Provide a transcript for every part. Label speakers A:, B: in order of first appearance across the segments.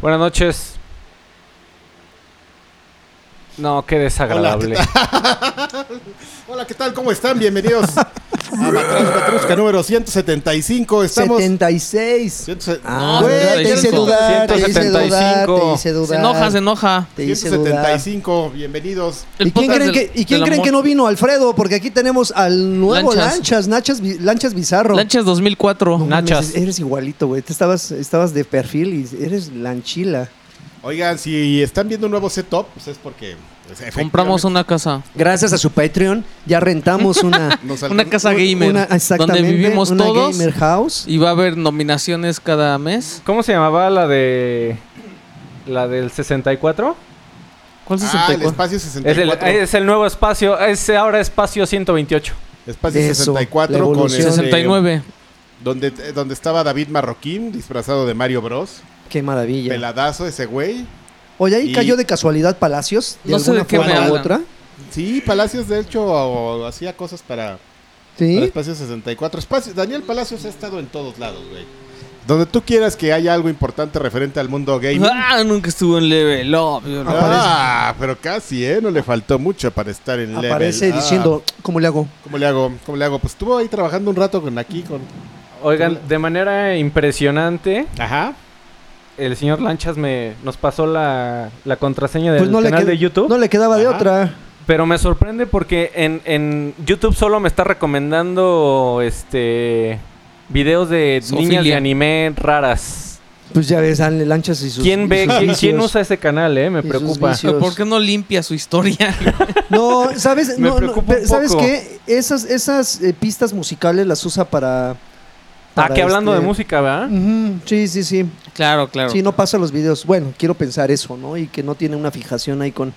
A: Buenas noches. No, qué desagradable.
B: Hola, ¿qué tal? ¿Cómo están? Bienvenidos a Matrusca Trusca número 175. Estamos...
C: 76.
B: ciento-
C: Ah,
B: Güey,
C: te hice dudar, te hice dudar, te hice dudar.
D: Se enoja, se enoja.
C: Te hice dudar.
B: 175, bienvenidos.
C: ¿Y quién creen, que, ¿y quién creen que no vino? Alfredo, porque aquí tenemos al nuevo
D: Lanchas.
C: Lanchas, Lanchas, Bi- Lanchas Bizarro.
D: Lanchas 2004.
C: No mames,
A: Nachas.
C: Eres igualito, güey. Te estabas, estabas de perfil y eres lanchila.
B: Oigan, si están viendo un nuevo setup, pues es porque... pues,
D: Compramos una casa.
C: Gracias a su Patreon, ya rentamos una.
B: efectivamente, nos alcan-
D: Una casa gamer.
C: una-
D: donde
C: exactamente,
D: vivimos
C: una
D: todos.
C: Gamer house.
D: Y va a haber nominaciones cada mes.
A: ¿Cómo se llamaba la de. la del 64?
D: ¿Cuál
B: Ah, el
D: 64?
B: espacio
A: Es el,
B: 64.
A: es el nuevo espacio, es ahora espacio 128.
B: espacio
C: Eso,
B: 64
C: la
B: con
C: evolución.
B: este,
D: 69.
B: donde, eh, donde estaba David Marroquín disfrazado de Mario Bros.
C: Qué maravilla.
B: Peladazo ese güey.
C: Oye, ahí
B: Y-
C: cayó de casualidad Palacios, de
D: No sé
C: alguna
D: de qué
C: forma
D: me
C: u
D: hablan.
C: otra.
B: Sí, Palacios de hecho o- hacía cosas para, para
C: Sí.
B: Espacio 64. Espacio- Daniel Palacios ha estado en todos lados, güey. Donde tú quieras que haya algo importante referente al mundo gay.
D: Ah, nunca estuvo en Level Up. yo no-
B: Ah, pero casi, ¿eh? No le faltó mucho para estar en level.
C: Aparece
B: Ah,
C: diciendo, ¿cómo le hago?
B: ¿Cómo le hago? ¿Cómo le hago? Pues estuvo ahí trabajando un rato con aquí, con...
A: Oigan, de manera impresionante,
B: Ajá.
A: el señor Lanchas me nos pasó la, la contraseña del
C: Pues no le,
A: canal
C: qued-
A: de YouTube.
C: no le quedaba de
B: Ajá.
C: otra.
A: Pero me sorprende porque en, en YouTube solo me está recomendando este videos de
D: Zoofilia.
A: niñas de anime raras.
C: Pues ya ves, Anle Lanchas y sus.
A: ¿Quién
C: y
A: ve,
C: sus
A: quién,
C: vicios.
A: quién usa ese canal, eh? Me
C: Y sus
A: preocupa.
C: vicios.
D: ¿Por qué no limpia su historia?
C: No, ¿sabes?
A: Me
C: No, no,
A: preocupa
C: pero
A: un
C: ¿Sabes
A: poco.
C: qué? Esas, esas eh, pistas musicales las usa para.
A: Ah,
C: para
A: que hablando
C: este-
A: de música, ¿verdad?
C: Ujú, sí, sí, sí.
D: claro, claro.
C: Sí, no pasa los videos. Bueno, quiero pensar eso, ¿no? Y que no tiene una fijación ahí con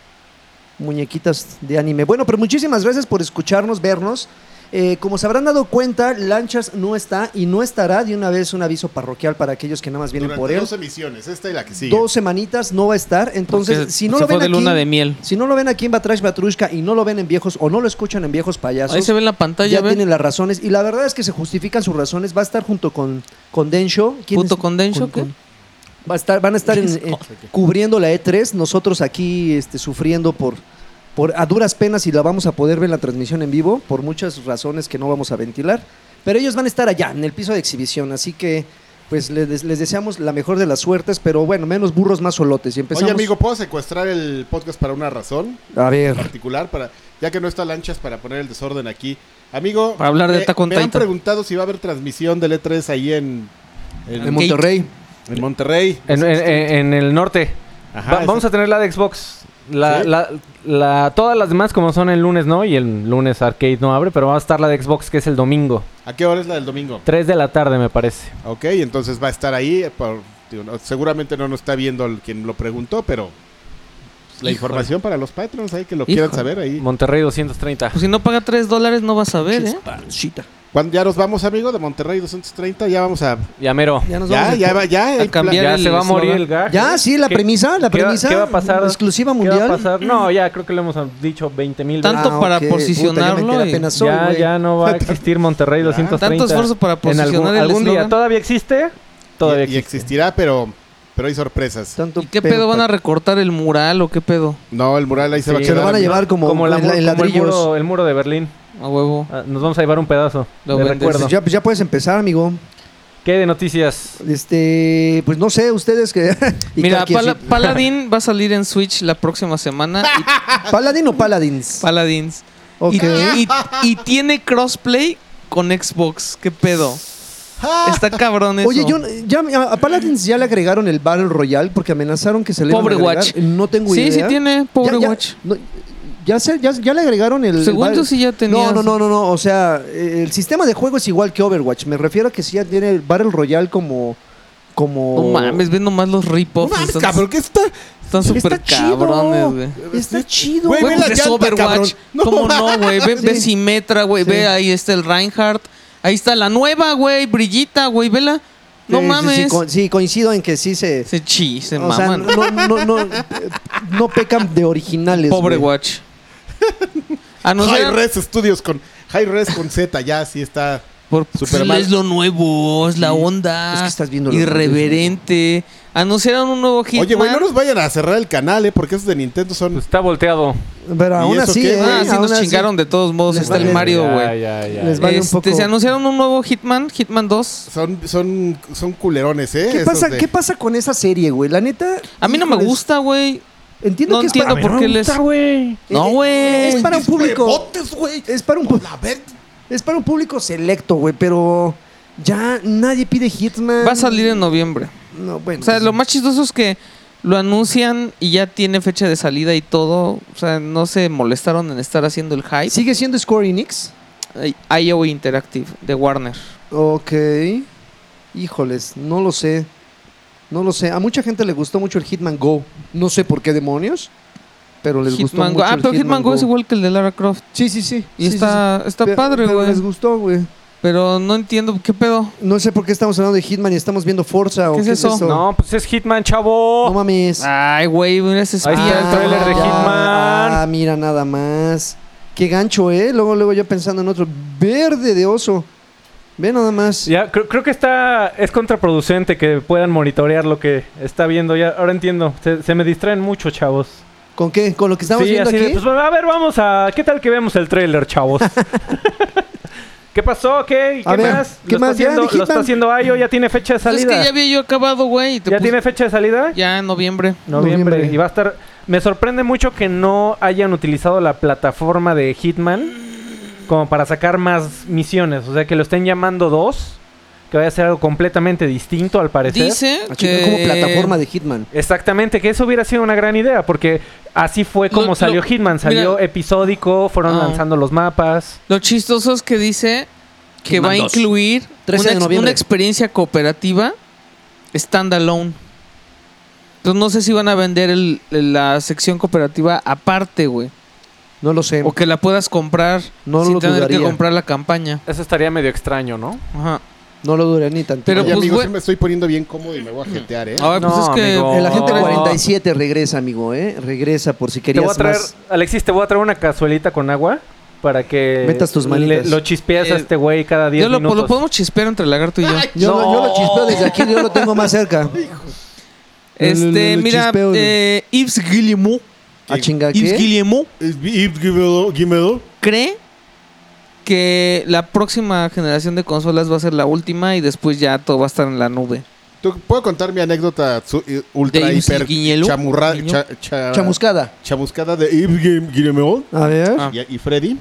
C: muñequitas de anime. Bueno, pero muchísimas gracias por escucharnos, vernos. Eh, como se habrán dado cuenta, Lanchas no está y no estará de una vez un aviso parroquial para aquellos que nada más vienen
B: Durante
C: por él.
B: dos emisiones, esta y la que sigue.
C: Dos semanitas no va a estar. Entonces,
D: Porque
C: si no
D: se
C: lo
D: fue
C: ven
D: de
C: aquí,
D: luna de miel.
C: si no lo ven aquí en Batrash Batrushka y no lo ven en viejos o no lo escuchan en viejos payasos,
D: Ahí se ve en la pantalla,
C: ya
D: ¿ven?
C: tienen las razones. Y la verdad es que se justifican sus razones. Va a estar junto con, con Densho. ¿Quién
D: ¿Junto
C: es?
D: con Densho, qué?
C: va a estar, van a estar en- en- cubriendo la E3. Nosotros aquí este, sufriendo por, por a duras penas y la vamos a poder ver en la transmisión en vivo por muchas razones que no vamos a ventilar. Pero ellos van a estar allá, en el piso de exhibición. Así que pues les, des- les deseamos la mejor de las suertes. Pero bueno, menos burros, más solotes. Y empezamos.
B: Oye, amigo, ¿puedo secuestrar el podcast para una razón
C: A ver.
B: particular? para Ya que no está lanchas para poner el desorden aquí. Amigo,
D: Para hablar de
B: me,
D: Attack on
B: me han
D: Titan.
B: preguntado si va a haber transmisión del E3 ahí en,
C: De
B: en,
D: Mon-
C: Monterrey.
B: en Monterrey.
A: En, en-
C: Este.
A: en- en el norte.
C: Ah,
B: Ajá,
A: Va-
B: esa-
A: vamos a tener la de Xbox. La,
B: ¿Sí?
A: la- la- todas las demás, como son el lunes, ¿no? Y el lunes Arcade no abre, pero va a estar la de Xbox, que es el domingo.
B: ¿A qué hora es la del domingo?
A: 3 de la tarde, me parece.
B: Ok, entonces va a estar ahí. eh, por- digo, no- seguramente no nos está viendo el- quien lo preguntó, pero pues, la
D: Híjole.
B: información para los patrons ahí que lo
D: Híjole.
B: quieran saber ahí.
A: Monterrey 230.
D: Pues si no paga 3 dólares, no vas a ver, ¿eh?
C: Pancita.
B: Cuando ya nos vamos, amigo, de Monterrey 230, ya vamos a...
A: Ya mero.
C: Ya nos
B: Ya,
C: vamos a-
B: ya, va- ya,
D: a
B: hay
D: cambiar.
B: plan-
A: Ya
D: el
A: se va a morir
D: eslogan.
A: el gag.
C: Ya, sí, la
A: ¿Qué-
C: premisa, la
A: qué va-
C: premisa.
A: qué va a pasar?
C: Exclusiva
A: ¿Qué
C: mundial. Ah,
A: va a pasar? No, ya creo que lo hemos dicho 20 mil
D: Tan- Tanto para
C: ok. Puta, ya me
D: posicionarlo
C: enteré
D: y-
C: apenas hoy,
A: Ya,
C: güey.
A: ya no va a existir Monterrey 230.
D: Tanto esfuerzo para
A: en
D: posicionar
A: algún,
D: el
A: algún día.
D: eslogan.
A: ¿Todavía existe? Todavía
B: y, y
A: existe.
B: existirá, pero, pero hay sorpresas.
C: Tanto
D: ¿Y qué pedo? ¿Van a recortar el mural o qué pedo?
B: No, el mural ahí se va a
A: Sí,
C: Se
B: quedar.
C: lo van a
B: amigo.
C: llevar como,
A: Como, la
C: en,
A: mu-
C: en
A: como el,
C: ladrillos.
A: muro, el muro de Berlín.
D: A huevo.
A: Ah, Nos vamos a llevar un pedazo
D: Lo
A: de
D: vendes.
A: recuerdo.
C: Pues ya, pues ya puedes empezar, amigo.
A: ¿Qué hay de noticias?
C: Este, pues no sé, ustedes que. y
D: Mira,
C: Karki,
D: Pala-
C: sí.
D: Paladin va a salir en Switch la próxima semana. y-
C: ¿Paladin o Paladins?
D: Paladins.
C: Ok.
D: Y, y- y tiene crossplay con Xbox. ¿Qué pedo? Está cabrón eso.
C: Oye, yo, ya, a a Paladins ya le agregaron el Battle Royale porque amenazaron que se le iban a
D: Pobre
C: agregar.
D: Watch.
C: No tengo
D: Sí,
C: idea.
D: sí tiene Pobre
C: Ya- ya-
D: Watch.
C: no, ya, se- ya- ya le agregaron el.
D: Según
C: el
D: yo
C: Battle-
D: sí ya tenías.
C: No, no, no, no, no. O sea, eh, el sistema de juego es igual que Overwatch. Me refiero a que sí ya tiene el Battle Royale como. como
D: No mames, ven nomás los
B: No
D: rip-offs.
B: mames,
D: están-
B: cabrón, ¿qué está?
D: Están súper
C: Está chido.
D: cabrones, güey.
C: Está chido.
B: Güey,
D: Güey,
B: ve
D: pues
B: la
D: es
B: llanta,
D: Overwatch.
B: cabrón. No
D: ¿Cómo no, güey? Ve, ve
C: Sí.
D: Simetra, güey.
C: Sí.
D: Ve ahí está el Reinhardt. Ahí está la nueva, güey. Brillita, güey. Vela. No
C: Sí, sí,
D: mames.
C: Sí, co- sí, coincido en que sí se.
D: Se chi, se
C: o sea,
D: maman.
C: no, no, no, no, no pecan de originales.
D: Pobre
C: güey.
D: Watch. A no
B: High
D: ser.
B: Res Studios con High Res con Z, ya sí está.
D: Por,
B: Superman.
D: Es lo nuevo, es la onda.
C: Es que estás viendo lo
D: Irreverente. Anunciaron un nuevo Hitman.
B: Oye, güey, no nos vayan a cerrar el canal, ¿eh? Porque esos de Nintendo son.
A: Pues está volteado.
C: Pero
B: ¿Y
C: aún
B: eso
C: así,
B: qué?
C: ¿eh?
D: Ah, sí
C: Aún
D: nos
C: así.
D: chingaron de todos modos.
C: Les
D: Está
C: vale.
D: el Mario,
A: Ya,
D: güey.
A: ya, ya.
C: Les vale un
D: Este,
C: poco.
D: Se anunciaron un nuevo Hitman, Hitman 2.
B: Son, son, son culerones, ¿eh?
C: ¿Qué
B: Esos
C: pasa,
B: de-
C: ¿Qué pasa con esa serie, güey? La neta.
D: A mí no me
C: híjoles,
D: gusta, güey.
C: Entiendo
D: No
C: que es para-
D: entiendo por qué les. No, güey.
C: Es para un público.
B: Huevotes, güey.
C: Es para un, pu-
B: Hola, a ver.
C: es para un público selecto, güey, pero ya nadie pide Hitman.
D: Va a salir en noviembre.
C: No, bueno.
D: O sea,
C: pues,
D: lo más chistoso es que lo anuncian y ya tiene fecha de salida y todo. O sea, no se molestaron en estar haciendo el hype.
C: ¿Sigue siendo Square Enix?
D: Ay- IO Interactive de Warner.
C: Ok. Híjoles, no lo sé. No lo sé. A mucha gente le gustó mucho el Hitman Go. No sé por qué demonios, pero les gustó
D: Hitman
C: mucho
D: Go. Ah,
C: el
D: pero Hitman Go es igual que el de Lara Croft.
C: Sí, sí, sí.
D: Y
C: Sí, sí,
D: está,
C: sí.
D: está
C: Pero-
D: padre,
C: pero
D: güey.
C: les gustó, güey.
D: Pero no entiendo qué pedo.
C: No sé por qué estamos hablando de Hitman y estamos viendo Forza o
D: ¿Qué
C: qué es
D: es eso? Ah,
C: eso.
A: No, pues es Hitman, chavo.
C: No mames.
D: Ay, güey, mira ese
A: Ahí
D: espía.
A: está el tráiler de
C: Ah, ya.
A: Hitman.
C: Ah, mira nada más. Qué gancho, ¿eh? Luego, luego yo pensando en otro. Verde de oso. Ve nada más.
A: Ya, creo, creo que está. Es contraproducente que puedan monitorear lo que está viendo. Ya, ahora entiendo. Se, se me distraen mucho, chavos.
C: ¿Con qué? ¿Con lo que estamos
A: sí,
C: viendo
A: así
C: aquí?
A: de, pues, a ver, vamos a. ¿Qué tal que vemos el tráiler, chavos? ¿Qué pasó? ¿Qué? ¿Y
C: A
A: ¿Qué
C: ver,
A: más?
C: ¿qué
A: ¿Lo,
C: más?
A: Está
C: Ya,
A: haciendo,
C: Hitman.
A: ¿Lo está haciendo Ayo? ¿Ya tiene fecha de
D: Pues es
A: salida?
D: que ya había yo acabado, güey.
A: ¿Ya tiene fecha de salida?
D: Ya en noviembre.
A: Noviembre.
C: Noviembre.
A: Y va a estar. Me sorprende mucho que no hayan utilizado la plataforma de Hitman como para sacar más misiones. O sea, que lo estén llamando dos. Que vaya a ser algo completamente distinto, al parecer.
D: Dice
C: Ah, chingada,
D: que...
C: Como plataforma de Hitman.
A: Exactamente, que eso hubiera sido una gran idea, porque así fue como
D: Lo-
A: salió
D: lo-
A: Hitman. Salió
D: mira.
A: episódico, fueron
D: Ah.
A: lanzando los mapas.
D: Lo chistoso es que dice que
C: Hitman
D: va a
C: 2.
D: incluir
C: 13
D: una,
C: de
D: ex-
C: noviembre.
D: una experiencia cooperativa standalone. Entonces no sé si van a vender el- el- la sección cooperativa aparte, güey.
C: No lo sé.
D: O que la puedas comprar
C: Em. No
D: sin
C: lo
D: tener que
C: dudaría.
D: comprar la campaña.
A: Eso estaría medio extraño, ¿no?
D: Ajá.
C: No lo duré ni tanto.
D: Pero,
B: Oye,
D: pues,
B: amigos,
D: güey.
B: sí me estoy poniendo bien cómodo y me voy a jetear, ¿eh?
D: Ahora,
A: No,
D: pues es que...
A: amigo.
C: el agente
A: Oh.
C: 47 regresa, amigo, ¿eh? Regresa por si
A: Te
C: querías
A: voy a traer,
C: más.
A: Alexis, te voy a traer una cazuelita con agua para que
C: Metas tus manitas.
A: lo chispeas
D: Eh,
A: a este güey cada 10
D: Yo lo,
A: minutos.
D: lo podemos chispear entre lagarto y yo.
C: Yo,
A: No.
C: lo, yo lo chispeo desde aquí, yo lo tengo más cerca.
D: Este,
C: lo
D: mira,
C: chispeo, güey.
D: eh, Yves Guillemot,
C: ¿A Ah, chinga
D: Yves
C: qué?
D: Guillemot
B: Guimedo.
D: cree que la próxima generación de consolas va a ser la última y después ya todo va a estar en la nube.
B: ¿Tú puedo contar mi anécdota su- i- ultra
D: ¿De Ibs
B: hiper
D: Guiñelo?
B: chamurra-
D: Guiño.
B: cha- cha-
C: Chamuscada.
B: chamuscada de Ibs Guimedo
C: A ver.
D: Ah.
B: y, y Freddy?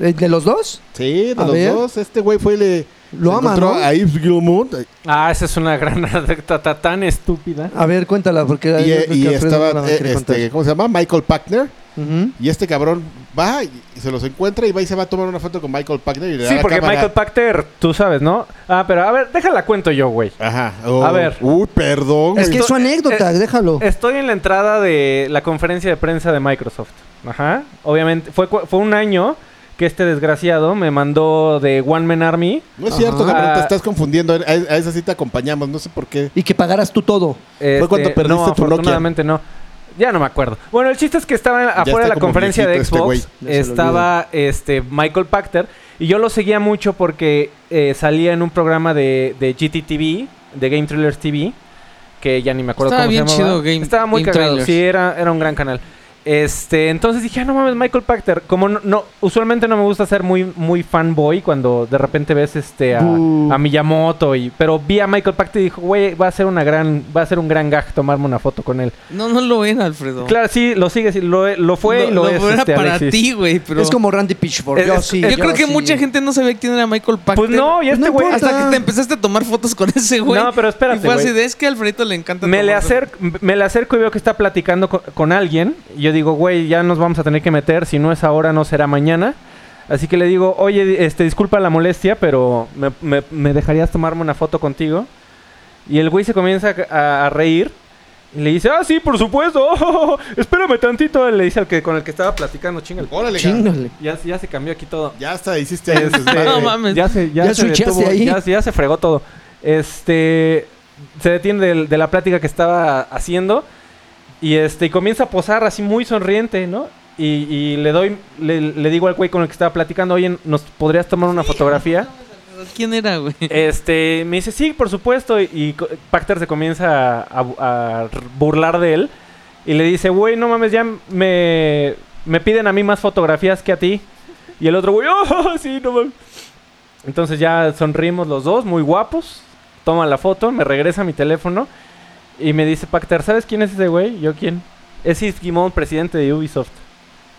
C: ¿Eh, ¿De los dos?
B: Sí, de
C: A
B: los
C: ver.
B: dos. Este güey fue y le
C: Lo
B: se
C: ama,
B: encontró
C: ¿no?
B: a Ibs Guillemot
A: Ah, esa es una gran anécdota tan estúpida.
C: A ver, cuéntala, porque...
B: y,
C: yo
B: eh,
C: creo
B: y
C: que Alfredo no
B: estaba
C: la
B: eh,
C: quiere contar.
B: este, ¿cómo se llama? Michael Packner
C: Ujú.
B: y este cabrón va y y se los encuentra y va y se va a tomar una foto con Michael Packner y le da
A: Sí,
B: la
A: porque
B: cámara.
A: Michael Pachter, tú sabes, ¿no? Ah, pero a ver, déjala cuento yo, güey.
B: Ajá. Oh,
A: A ver.
B: Uy, perdón.
C: Es
B: güey.
C: que es su
D: eh,
C: anécdota, déjalo.
A: Estoy en la entrada de la conferencia de prensa de Microsoft. Ajá. Obviamente, fue, cu- fue un año que este desgraciado me mandó de One Man Army.
B: No es cierto,
C: Ajá.
B: cabrón, te estás confundiendo. A, a esa sí te acompañamos, no sé por qué.
C: Y que pagaras tú todo.
A: Este,
B: cuando perdiste
A: no,
B: tu Nokia.
A: afortunadamente no. Ya no me acuerdo. Bueno, el chiste es que estaba
B: está
A: afuera de la
B: como
A: conferencia de
B: viejito
A: Xbox.
B: este
C: güey. Ya se le
A: estaba este Michael Pachter. Y yo lo seguía mucho porque eh, salía en un programa de, de GTTV, de Game Trailers TV. Que ya ni me acuerdo
D: Estaba
A: cómo
D: bien
A: se llamaba.
D: chido Game-
A: estaba muy
D: Game
A: cagado.
D: Trailers.
A: Sí, era, era un gran canal. Este, entonces dije, ah, no mames, Michael Pachter. Como no, no- usualmente no me gusta ser muy, muy fanboy cuando de repente ves este a,
C: Bu.
A: a Miyamoto y. Pero vi a Michael Pachter y dijo, güey, va a ser una gran, va a ser un gran gag tomarme una foto con él.
D: No, no lo era, Alfredo.
A: Claro, sí, lo sigue, sí, lo, lo fue y
D: No,
A: lo,
D: no
A: es.
D: era
A: este,
D: para
A: Alexis.
D: ti, güey, pero... eh,
C: Es como Randy Pitchford.
A: Es-
C: yo
A: es-
C: sí,
D: Yo creo que
C: sí.
D: mucha gente no sabía quién era Michael Pachter.
A: Pues no, y
C: Pues
A: este
C: no
A: güey.
C: importa.
D: Hasta que te empezaste a tomar fotos con ese güey.
A: No, pero espérate,
D: Y fue así
A: güey.
D: de, es que a Alfredito le encanta
A: Me le,
D: tomar fotos".
A: acerco, me le acerco y veo que está platicando co- con, alguien. Y yo digo, güey, ya nos vamos a tener que meter. Si no es ahora, no será mañana. Así que le digo, oye, di- este, disculpa la molestia, pero me, me- me dejarías tomarme una foto contigo. Y el güey se comienza a, a reír. Y le dice, ah, sí, por supuesto. oh, espérame tantito. Le dice al que con el que estaba platicando, chinga. Este,
B: Órale, cabrón.
C: Chingale.
A: Ya, ya se cambió aquí todo.
B: Ya hasta hiciste ahí el desmadre.
D: No mames.
A: Ya se, ya
C: Ya
A: se
C: switchaste
A: detuvo,
C: ahí.
A: Ya, ya se fregó todo. Este se detiene del- de, la plática que estaba haciendo y este y comienza a posar así muy sonriente, ¿no? Y, y le doy le, le digo al güey con el que estaba platicando, "Oye, ¿nos podrías tomar una fotografía?"
D: ¿Quién era, güey?
A: Este, me dice, sí, por supuesto. Y, y co- Pacter se comienza a, a- a burlar de él. Y le dice, güey, no mames, ya me, me piden a mí más fotografías que a ti. Y el otro, güey, oh, sí, no mames. Entonces ya sonrimos los dos, muy guapos. Toma la foto, me regresa mi teléfono. Y me dice, Pacter, ¿sabes quién es ese güey? Yo, ¿quién? Es Yves Guimond, presidente de Ubisoft.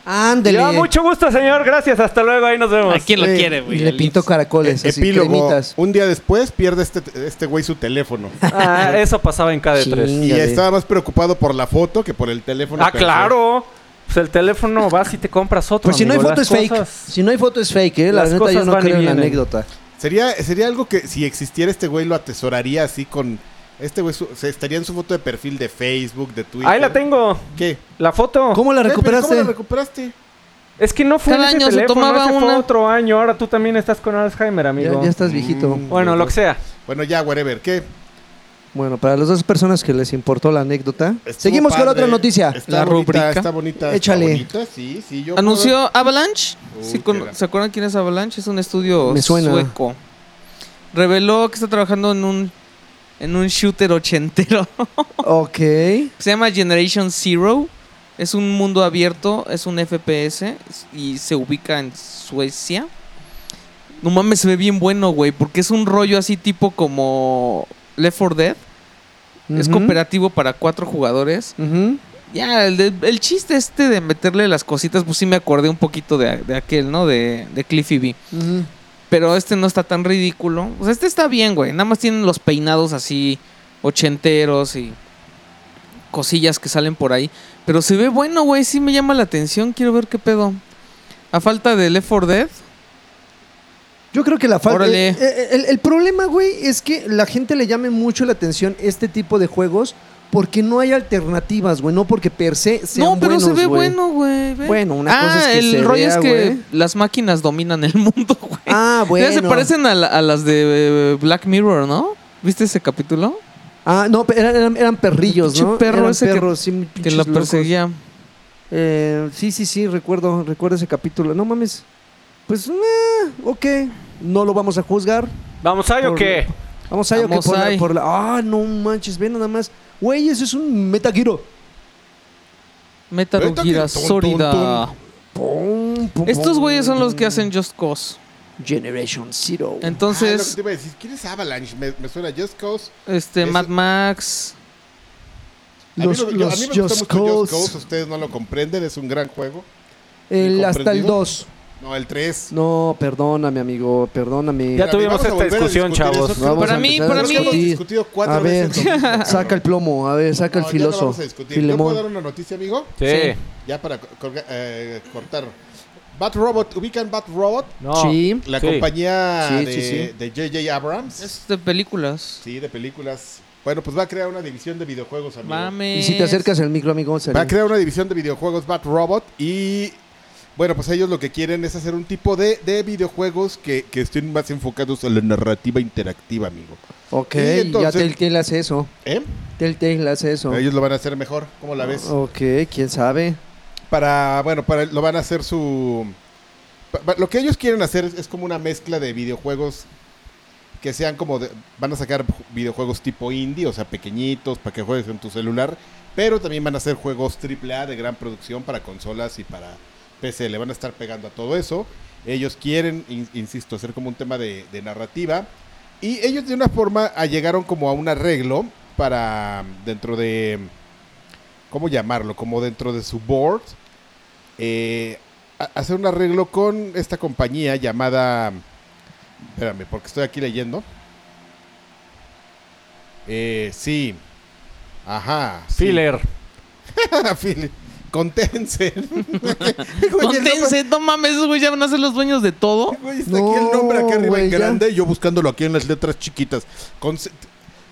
C: Ándele.
A: Ya, mucho gusto, señor. Gracias. Hasta luego. Ahí nos vemos.
D: ¿A quién lo
C: Güey,
D: quiere, güey?
C: Y le
D: Al
C: pintó
D: Ips.
C: caracoles, así,
B: E-, Epílogo.
C: cremitas.
B: Un día después pierde este este güey su teléfono.
A: Ah, eso pasaba en cada
C: Sí.
A: tres.
B: Y
C: Fíjate.
B: estaba más preocupado por la foto que por el teléfono.
A: Ah,
B: per se.
A: claro. Pues el teléfono vas y te compras otro.
C: Pues si no hay
A: amigo.
C: foto es
A: Las
C: fake.
A: cosas-
C: Si no hay foto es fake, ¿eh? La
A: las
C: neta yo
A: cosas
C: no
A: van y
C: creo en la
A: vienen.
C: anécdota.
B: Sería, sería algo que si existiera este güey lo atesoraría así con... Este güey su- se estaría en su foto de perfil de Facebook, de Twitter.
A: Ahí la tengo.
B: ¿Qué?
A: La foto.
C: ¿Cómo la
B: Eh, pero ¿Cómo
C: recuperaste?
B: la recuperaste?
A: Es que no fue
D: Cada
A: en ese
D: año se
A: teléfono,
D: tomaba
A: ese fue
D: una.
A: otro año. Ahora tú también estás con Alzheimer, amigo.
C: Ya, ya estás viejito.
B: Mm.
A: Bueno, lo que sea.
B: Bueno, ya, whatever. ¿Qué?
C: Bueno, para las dos personas que les importó la anécdota,
B: Estuvo
C: seguimos con
B: padre.
C: otra noticia.
B: Está
D: La
B: bonita,
D: rubrica.
B: Está bonita. está
C: Échale.
B: bonita, sí, sí. Yo
D: Anunció Avalanche.
B: Uy,
D: Sí,
B: qué
D: con-
B: la-
D: ¿Se acuerdan quién es Avalanche? Es un estudio
C: Me suena.
D: sueco. Reveló que está trabajando en un en un shooter ochentero.
C: Ok.
D: Se llama Generation Zero. Es un mundo abierto, es un FPS y se ubica en Suecia. No mames, se ve bien bueno, güey, porque es un rollo así tipo como Left 4 Dead. Es
C: Ujú.
D: cooperativo para cuatro jugadores.
C: Ujú.
D: Ya, el, de- el chiste este de meterle las cositas, pues sí me acordé un poquito de, de aquel, ¿no? De, de Cliffy B.
C: Ujú.
D: Pero este no está tan ridículo. O sea, este está bien, güey. Nada más tienen los peinados así ochenteros y cosillas que salen por ahí. Pero se ve bueno, güey. Sí me llama la atención. Quiero ver qué pedo. A falta de Left 4 Dead.
C: Yo creo que la falta.
D: Órale.
C: eh, eh, El, el problema, güey, es que la gente le llame mucho la atención este tipo de juegos porque no hay alternativas, güey. No porque per se sean
D: no, pero se
C: buenos,
D: ve
C: güey.
D: bueno, güey. ve.
C: Bueno, una
D: ah,
C: cosa es que
D: el
C: se
D: rollo
C: vea,
D: es que
C: güey.
D: las máquinas dominan el mundo, güey.
C: Ah, bueno.
D: Ya se parecen a, la- a las de eh, Black Mirror, ¿no? ¿Viste ese capítulo?
C: Ah, no, pero eran, eran, eran perrillos,
D: Pinche
C: ¿no?
D: perro
C: eran
D: ese que-
C: perros, sí,
D: Que
C: pinches
D: la
C: locos.
D: perseguía.
C: Eh, sí, sí, sí, recuerdo, recuerdo ese capítulo. No mames. Pues, eh, ok, no lo vamos a juzgar.
A: ¿Vamos ahí o
C: Por-
A: qué?
C: Vamos a ir
D: Vamos
C: por, la,
D: ahí.
C: por la- Ah, no manches, ve nada más. Güey, eso es un metaguiro.
D: Metal
B: Ahorita que
D: Gear
B: tun, tun,
D: Solid. Estos güeyes son los que hacen Just Cause.
C: Generation Zero.
B: Entonces...
D: Entonces,
B: Ah, te iba a decir. ¿Quién es Avalanche? Me, me suena Just Cause.
D: este,
B: eso-
D: Mad Max.
B: A mí
C: Los-
B: lo- yo- a
C: los
B: mí me gusta
C: Just
B: mucho Just
C: Cause.
B: Cause. Ustedes no lo comprenden. Es un gran juego.
C: El,
B: ¿Incomprendido?
C: hasta el 2.
B: No, el 3.
C: No, perdóname, amigo, perdóname.
A: Ya
B: Mira,
A: tuvimos
B: vamos a
A: esta
B: volver a
A: discusión,
B: discutir
A: chavos.
B: eso.
C: Vamos
D: Para
C: a
D: mí,
C: empezar a
D: para
B: Creo que
D: mí-
B: hemos
C: discutir.
B: discutido cuatro
C: A ver,
B: veces. lo mismo, cabrón.
C: saca el plomo, a ver, saca
B: No, ya
C: el
B: no
C: filoso.
B: vamos a discutir. ¿Yo
C: Filemón.
B: puedo dar una noticia, amigo?
A: Sí.
D: Sí.
B: Ya para co- colga- eh, cortar. Bat Robot, ubican Bat Robot,
A: No.
C: Sí.
B: la
A: Sí.
B: compañía
C: Sí,
B: de,
C: sí, sí.
B: de J.J. Abrams.
D: Es de películas.
B: Sí, de películas. Bueno, pues va a crear una división de videojuegos, amigo.
D: Mames.
C: Y si te acercas al micro, amigo,
B: Va
C: sale.
B: a crear una división de videojuegos Bat Robot y bueno, pues ellos lo que quieren es hacer un tipo de, de videojuegos que, que estén más enfocados a la narrativa interactiva, amigo.
C: Ok,
B: Y
C: ya
B: entonces-
C: Telltale hace eso.
B: ¿Eh?
C: Telltale hace eso.
B: Ellos lo van a hacer mejor, ¿cómo la ves?
C: Ok, quién sabe.
B: para bueno para lo van a hacer su pa- pa- lo que ellos quieren hacer es, es como una mezcla de videojuegos que sean como de- van a sacar ju- videojuegos tipo indie o sea pequeñitos para que juegues en tu celular pero también van a hacer juegos AAA de gran producción para consolas y para PC le van a estar pegando a todo eso ellos quieren in- insisto hacer como un tema de, de narrativa y ellos de una forma ah, llegaron como a un arreglo para dentro de ¿cómo llamarlo? Como dentro de su board, eh, a- hacer un arreglo con esta compañía llamada... Espérame, porque estoy aquí leyendo. Eh, sí. Ajá. sí.
A: Filler.
B: Filler. Con Tencent.
D: Con
B: pues,
D: Tencent, no mames, güey, ya van a ser los dueños de todo.
B: Güey, está aquí el nombre acá
C: No,
B: arriba en
C: güey, ya.
B: grande y yo buscándolo aquí en las letras chiquitas. Con-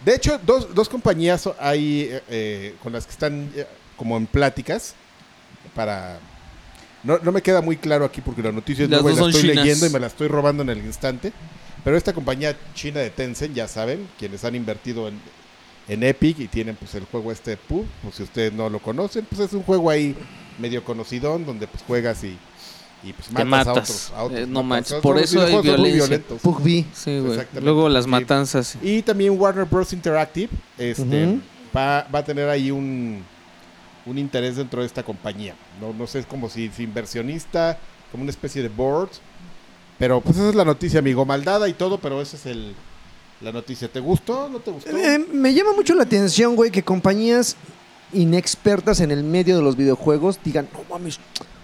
B: de hecho, dos, dos compañías so- hay eh, eh, con las que están eh, como en pláticas para... No, no me queda muy claro aquí porque la noticia es
D: Las
B: nueva y
D: dos
B: la
D: son
B: estoy
D: chinas.
B: leyendo y me la estoy robando en el instante. Pero esta compañía china de Tencent, ya saben, quienes han invertido en, en Epic y tienen pues el juego este PUB, pues si ustedes no lo conocen, pues es un juego ahí medio conocidón donde pues juegas y Y pues
D: Te
B: matas, a
D: matas.
B: otros. a otros,
D: Eh, no
B: matas.
D: manches,
B: Son-
D: por
B: son
D: eso hay
B: videojuegos muy
D: violencia.
B: violentos.
C: Pugby.
D: Sí, güey.
B: Exactamente,
D: Luego las
B: sí.
D: matanzas.
B: Y también Warner Bros. Interactive este,
C: Ujú.
B: va, va a tener ahí un, un interés dentro de esta compañía. No, no sé, es como si, si inversionista, como una especie de board. Pero pues esa es la noticia, amigo. Maldada y todo, pero esa es el, la noticia. ¿Te gustó? ¿No te gustó?
C: Eh, me llama mucho la atención, güey, que compañías inexpertas en el medio de los videojuegos digan, no mames,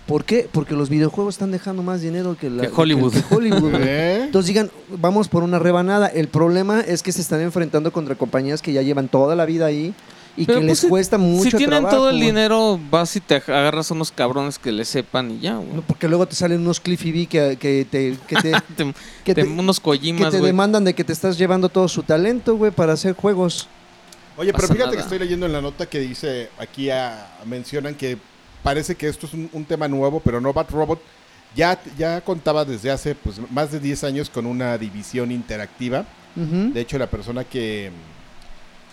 C: ¿por qué? Porque los videojuegos están dejando más dinero que, la,
D: Que Hollywood.
C: que- que Hollywood, güey.
B: ¿Eh?
C: Entonces digan, vamos por una rebanada. El problema es que se están enfrentando contra compañías que ya llevan toda la vida ahí y
D: Pero,
C: que
D: pues,
C: les
D: si-
C: cuesta mucho
D: si tienen
C: trabajo,
D: todo el
C: güey.
D: dinero, vas y te ag- agarras a unos cabrones que le sepan y ya, güey.
C: No, porque luego te salen unos Cliffy B que, que te, que te,
D: Te-
C: que
D: te-
C: te-
D: unos
C: que
D: Kojimas,
C: te
D: güey.
C: demandan de que te estás llevando todo su talento, güey, para hacer juegos.
B: Oye, pero
D: pasa
B: fíjate que
D: nada.
B: estoy leyendo en la nota que dice, aquí ah, mencionan que parece que esto es un, un tema nuevo, pero no Bat Robot ya, ya contaba desde hace pues, más de 10 años con una división interactiva.
C: Ujú.
B: De hecho, la persona que,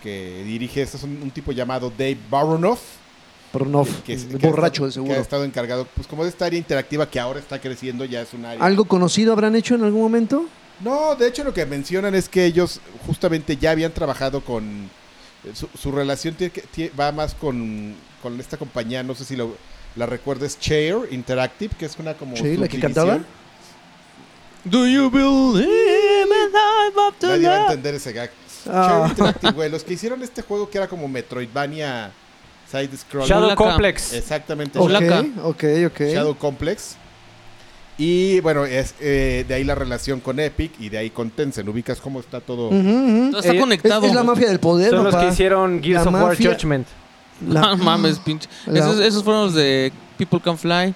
B: que dirige esto es un, un tipo llamado Dave Baronoff.
C: Pero no,
B: Que, es- que ha
C: borracho de
B: estado- Que ha
C: seguro.
B: estado encargado, pues como de esta área interactiva que ahora está creciendo, ya es un área.
C: ¿Algo conocido habrán hecho en algún momento?
B: No, de hecho lo que mencionan es que ellos justamente ya habían trabajado con... eh, Su, su relación tiene que- tie- va más con, con esta compañía, no sé si lo- la recuerdas, Chair Interactive, que es una como...
C: Sí, la que
B: subdivisión.
C: cantaba.
D: Do you believe in life after
B: Nadie va a
D: death?
B: entender ese gag. Chair
C: Ah.
B: Interactive, güey, los que hicieron este juego que era como Metroidvania Side Scroll.
A: Shadow
D: Mulaka.
A: Complex.
B: Exactamente.
C: Ok,
D: Olaca.
C: ok, ok.
B: Shadow Complex. Y bueno, es eh, de ahí la relación con Epic y de ahí con Tencent. Ubicas cómo está todo.
C: Ujú, ujú.
D: Todo Está
A: Eh,
C: Es,
D: conectado.
C: es la mafia del poder,
A: Son los
C: papá.
A: que hicieron Gears
C: La
A: of War
C: mafia-
A: Judgment.
C: La-
D: Ah, No mames, pinche.
C: La-
D: Esos, esos fueron los de People Can Fly.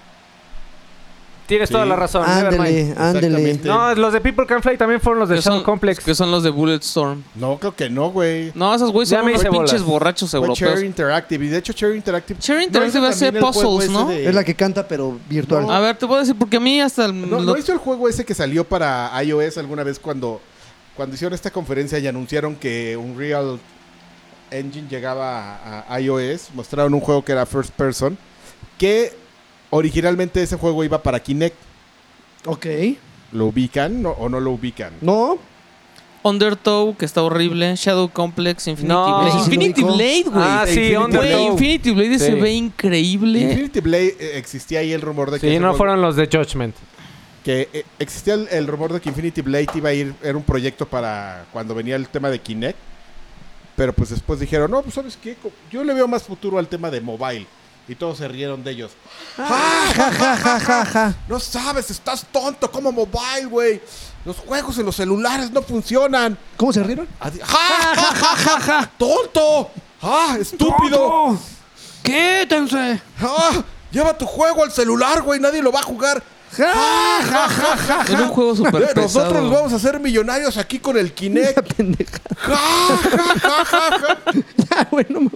A: Tienes
B: Sí.
A: toda la razón. nevermind.
C: Ándele, ándele.
B: Exactamente.
A: No, los de People Can Fly también fueron los de
D: que
A: Shadow
D: son-
A: Complex.
D: Que son los de Bulletstorm.
B: No, creo que no, güey.
D: No, esos güeyes
A: Ya
D: son
A: me
D: unos
A: hice
D: pinches
A: bolas.
D: borrachos
B: Fue Cherry
D: europeos.
B: Interactive. Y de hecho, Cherry Interactive.
D: Cherry
B: No
D: Interactive
B: hizo
D: hace
B: también el juego
D: puzzles,
B: ese
D: ¿no?
B: de-
C: Es la que canta, pero virtual. Ah,
B: No.
D: A ver, te voy a decir porque a mí hasta el-
B: No,
D: lo-
B: no hizo el juego ese que salió para iOS alguna vez cuando, cuando hicieron esta conferencia y anunciaron que Unreal Engine llegaba a, a iOS. Mostraron un juego que era First Person. Que originalmente ese juego iba para Kinect.
C: Ok.
B: ¿Lo ubican no- o no lo ubican?
C: No,
D: Undertow, que está horrible. Shadow Complex, Infinity
A: No.
D: Blade.
A: Ese sí lo
D: Infinity
C: ubico.
D: Blade, güey.
A: ah, sí,
B: Infinity
D: Güey,
A: Undertow.
D: Infinity Blade se
A: Sí.
D: ve increíble.
B: Infinity Blade eh, existía ahí el rumor de que,
A: Sí,
B: ese
A: no
B: juego-
A: fueron los de Judgment.
B: que, eh, existía el, el rumor de que Infinity Blade iba a ir era un proyecto para cuando venía el tema de Kinect, pero pues después dijeron no pues sabes qué Co- yo le veo más futuro al tema de mobile y todos se rieron de ellos. No sabes, estás tonto como mobile, güey. Los juegos en los celulares no funcionan.
C: ¿Cómo se rieron?
B: Así, ¡Ja, ja, ja, ja, ja! ¡Tonto! ¡Ah, estúpido!
D: ¡Quétense!
B: ¡Ah! Lleva tu juego al celular, güey. Nadie lo va a jugar.
C: Ah,
B: ¡Ja, ja, ja, ja,
D: Era un juego súper
B: Eh, Nosotros
D: pesado.
B: nos vamos a hacer millonarios aquí con el
C: Una
B: Kinect.
C: pendeja.
B: ¡Ja, ja, ja, ja, ja!
C: Ah, bueno, ma-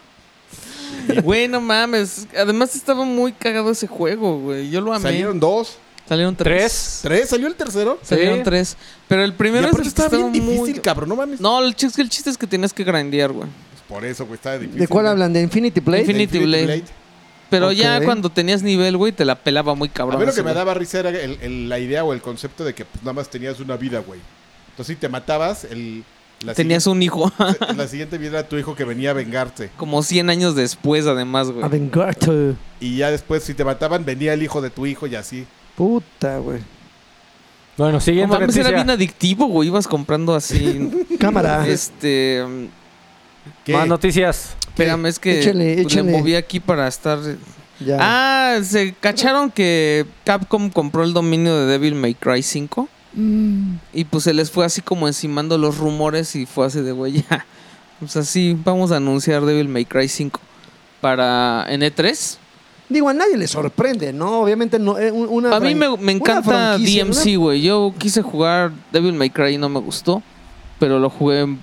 D: Güey, no mames. Además estaba muy cagado ese juego, güey. Yo lo amé.
B: Salieron dos,
D: Salieron
A: Tres.
D: tres.
B: tres. ¿Salió el tercero?
D: Salieron
A: Sí.
D: tres. Pero el
B: Y
D: primero es el
B: aparte
D: que
B: estaba bien
D: muy-
B: difícil, cabrón. No mames.
D: No, el chiste, el chiste es que tenías que grandear, güey.
B: Por eso, güey, estaba difícil.
C: ¿De cuál hablan? ¿De Infinity Blade?
B: De
D: Infinity Blade. Pero ya
C: Ok.
D: cuando tenías nivel, güey, te la pelaba muy cabrón.
B: A mí lo que
D: ese,
B: me
D: güey.
B: daba risa era el- el- la idea o el concepto de que pues, nada más tenías una vida, güey. Entonces, si te matabas, el, la,
D: Tenías un hijo.
B: siguiente, la siguiente vida era tu hijo que venía a vengarte.
D: Como 100 años después, además, güey.
C: Avengarte.
B: Y ya después, si te mataban, venía el hijo de tu hijo y así.
C: Puta, güey.
A: Bueno,
D: No
A: siguiente
D: mames, era bien
A: noticia.
D: adictivo, güey. Ibas comprando así.
C: Cámara.
D: este. mm,
B: ¿Qué?
A: Más noticias.
D: Espérame, es que
C: Échale, échale.
D: le moví aquí para estar.
C: Ya.
D: Ah, se cacharon que Capcom compró el dominio de Devil May Cry 5.
C: Mm.
D: Y pues se les fue así como encimando los rumores y fue así de, güey, ya. Pues así, vamos a anunciar Devil May Cry 5 para E N3.
C: Digo, a nadie le sorprende, ¿no? Obviamente no. eh, un- una
D: A mí
C: fran-
D: me, me
C: una
D: encanta
C: franquicia,
D: DMC, güey. Yo quise jugar Devil May Cry y no me gustó. Pero lo jugué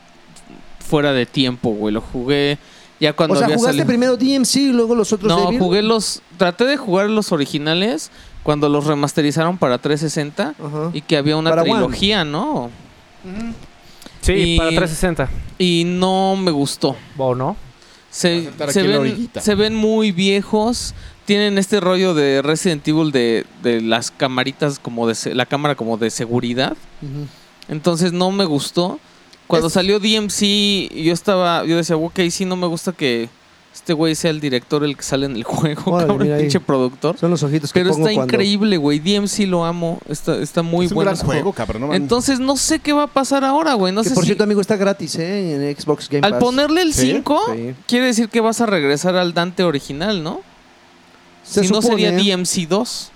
D: fuera de tiempo, güey. Lo jugué ya cuando
C: o sea,
D: había
C: jugaste
D: salido.
C: primero DMC y luego los otros
D: No,
C: Devil.
D: jugué los. Traté de jugar los originales cuando los remasterizaron para 360
C: Ajá.
D: y que había una
C: Para One.
D: trilogía, ¿no?
A: Sí,
D: Y-
A: para 360.
D: Y no me gustó.
A: ¿O no?
B: Voy a
D: Se,
B: sentar
D: se
B: aquí en la
D: ven,
B: orillita.
D: se ven muy viejos. tienen este rollo de Resident Evil de, de las camaritas como de se- la cámara como de seguridad.
C: Ujú.
D: Entonces no me gustó. Cuando
B: Es-
D: salió DMC, yo estaba, yo decía, ok, sí, no me gusta que este güey sea el director el que sale en el juego,
C: Órale,
D: cabrón,
C: mira ahí.
D: pinche productor.
C: Son los ojitos que
D: Pero
C: pongo
D: está
C: cuando-
D: increíble, güey. DMC lo amo. Está, está muy
B: es un
D: bueno.
B: gran
D: ese
B: juego, cabrón. no mames.
D: Entonces no sé qué va a pasar ahora, güey. No
C: que
D: sé
C: por
D: si
C: cierto, amigo, está gratis, ¿eh? En Xbox Game Pass.
D: al ponerle el
B: Sí,
D: 5
C: sí.
D: quiere decir que vas a regresar al Dante original, ¿no?
C: Se
D: si no
C: supone. ¿eh?
D: sería DMC 2.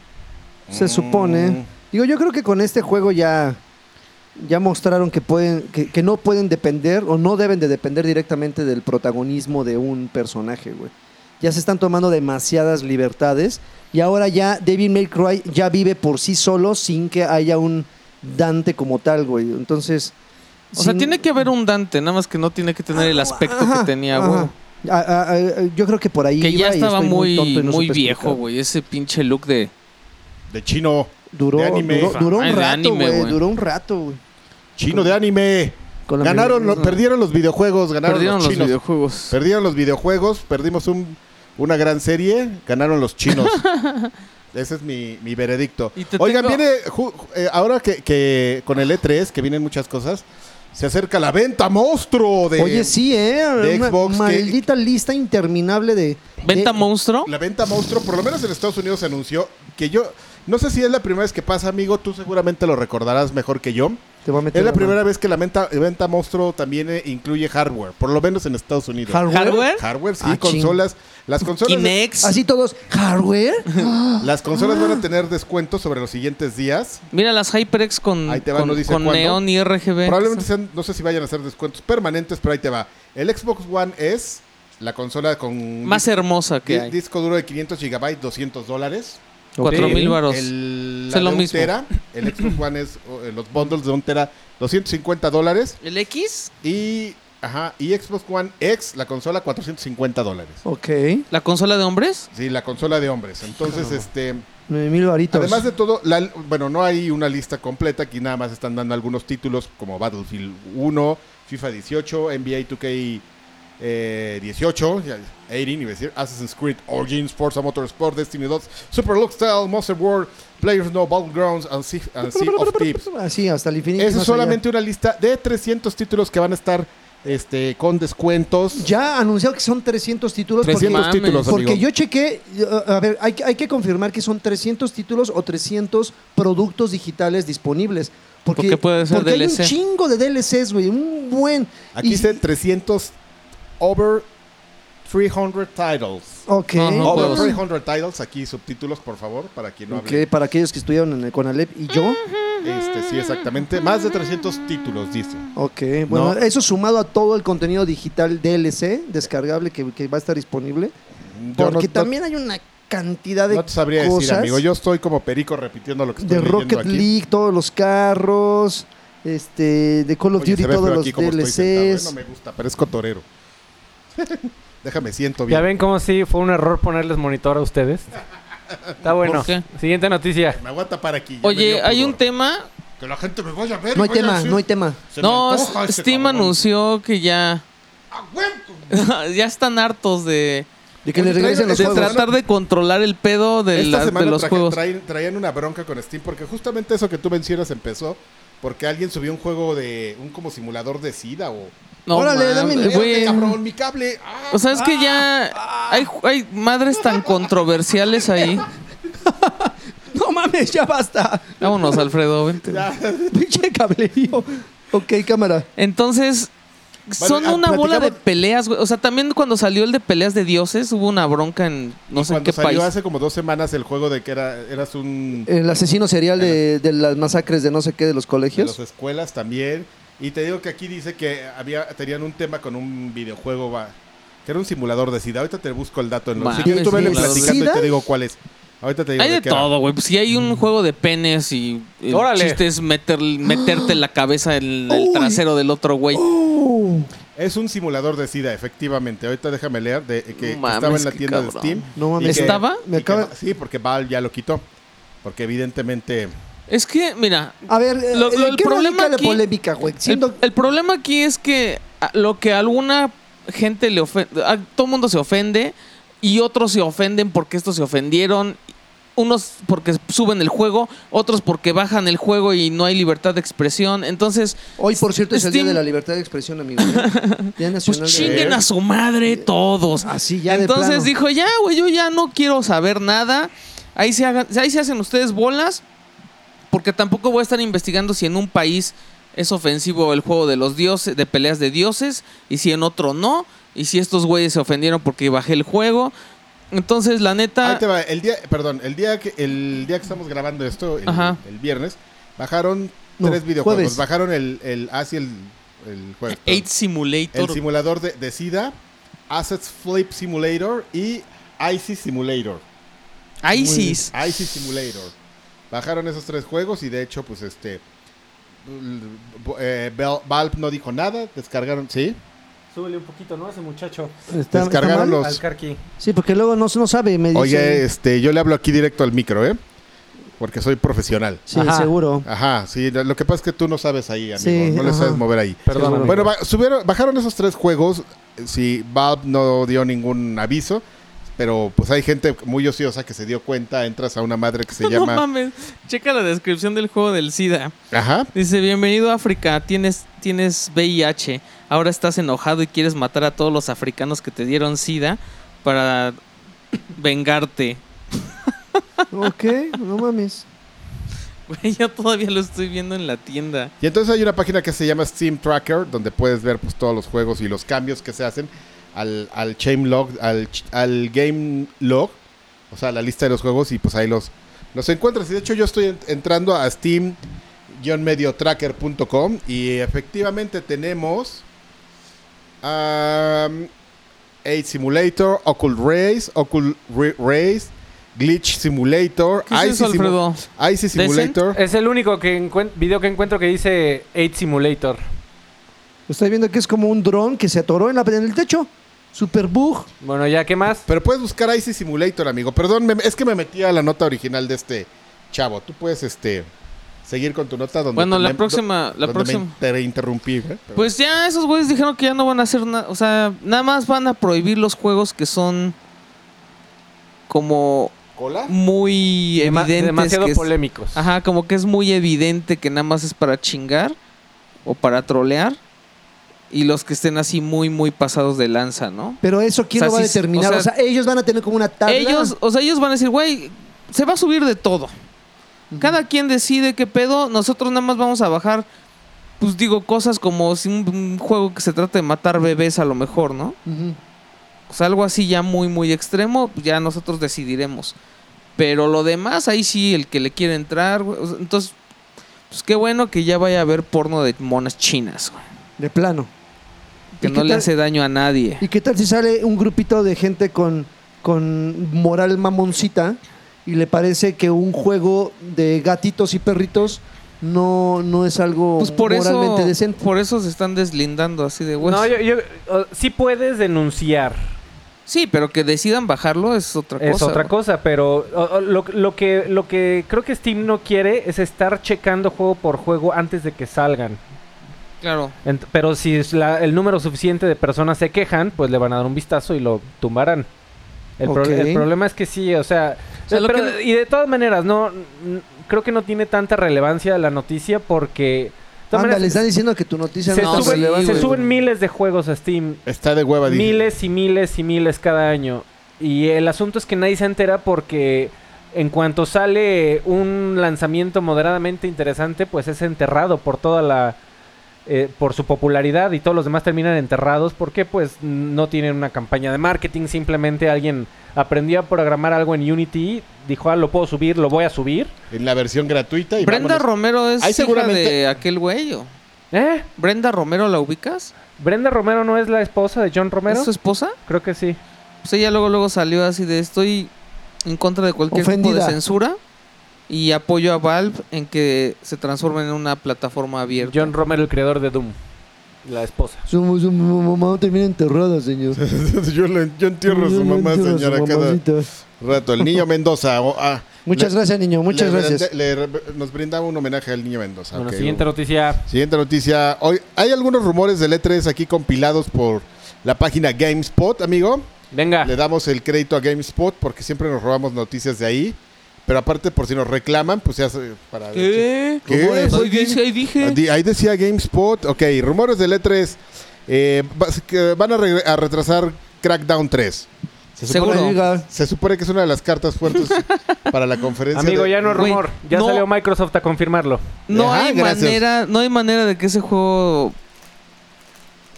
C: Se supone. Digo, yo creo que con este juego ya, ya mostraron que pueden, que, que no pueden depender o no deben de depender directamente del protagonismo de un personaje, güey. Ya se están tomando demasiadas libertades y ahora ya David May Cry ya vive por sí solo sin que haya un Dante como tal, güey. Entonces,
D: O sea,
C: sin-
D: tiene que haber un Dante, nada más que no tiene que tener el aspecto
C: Ajá,
D: que tenía,
C: ajá.
D: güey.
C: Ah, ah, ah, yo creo que por ahí
D: Que
C: iba y
D: ya estaba
C: estoy
D: muy,
C: tonto y no
D: muy
C: supe
D: viejo,
C: explicar.
D: güey. Ese pinche look de.
B: De chino.
C: Duró,
B: De anime.
C: duró, duró
D: Ah, de
C: un rato,
D: anime,
C: güey.
D: güey.
C: Duró un rato, güey.
B: Chino de anime.
C: Con la
B: Ganaron,
C: misma-
B: lo- perdieron los videojuegos, ganaron
D: Perdieron
B: los
D: los,
B: chinos.
D: videojuegos.
B: perdieron los videojuegos, perdimos un- una gran serie, ganaron los chinos. Ese es mi, mi veredicto.
D: Y te
B: Oigan,
D: tengo-
B: viene, ju- ju- eh, ahora que, que con el E3, que vienen muchas cosas, se acerca la venta monstruo de...
C: Oye, sí, ¿eh?
B: de
C: Una
B: Xbox que-
C: maldita lista interminable de...
D: Venta
C: de-
D: monstruo.
B: eh, La venta monstruo, por lo menos en Estados Unidos se anunció que yo... No sé si es la primera vez que pasa, amigo, tú seguramente lo recordarás mejor que yo.
C: Te voy a meter
B: Es la
C: mano.
B: primera vez que la venta, venta monstruo también eh, incluye hardware, por lo menos en Estados Unidos.
C: ¿Hardware?
D: ¿Hardware?
B: Hardware, sí,
C: Ah, ching.
B: consolas. Las consolas,
D: Kinex.
C: Así todos, ¿hardware?
B: las consolas
D: Ah.
B: van a tener descuentos sobre los siguientes días.
D: Mira las HyperX con,
B: Ahí te va,
D: con,
B: no dice
D: con
B: cuándo.
D: neón y RGB.
B: Probablemente sean, no sé si vayan a hacer descuentos permanentes, pero ahí te va. El Xbox One es la consola con
D: Más
B: dis-
D: hermosa que
B: di-
D: hay.
B: disco duro de 500 GB, 200 dólares.
D: Cuatro mil varos.
B: El,
D: Es
B: la
D: lo
B: de un
D: mismo.
B: tera, el Xbox One es o, eh, los bundles de un tera, 250 dólares.
D: ¿El X?
B: Y, ajá, y Xbox One X, la consola, 450 dólares.
C: Ok,
D: ¿La consola de hombres?
B: Sí, la consola de hombres. Entonces, este...
C: 9 mil varitos.
B: Además de todo, la- bueno, no hay una lista completa, aquí nada más están dando algunos títulos como Battlefield 1, FIFA 18, NBA 2K eh, 18, ya, 18, iba a decir, Assassin's Creed Origins, Forza Motorsport, Destiny 2, Super Style, Monster World, Players No Battlegrounds and Sea, and Sea of Thieves.
C: Así, hasta el infinito. y
B: Esa es
C: más allá.
B: solamente una lista de 300 títulos que van a estar este, con descuentos.
C: Ya anunciado que son 300 títulos. porque-
B: 300
D: mames.
B: títulos, amigo.
C: Porque yo chequé, uh, a ver, hay, que- hay que confirmar que son 300 títulos o 300 productos digitales disponibles. Porque,
D: Porque puede ser
C: porque hay un
D: DLC.
C: chingo de DLCs, güey, un buen.
B: Aquí
C: Y-
B: dice 300 over 300 titles.
C: Ok.
D: No, no
B: Over
D: puedo.
B: 300 Oh, titles, aquí subtítulos, por favor, para quien no
C: Ok,
B: hable.
C: para aquellos que estuvieron en el Conalep y yo.
B: Este, sí, exactamente. Más de 300 títulos, dice.
C: Ok, bueno,
B: No.
C: eso sumado a todo el contenido digital DLC descargable que, que va a estar disponible.
B: Yo
C: Porque
B: no-
C: también hay una cantidad
B: no,
C: de
B: no te sabría decir,
C: cosas
B: amigo. Yo estoy como perico repitiendo lo que estoy
C: de
B: leyendo
C: Rocket
B: aquí.
C: League, todos los carros, este, de Call of
B: Oye,
C: Duty,
B: se ve
C: todos
B: feo
C: los
B: aquí como estoy sentado, ¿eh?
C: DLCs.
B: No me gusta, parezco torero. Déjame, siento bien.
A: Ya ven cómo sí fue un error ponerles monitor a ustedes. Está bueno.
D: qué?
A: Siguiente noticia.
B: Me voy a tapar aquí. ya me
D: Oye,
B: dio
D: hay un
B: pudor.
D: tema.
B: Que la gente me vaya a ver. y
C: No hay
B: vaya a
C: tema,
B: decir,
C: no hay tema.
B: "Se me
D: no,
B: antoja
D: S-
B: este
D: Steam
B: cabrón".
D: anunció que ya.
B: ¡A huevo!
D: ya están hartos de,
C: De que
B: Oye,
C: le regresen
B: traigan
C: los
D: de
C: juegos.
D: tratar de controlar el pedo de,
B: Esta
D: la- de
B: semana
D: los
B: traje-
D: juegos.
B: traen- traían una bronca con Steam porque justamente eso que tú mencionas empezó porque alguien subió un juego de un como simulador de SIDA o
D: No,
C: Órale, dame
D: mames,
C: mi-
B: Espérate,
D: güey.
B: cabrón, Ah. mi cable. Ah,
D: O sea, es que ya hay, ju- hay madres tan controversiales ahí.
C: No mames, ya basta.
D: Vámonos, Alfredo, vente.
C: Pinche cablerío. Ok, cámara.
D: Entonces, son
B: ah,
D: una bola de
B: platicamos-
D: peleas, güey. O sea, también cuando salió el de peleas de dioses, hubo una bronca en no sé en
B: cuando
D: qué
B: salió
D: país.
B: hace como dos semanas el juego de que era, eras un
C: El asesino serial de, de las masacres de no sé qué de los
B: de
C: colegios.
B: las escuelas también. Y te digo que aquí dice que había, tenían un tema con un videojuego va, que era un simulador de SIDA. Ahorita te busco el dato en los.
D: Mames,
B: Si quieres, tú vele
D: simulador de
B: platicando y
C: SIDA.
B: te digo cuál es. Ahorita te digo
D: Hay de
B: qué era.
D: todo, güey. Pues si hay un juego de penes y el
A: Órale.
D: chiste es meter, meterte la cabeza en el
C: Uy.
D: trasero del otro güey.
C: Oh.
B: Es un simulador de SIDA, efectivamente. Ahorita déjame leer de, que, que
D: No mames,
B: estaba en la
D: qué
B: tienda de
D: cabrón.
B: Steam.
C: No mames.
B: Y que-
D: ¿Estaba?
B: y
C: Me
B: que-
C: acaba-
B: sí, porque Valve ya lo quitó. Porque evidentemente...
D: Es que, mira,
C: A ver,
D: Lo- lo- el
C: el
D: problema
C: problema de
D: aquí-
C: polémica, güey? Siendo-
D: el, el problema aquí es que a- lo que a alguna gente le ofende, a todo mundo se ofende y otros se ofenden porque estos se ofendieron. Unos porque suben el juego, otros porque bajan el juego y no hay libertad de expresión. Entonces,
C: Hoy, por cierto, es el
D: Steam-
C: Día de la Libertad de Expresión, amigo. ¿eh? Día
D: pues
C: Nacional de-
D: chinguen a su madre todos.
C: Así ya de
D: Entonces
C: plano.
D: dijo, ya, güey, yo ya no quiero saber nada. Ahí se, hagan, ahí se hacen ustedes bolas, porque tampoco voy a estar investigando si en un país es ofensivo el juego de los dioses, de peleas de dioses, y si en otro no, y si estos güeyes se ofendieron porque bajé el juego. Entonces, la
B: Ahí
D: neta,
B: te va. El día, perdón, el día que, el día que estamos grabando esto, el,
D: Ajá.
B: el viernes, bajaron
C: No,
B: tres videojuegos.
C: jueves.
B: Bajaron el, el, ah, sí, el, el jueves, perdón.
D: Eight Simulator.
B: El simulador de, de SIDA, Assets Flip Simulator y IC Simulator.
D: ISIS.
B: IC Simulator. Bajaron esos tres juegos y de hecho, pues este. eh, Val- Valve no dijo nada, descargaron, sí.
A: Súbele un poquito, ¿no? Ese muchacho.
C: Está- está
B: descargaron
C: mal.
B: los-
A: Al carqui.
C: Sí, porque luego no, no sabe. Me dice,
B: Oye, este, yo le hablo aquí directo al micro, ¿eh? Porque soy profesional.
C: sí,
A: Ajá.
C: seguro.
B: Ajá, sí, lo que pasa es que tú no sabes ahí, amigo.
C: Sí,
B: no le
C: ajá.
B: sabes mover ahí.
A: Perdón,
C: Seguro.
A: amigo.
B: Bueno, ba- subieron, bajaron esos tres juegos. eh, Sí, Valve no dio ningún aviso. Pero pues hay gente muy ociosa que se dio cuenta. Entras a una madre que se
D: No
B: llama.
D: mames, checa la descripción del juego del SIDA.
B: Ajá.
D: Dice, bienvenido a África, tienes, tienes VIH, ahora estás enojado y quieres matar a todos los africanos que te dieron SIDA para vengarte.
C: Ok, no mames.
D: Güey, yo todavía lo estoy viendo en la tienda.
B: Y entonces hay una página que se llama Steam Tracker, donde puedes ver pues, todos los juegos y los cambios que se hacen al, al game log, al, ch- al game log, o sea, la lista de los juegos y pues ahí los, los encuentras. Y de hecho yo estoy en- entrando a steam-mediotracker.com y efectivamente tenemos um, Aid Simulator, Occult Race, Occult Re- Race, Glitch Simulator,
D: ¿Qué es
B: Icy
D: eso,
B: Simu-
D: Alfredo?
B: Icy Simulator.
A: Es el único que encuent- video que encuentro que dice 8 Simulator.
C: Estoy viendo que es como un dron que se atoró en, la, en el techo. Super bug.
A: Bueno, ya, ¿qué más?
B: Pero puedes buscar Icy Simulator, amigo. Perdón, me- es que me metí a la nota original de este chavo. Tú puedes este seguir con tu nota donde
D: Bueno,
B: te-
D: la
B: me-
D: próxima, la
B: donde
D: próxima.
B: me inter- interrumpí. ¿eh? Pero-
D: Pues ya esos güeyes dijeron que ya no van a hacer nada, o sea, nada más van a prohibir los juegos que son como
B: cola.
D: muy
A: Dema-
D: evidentes.
A: demasiado
D: que es-
A: polémicos.
D: Ajá, como que es muy evidente que nada más es para chingar o para trolear. Y los que estén así muy, muy pasados de lanza, ¿no?
C: Pero eso, ¿quién
D: O sea,
C: lo va a
D: sí, sí,
C: determinar?
D: o
C: O
D: sea,
C: sea, ellos van a tener como una tabla.
D: Ellos, o sea, ellos van a decir, güey, se va a subir de todo. Cada quien decide qué pedo. Nosotros nada más vamos a bajar, pues digo, cosas como si un, un juego que se trata de matar bebés a lo mejor, ¿no?
C: Ujú.
D: O sea, algo así ya muy, muy extremo, ya nosotros decidiremos. Pero lo demás, ahí sí, el que le quiere entrar, güey. O sea, entonces, pues qué bueno que ya vaya a haber porno de monas chinas, güey.
C: De plano.
D: Que
C: ¿Y
D: no
C: qué
D: le
C: tal-
D: hace daño a nadie.
C: ¿Y qué tal si sale un grupito de gente con, con moral mamoncita y le parece que un juego de gatitos y perritos no, no es algo
D: Pues por eso,
C: moralmente decente?
D: por eso se están deslindando así de güey.
A: no, yo, yo- o- sí puedes denunciar.
D: Sí, pero que decidan bajarlo es otra cosa.
A: es otra
D: güey.
A: cosa, pero o- o, lo, lo que, lo que creo que Steam no quiere es estar checando juego por juego antes de que salgan.
D: Claro.
A: Ent- pero si es la- el número suficiente de personas se quejan, pues le van a dar un vistazo y lo tumbarán. El, pro-
C: Ok.
A: el problema es que sí, o sea...
D: O sea, lo
A: pero-
D: que-
A: Y de todas maneras, no n- creo que no tiene tanta relevancia la noticia porque... de todas
C: Anda,
A: maneras,
C: le están diciendo que tu noticia
A: se,
C: no es tan
D: sube-
A: suben,
C: relevante,
A: se
C: güey.
A: suben miles de juegos a Steam
B: Está de hueva, dije.
A: miles y miles y miles cada año. Y el asunto es que nadie se entera porque en cuanto sale un lanzamiento moderadamente interesante, pues es enterrado por toda la... eh, por su popularidad y todos los demás terminan enterrados porque pues no tienen una campaña de marketing, simplemente alguien aprendió a programar algo en Unity, dijo, ah, lo puedo subir, lo voy a subir.
B: En la versión gratuita. Y
D: Brenda
B: vámonos.
D: Romero es
B: Ahí
D: hija
B: seguramente-
D: de aquel güey. ¿o?
A: ¿Eh?
D: ¿Brenda Romero la ubicas?
A: ¿Brenda Romero no es la esposa de John Romero?
D: ¿Es su esposa?
A: Creo que sí.
D: Pues ella luego luego salió así de estoy en contra de cualquier tipo
C: Ofendida.
D: de censura y apoyo a Valve en que se transforme en una plataforma abierta.
A: John Romero, el creador de Doom. La esposa.
C: Su, su mamá termina enterrada, señor.
B: yo, lo- yo entierro a su mamá,
C: Entierra a su
B: señora, cada
C: mamacita.
B: rato. El niño Mendoza. o- ah,
C: Muchas
B: Le-
C: gracias, niño. Muchas
B: le-
C: gracias.
B: le- le- nos brindaba un homenaje al niño Mendoza.
A: bueno,
B: ok.
A: siguiente noticia.
B: Siguiente E noticia. Hoy hay algunos rumores del E3 aquí compilados por la página GameSpot, amigo.
A: Venga.
B: Le damos el crédito a GameSpot porque siempre nos robamos noticias de ahí. Pero aparte, por si nos reclaman, pues ya se- para.
D: ¿Qué?
B: ¿Qué?
D: Rumores,
B: Soy
D: Ahí dice, ahí dije.
B: Di- Ahí decía GameSpot. Ok, rumores del E3. eh, va- que van a, re- a retrasar Crackdown 3. Se supone,
D: Seguro.
C: Diga,
B: se supone que es una de las cartas fuertes para la conferencia.
A: Amigo,
B: de-
A: ya no es
D: Güey,
A: rumor. Ya
D: no.
A: salió Microsoft a confirmarlo.
D: No
B: Ajá,
D: hay
B: gracias.
D: manera, no hay manera de que ese juego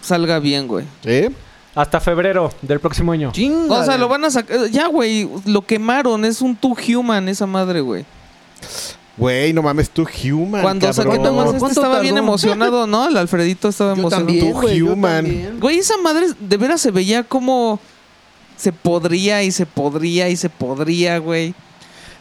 D: salga bien, güey.
B: ¿Eh?
A: Hasta febrero del próximo año.
C: "Chinga".
D: O sea, lo van a sacar. Ya, güey, lo quemaron. Es un Too Human esa madre, güey.
B: Güey, no mames, tú human.
D: Cuando
B: cabrón.
D: saqué Tomás este
C: ¿Cuánto
D: estaba
C: tardó?
D: bien emocionado, ¿no? El Alfredito estaba
C: Yo
D: emocionado.
C: también,
B: Tu
C: güey, yo
B: human.
C: también.
D: Güey, esa madre de veras se veía como se podría y se podría y se podría, güey.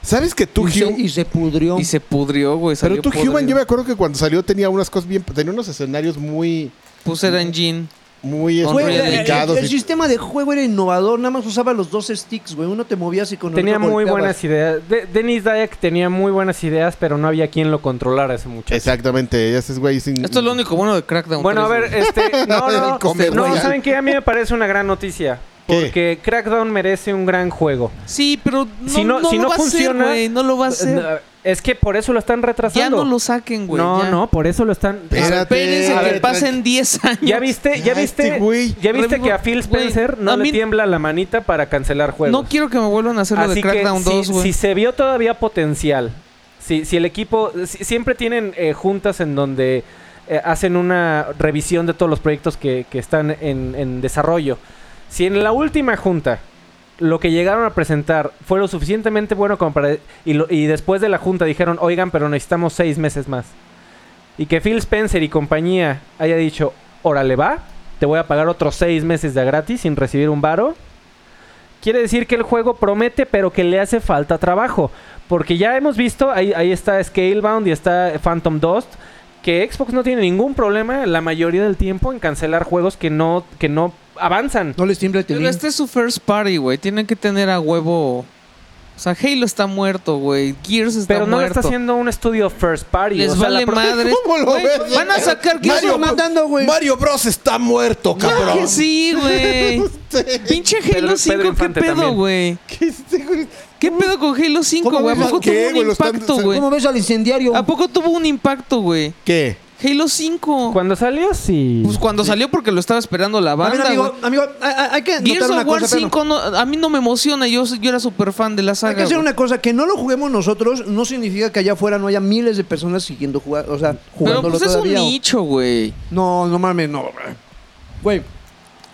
B: ¿Sabes que tú
C: Y se,
B: human?
C: y se pudrió.
D: Y se pudrió, güey.
B: Pero
D: salió
B: tú
D: podrido.
B: human, yo me acuerdo que cuando salió tenía unas cosas bien. Tenía unos escenarios muy.
D: Pues era en jean.
B: Muy
D: Con
C: Güey,
D: Unreal
C: el- el-
B: complicados.
C: el,
B: y-
C: sistema de juego era innovador, nada más usaba los dos sticks, güey. Uno te movías y con el
A: Tenía
C: otro
A: muy
C: golpeabas.
A: buenas ideas. De- Dennis Dyack tenía muy buenas ideas, pero no había quien lo controlara ese muchacho.
B: Exactamente, ya es güey sin.
D: Esto es lo único bueno de Crackdown.
A: Bueno, a
D: 3,
A: ver, este. No, no.
B: Come,
A: no,
B: güey.
A: ¿saben qué? A mí me parece una gran noticia.
B: ¿Qué?
A: Porque Crackdown merece un gran juego.
D: güey. Sí, pero no,
A: Si no-
D: no
A: si
D: lo
A: no
D: va a hacer,
A: funciona- eh,
D: güey, no lo va a hacer.
A: Es que por eso lo están
D: Ya
A: retrasando.
D: no lo saquen, güey.
A: no,
D: ya.
A: no, por eso lo están.
B: Espérate.
D: Espérense
A: A
D: que
A: ver,
D: pasen 10 años.
A: Ya viste, ya
B: Ah, este
A: viste,
B: güey.
A: ya viste que a Phil
D: Güey,
A: Spencer
D: a
A: no
D: mí-
A: le tiembla la manita para cancelar juegos.
D: No quiero que me vuelvan a hacer lo de
A: Así que
D: Crackdown
A: si,
D: 2, güey.
A: si se vio todavía potencial, si, si el equipo, si- siempre tienen eh, juntas en donde eh, hacen una revisión de todos los proyectos que, que están en, en desarrollo. Si en la última junta lo que llegaron a presentar fue lo suficientemente bueno como para... Y, lo- y después de la junta dijeron, oigan, pero necesitamos seis meses más. Y que Phil Spencer y compañía haya dicho, órale va, te voy a pagar otros seis meses de gratis sin recibir un varo. Quiere decir que el juego promete, pero que le hace falta trabajo. Porque ya hemos visto, ahí, ahí está Scalebound y está Phantom Dust, que Xbox no tiene ningún problema la mayoría del tiempo en cancelar juegos que no, que no avanzan.
C: No les tiembla el
D: Pero
C: telín.
D: este es su first party, güey. Tienen que tener a huevo. O sea, Halo está muerto, güey. Gears está
A: pero no lo
D: muerto.
A: está haciendo un estudio first party.
D: Les
A: o sea, la
D: vale
A: pro-
D: madre.
B: ¿Cómo lo
D: Güey,
B: ves?
D: Van a sacar
C: ¿Qué
D: Gears
C: estás
D: of War.
C: mandando, güey?
B: Mario Bros está muerto,
D: Claro que sí, güey. Pinche Halo
A: Pedro
D: 5, ¿qué
A: Infante
D: pedo,
A: también.
D: güey? ¿Qué pedo con Halo 5,
B: ¿Cómo
D: güey? ¿A
B: ves
D: poco
B: a qué,
D: tuvo
B: güey?
D: un
B: Lo están-
D: impacto,
B: se-
D: güey?
C: ¿Cómo ves al incendiario?
D: ¿A poco tuvo un impacto, güey?
B: ¿Qué?
D: Halo 5.
A: Cuando salió, sí.
D: Pues cuando salió porque lo estaba esperando la
C: A ver,
D: banda, güey.
C: amigo, amigo, hay- hay hay que
D: Gears
C: notar una
D: of War
C: cosa. pero-
D: 5 no- a mí no me emociona. Yo, yo era súper fan de la saga.
C: Hay que hacer
D: güey.
C: una cosa, que no lo juguemos nosotros no significa que allá afuera no haya miles de personas siguiendo jugar, o sea,
D: Pero
C: jugándolo
D: pues es un
C: todavía. o-
D: nicho, güey.
C: No, no mames, no. güey.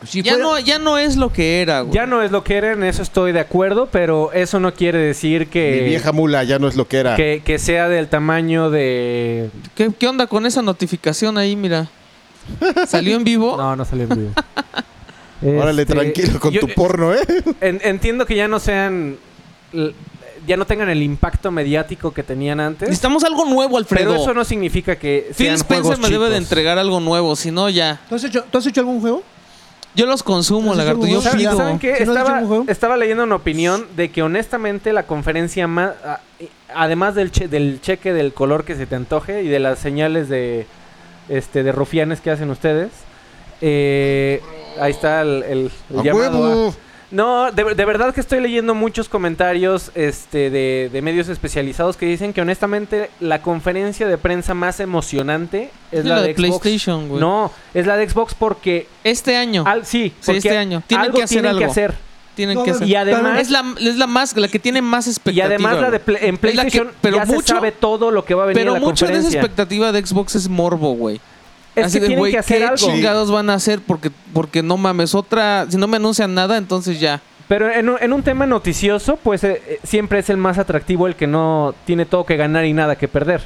C: Güey, si
D: ya,
C: fuera-
D: no, ya no es lo que era, güey.
A: Ya no es lo que era, en eso estoy de acuerdo, pero eso no quiere decir
B: Mi
A: que,
B: vieja mula ya no es lo que
D: Ah.
B: era.
A: que, que sea del tamaño de...
D: ¿Qué, qué onda con esa notificación ahí, mira? ¿Salió en vivo?
A: No, no salió en video.
B: Órale,
A: Este,
B: tranquilo con
A: yo-
B: tu porno, ¿eh?
A: En- entiendo que ya no sean. l- Ya no tengan el impacto mediático que tenían antes.
D: Necesitamos algo nuevo, Alfredo.
A: Pero eso no significa que
D: Phil
A: sean
D: Spencer
A: juegos
D: me debe de
A: chicos.
D: entregar algo nuevo, si no ya.
C: ¿Tú has, hecho, ¿Tú has hecho algún juego?
D: Yo los consumo,
C: Entonces,
D: lagarto.
C: yo
D: Yo
C: voy a-
A: ¿Saben,
D: pido.
A: saben qué?
C: Si no has
A: estaba,
C: hecho un juego.
A: estaba leyendo una opinión de que honestamente la conferencia más... a- Además del, che- del cheque del color que se te antoje y de las señales de, este, de rufianes que hacen ustedes... eh, ahí está el, el- el
B: A
A: llamado a-
B: huevo.
A: No, de, de verdad que estoy leyendo muchos comentarios este, de, de medios especializados que dicen que honestamente la conferencia de prensa más emocionante es
D: Sí,
A: la,
D: la
A: de,
D: de
A: Xbox.
D: PlayStation, güey.
A: No, es la de Xbox porque...
D: Este año
A: al- sí,
D: Sí,
A: porque
D: este año. Tienen
A: algo
D: que hacer
A: tienen que
D: algo.
A: hacer.
D: tienen
C: no,
D: que
C: no,
D: hacer.
A: Y además,
D: es, la, es la más, la que tiene más
A: y
D: expectativa.
A: además la de
D: güey.
A: Play- en
D: que-
A: PlayStation
D: pero
A: ya se
D: mucho-
A: sabe todo lo que va a venir
D: Pero
A: en la
D: mucho de esa
A: conferencia.
D: expectativa de Xbox es morbo, güey.
A: es
D: Así
A: que
D: de,
A: tienen
D: güey,
A: que hacer
D: ¿qué
A: algo.
D: chingados van a hacer? Porque, porque no mames, otra... Si no me anuncian nada, entonces ya.
A: Pero en un, en un tema noticioso, pues eh, eh, siempre es el más atractivo el que no tiene todo que ganar y nada que perder.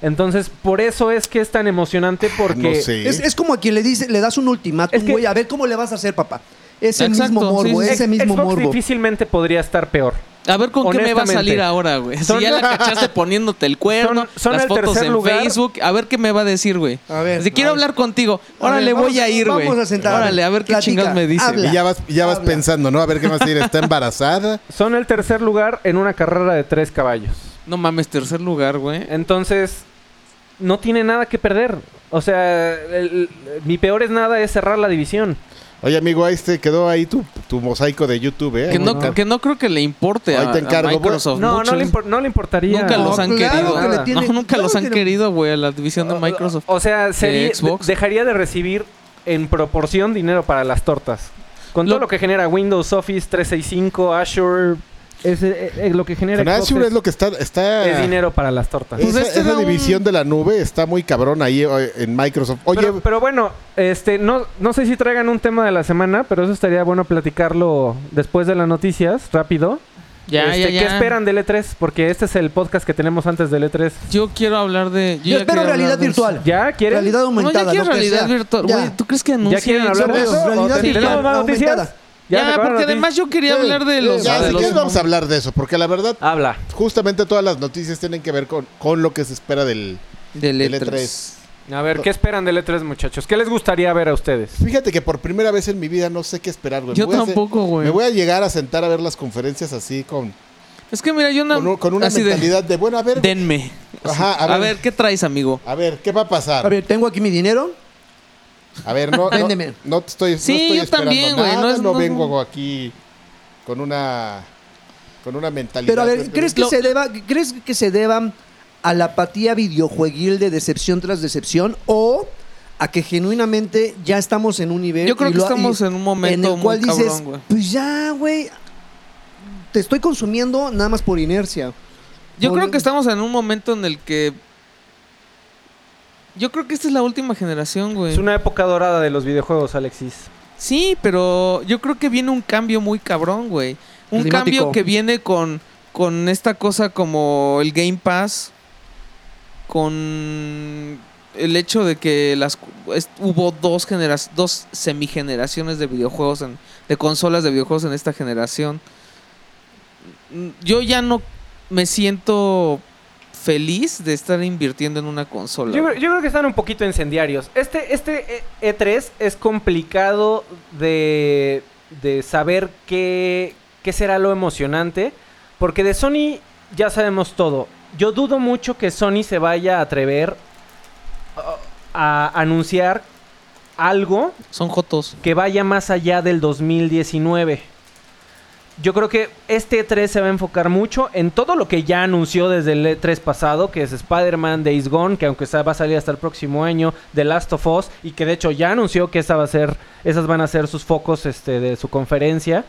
A: Entonces, por eso es que es tan emocionante porque...
B: No sé.
C: Es, es como a quien le dice, le das un ultimátum,
A: Es que-
C: güey, a ver cómo le vas a hacer, papá. Ese
D: Exacto,
C: mismo morbo,
D: sí, sí,
C: ese
A: Ex-
C: mismo
A: Xbox
C: morbo.
A: difícilmente podría estar peor.
D: A ver con qué me va a
A: Honestamente.
D: salir ahora, güey. Si
A: Son-
D: ya la cachaste poniéndote el cuerno,
A: Son- son
D: las
A: el
D: fotos
A: tercer
D: en
A: lugar.
D: Facebook, a ver qué me va a decir, güey.
C: A ver,
D: Si quiero
C: a ver.
D: hablar contigo,
C: A ver,
D: ahora le
C: vamos
D: voy a
C: a-
D: ir, güey.
C: vamos a sentar.
D: Órale, a ver qué
C: Platica,
D: chingados me dice.
C: habla.
B: Y ya vas, ya vas
C: Habla.
B: pensando, ¿no? A ver qué más decir. ¿Está embarazada?
A: Son el tercer lugar en una carrera de tres caballos.
D: No mames, tercer lugar, güey.
A: Entonces, no tiene nada que perder. O sea, el- el- mi peor es nada es cerrar la división.
B: Oye, amigo, ahí te quedó ahí tu, tu mosaico de YouTube, ¿eh?
D: Que no,
A: bueno.
D: que no creo que le importe
B: Ahí
D: a,
B: te
D: a
B: encargo, bueno.
D: Microsoft.
A: No,
D: mucho.
A: no le, impor- no le importaría.
D: Nunca los
C: No,
D: han
C: claro
D: querido.
A: que le
D: No,
C: tiene-
D: nunca
C: claro
D: los han
C: que le-
D: querido, güey, a la división de Microsoft.
A: O sea, sería-
D: De Xbox.
A: de- dejaría de recibir en proporción dinero para las tortas. Con
D: Lo-
A: todo lo que genera Windows, Office 365, Azure, es, eh, eh, lo que genera
B: Con
A: Xbox
B: Azure
A: es-
B: es lo que está... está
A: es dinero para las tortas.
D: Pues
B: esa
D: este
B: esa
D: da un-
B: división de la nube está muy cabrón ahí eh, en Microsoft. Oye,
A: pero, pero bueno, este, no, no sé si traigan un tema de la semana, pero eso estaría bueno platicarlo después de las noticias, rápido.
D: Ya,
A: Este,
D: ya, ya.
A: ¿Qué esperan del E3? Porque este es el podcast que tenemos antes del E E3.
D: Yo quiero hablar de.
C: Yo
D: ya
C: espero
D: quería
C: realidad
D: hablar de eso.
C: virtual.
A: ¿Ya quieren.
C: Realidad
D: No,
C: aumentada.
D: ya quiero
C: lo que
D: realidad
C: sea.
D: virtual.
C: Ya.
D: Güey, ¿tú crees que anuncia
A: ¿Ya quieren
D: Xbox?
A: hablar de eso?
C: Realidad
A: ¿O te-
D: virtual
A: ¿Tenemos más noticias?
C: aumentada.
D: Ya,
A: acabaron
D: porque
A: las
D: además yo quería
B: Güey,
D: hablar de los.
B: ya,
D: de
B: si
D: los-
B: quieres vamos a hablar de eso, porque la verdad,
A: Habla.
B: justamente todas las noticias tienen que ver con, con lo que se espera del...
D: del
B: del
D: E3.
B: E3.
A: A ver, ¿qué esperan del E3, muchachos? ¿Qué les gustaría ver a ustedes?
B: Fíjate que por primera vez en mi vida no sé qué esperar, güey.
D: Yo
B: Me voy a hacer-
D: tampoco, güey.
B: Me voy a llegar a sentar a ver las conferencias así con,
D: Es que mira, yo no.
B: con, un- con una
D: así de,
B: mentalidad de, bueno, a ver,
D: Denme.
B: Ajá,
D: a,
B: a
D: ver.
B: ver.
D: ¿qué traes, amigo?
B: a ver, ¿qué va a pasar?
C: A ver, tengo aquí mi dinero.
B: A ver, no, no,
C: Véndeme.
B: no te estoy, no
D: Sí,
B: estoy
D: yo
B: esperando
D: también, güey,
B: nada,
D: no es-
B: no
D: no-
B: vengo aquí con una con una mentalidad.
C: Pero a ver, ¿crees que,
D: Lo-
C: se deba, ¿crees que se deba a la apatía videojueguil de decepción tras decepción o a que genuinamente ya estamos en un
B: Eh,
C: nivel
D: Yo creo
C: y
D: que
C: lo- y-
D: estamos en un momento
C: en el cual
D: muy
C: dices,
D: cabrón, güey.
C: pues ya, güey, te estoy consumiendo nada más por inercia.
D: Yo creo
C: Volviendo.
D: que estamos en un momento en el que. Yo creo que esta es la última generación, güey.
A: Es una época dorada de los videojuegos, Alexis.
D: Sí, pero yo creo que viene un cambio muy cabrón, güey. Un
C: Climático.
D: cambio que viene con, con esta cosa como el Game Pass, con el hecho de que las es- hubo dos generas, dos semigeneraciones de videojuegos en- de consolas de videojuegos en esta generación. Mm, Yo ya no me siento feliz de estar invirtiendo en una consola.
A: Yo,
D: güey.
A: creo- yo creo que están un poquito incendiarios. Este, este E- E3 es complicado de, de saber qué, qué será lo emocionante. Porque de Sony ya sabemos todo. Yo dudo mucho que Sony se vaya a atrever uh, a anunciar algo
D: Son jotos.
A: que vaya más allá del 2019. Yo creo que este E3 se va a enfocar mucho en todo lo que ya anunció desde el E3 pasado, que es Spider-Man, Days Gone, que aunque esa va a salir hasta el próximo año, The Last of Us, y que de hecho ya anunció que esa va a ser, esas van a ser sus focos este, de su conferencia.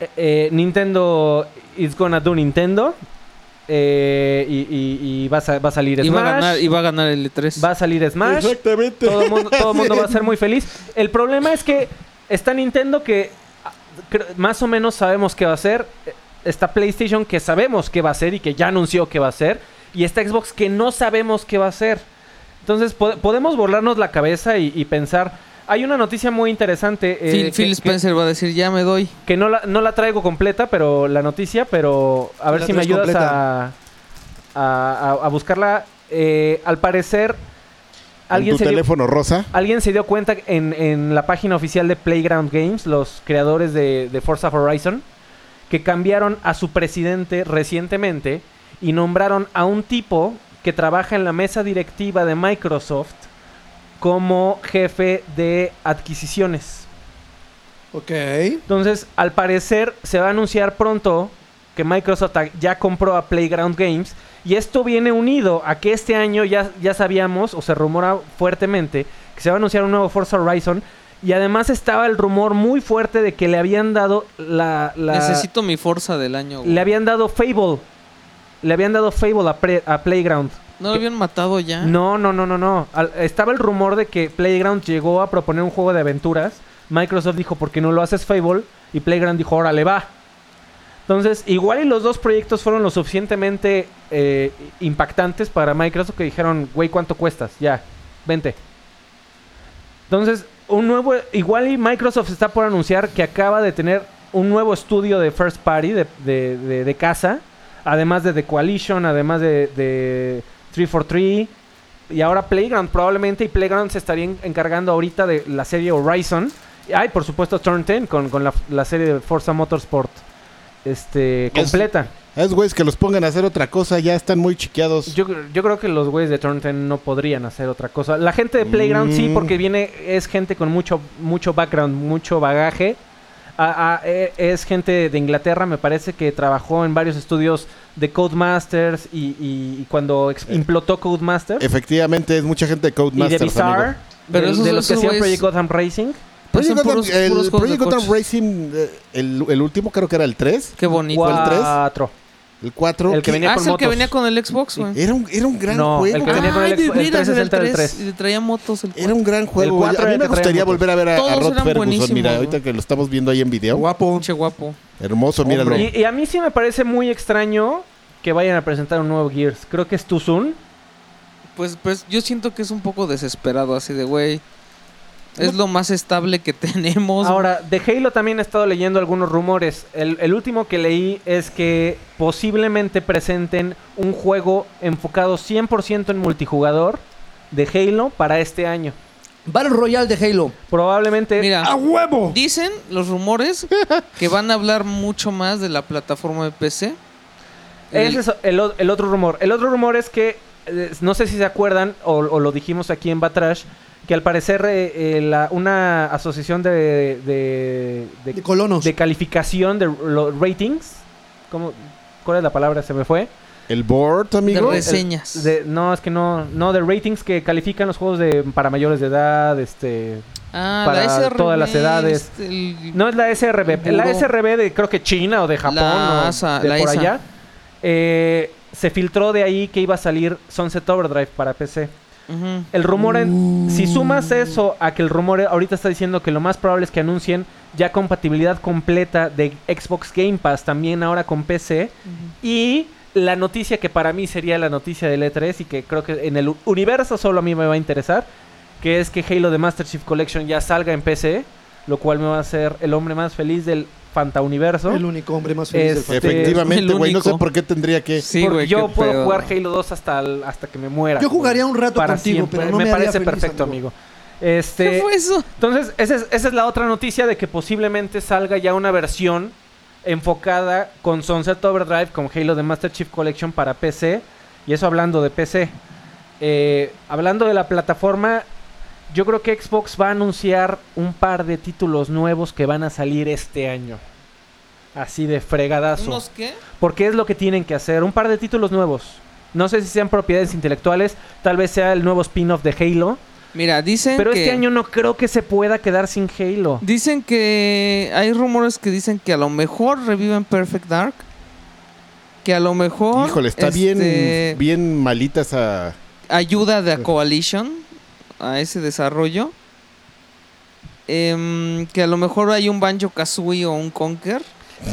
A: Eh, eh, Nintendo It's Gonna Do Nintendo. eh, y, y- y va, a, sa- va a salir Smash.
D: Iba a, ganar, iba a ganar el E E3.
A: Va a salir Smash.
B: Exactamente.
A: Todo el mundo, todo el mundo va a ser muy feliz. El problema es que está Nintendo que ah, cre- más o menos sabemos qué va a hacer. eh, Está PlayStation que sabemos qué va a hacer y que ya anunció qué va a hacer. Y está Xbox que no sabemos qué va a hacer. Entonces po- podemos volarnos la cabeza y, y pensar. Hay una noticia muy interesante. eh,
D: Phil,
A: que-
D: Phil
A: que-
D: Spencer va a decir, ya me doy.
A: que no la, no la traigo completa, pero la noticia, pero a ver
C: La
A: si me
C: traes
A: ayudas
C: completa.
A: a, a, a- a buscarla. Eh, al parecer,
B: ¿En
A: alguien
B: tu
A: se, dio,
B: teléfono rosa?
A: alguien se dio cuenta en, en la página oficial de Playground Games, los creadores de, de Forza Horizon, que cambiaron a su presidente recientemente y nombraron a un tipo que trabaja en la mesa directiva de Microsoft como jefe de adquisiciones.
C: Ok.
A: Entonces, al parecer, se va a anunciar pronto que Microsoft a- ya compró a Playground Games. Y esto viene unido a que este año ya, ya sabíamos, o se rumora fuertemente, que se va a anunciar un nuevo Forza Horizon. Y además estaba el rumor muy fuerte de que le habían dado la... la-
D: Necesito mi Forza del año. güey.
A: Le habían dado Fable. Le habían dado Fable a, Pre- a Playground.
D: ¿No lo habían matado ya?
A: No, no, no, no, no. Al- estaba el rumor de que Playground llegó a proponer un juego de aventuras. Microsoft dijo, ¿por qué no lo haces Fable? Y Playground dijo, órale, va. Entonces, igual y los dos proyectos fueron lo suficientemente eh, impactantes para Microsoft que dijeron, güey, ¿cuánto cuestas? Ya, vente. Entonces, un nuevo, igual y Microsoft está por anunciar que acaba de tener un nuevo estudio de First Party de, de- de- de casa, además de The Coalition, además de, de 343, y ahora Playground probablemente, y Playground se estaría en- encargando ahorita de la serie Horizon. Y hay, por supuesto, Turn 10 con, con la, la serie de Forza Motorsport este,
B: Es-
A: completa.
B: A esos güeyes que los pongan a hacer otra cosa, ya están muy chiqueados.
A: Yo, yo creo que los güeyes de Turn 10 no podrían hacer otra cosa. La gente de Playground sí,
B: Mm.
A: porque viene, es gente con mucho, mucho background, mucho bagaje. Ah, ah, eh, es gente de Inglaterra, me parece que trabajó en varios estudios de Codemasters y, y- y cuando ex- implotó Codemasters
B: Efectivamente, es mucha gente de
A: y de
B: Codemasters,
A: Bizarre,
B: Eh. amigo.
D: Pero
A: de,
D: esos-
A: de los que
D: esos
A: hacían
D: güeyes-
A: Project Gotham Racing.
B: Project
D: Hacen
B: Gotham-
D: Pues puros-
B: el
D: puros juegos de
B: Project Gotham
D: coches.
B: Racing, eh, el, el último creo que era el 3,
D: Qué bonito.
B: ¿Cuál? tres?
A: Cuatro.
B: el 4.
A: El que venía
D: Ah,
A: con
D: es el que
A: motos.
D: venía con el Xbox, güey.
B: Era un, era un gran
A: No,
B: juego.
A: el que venía
B: cabrón.
A: con el
D: Ay, de
A: Xbox- el
D: veras, era el
A: 360 del
D: 3,
A: 3.
D: y le traía motos el
B: Era un gran
A: El
B: juego.
A: cuatro
B: A mí
A: era que
B: me
A: traía
B: gustaría
A: motos.
B: volver a ver a, a
D: Todos
B: Rod
D: eran
B: Ferguson.
D: buenísimos,
B: Mira,
D: güey.
B: ahorita que lo estamos viendo ahí en video.
C: Guapo.
D: Pinche guapo.
B: Hermoso, míralo.
C: Hombre.
A: Y, y a mí sí me parece muy extraño que vayan a presentar un nuevo Gears. Creo que es Tuzun.
D: Pues, pues yo siento que es un poco desesperado, así de, güey. Es lo más estable que tenemos.
A: Ahora, de Halo también he estado leyendo algunos rumores. El, el último que leí es que posiblemente presenten un juego enfocado 100% en multijugador de Halo para este año.
C: Battle Royale de Halo.
A: Probablemente...
D: Mira,
C: huevo!
D: dicen los rumores que van a hablar mucho más de la plataforma de PC.
A: Ese es el, o- el otro rumor. El otro rumor es que, eh, no sé si se acuerdan, o, o lo dijimos aquí en Batrash, que al parecer eh, eh, la- una asociación de, de, de-
C: De colonos.
A: de calificación de los ratings, ¿cómo, ¿cuál es la palabra? Se me fue.
B: El board,
D: de
B: amigo.
D: reseñas.
A: De- no, es que no, no, de ratings que califican los juegos de para mayores de edad, este...
D: Ah,
A: para
D: la SRB,
A: todas las edades.
D: este, el-
A: No es la SRB.
D: El
A: La
D: buró.
A: SRB de creo que China o de Japón
D: La
A: o
D: ASA,
A: de
D: la
A: por
D: ESA.
A: allá. Eh, se filtró de ahí que iba a salir Sunset Overdrive para PC.
D: Ujú.
A: El rumor,
C: Mm.
A: en- si sumas eso a que el rumor ahorita está diciendo que lo más probable es que anuncien ya compatibilidad completa de Xbox Game Pass también ahora con PC. Y la noticia que para mí sería la noticia del E3 y que creo que en el u- universo solo a mí me va a interesar, que es que Halo de Master Chief Collection ya salga en PC, lo cual me va a hacer el hombre más feliz del Fantauniverso.
C: El único hombre más feliz del
A: Es-
C: fan.
D: El
B: Efectivamente, güey. No sé
D: único.
B: por qué tendría que.
D: Sí,
A: Porque
D: güey,
A: yo
D: qué
A: puedo
D: pedo.
A: jugar Halo 2 hasta, el- hasta que me muera.
C: Yo jugaría un rato
A: Para
C: contigo,
A: siempre.
C: pero no
A: me,
C: me haría
A: parece
C: feliz,
A: perfecto,
C: amigo.
A: amigo. Este,
D: ¿Qué fue eso?
A: Entonces, esa es, esa es la otra noticia de que posiblemente salga ya una versión enfocada con Sunset Overdrive, con Halo de Master Chief Collection para PC. Y eso hablando de PC. Eh, hablando de la plataforma, yo creo que Xbox va a anunciar un par de títulos nuevos que van a salir este año. Así de fregadazo.
D: ¿Unos qué?
A: Porque es lo que tienen que hacer. Un par de títulos nuevos. No sé si sean propiedades intelectuales. Tal vez sea el nuevo spin-off de Halo.
D: Mira, dicen
A: Pero
D: que...
A: este año no creo que se pueda quedar sin Halo.
D: Dicen que hay rumores que dicen que a lo mejor reviven Perfect Dark. Que a lo mejor.
B: Híjole, está
D: este,
B: bien, bien malita esa.
D: Ayuda de la Coalition a ese desarrollo. Em, que a lo mejor hay un Banjo Kazooie o un Conker.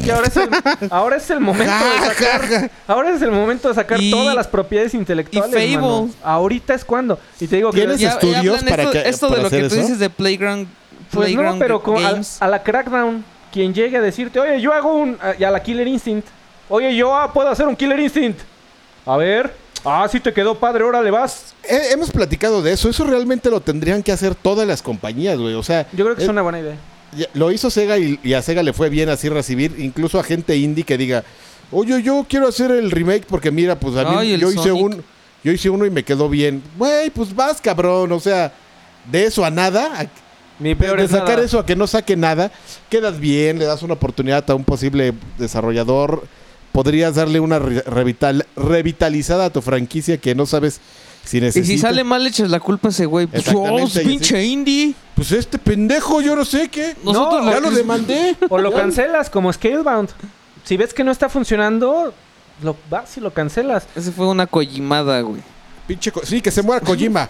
A: Que ahora es el, ahora es el momento de sacar, ahora es el momento de sacar
D: Ah, Y-
A: todas las propiedades intelectuales.
D: y Fable.
A: mano. Ahorita es cuando. Y te digo que
B: ¿Tienes estudios
D: hablan
B: para
D: esto,
B: que-
D: esto
B: para
D: de lo que
B: hacer
D: tú
B: eso?
D: dices de Playground.
A: pues no,
D: Playground
A: pero con- a,
D: Games.
A: a la Crackdown, quien llegue a decirte, oye, yo hago un a- y a la Killer Instinct. Oye, yo ah, puedo hacer un Killer Instinct. A ver, ah, sí te quedó padre, ahora le vas.
B: Eh, hemos platicado de eso. Eso realmente lo tendrían que hacer todas las compañías, güey. O sea,
A: Yo creo que
B: eh,
A: es una buena idea.
B: ya- lo hizo Sega y, y a Sega le fue bien así recibir incluso a gente indie que diga, oye, yo quiero hacer el remake porque mira, pues a mí
D: Ay, el
B: yo hice
D: Sonic.
B: un, yo hice uno y me quedó bien. Güey, pues vas, cabrón. O sea, de eso a nada, a-
A: Mi
B: Pero
A: peor
B: de
A: es nada.
B: sacar eso a que no saque nada, quedas bien, le das una oportunidad a un posible desarrollador, podrías darle una re- revital- revitalizada a tu franquicia que no sabes si
D: Y
B: necesita.
D: si sale mal, echas la culpa a ese güey. Pues,
B: Exactamente,
D: oh, es
B: y así.
D: pinche indie.
B: Pues este pendejo, yo no sé qué.
D: Nosotros
A: No,
B: ya lo demandé.
A: O lo cancelas como Scalebound. Si ves que no está funcionando, lo vas y lo cancelas.
D: Ese fue una collimada, güey.
B: Pinche co- sí, que se muera Kojima.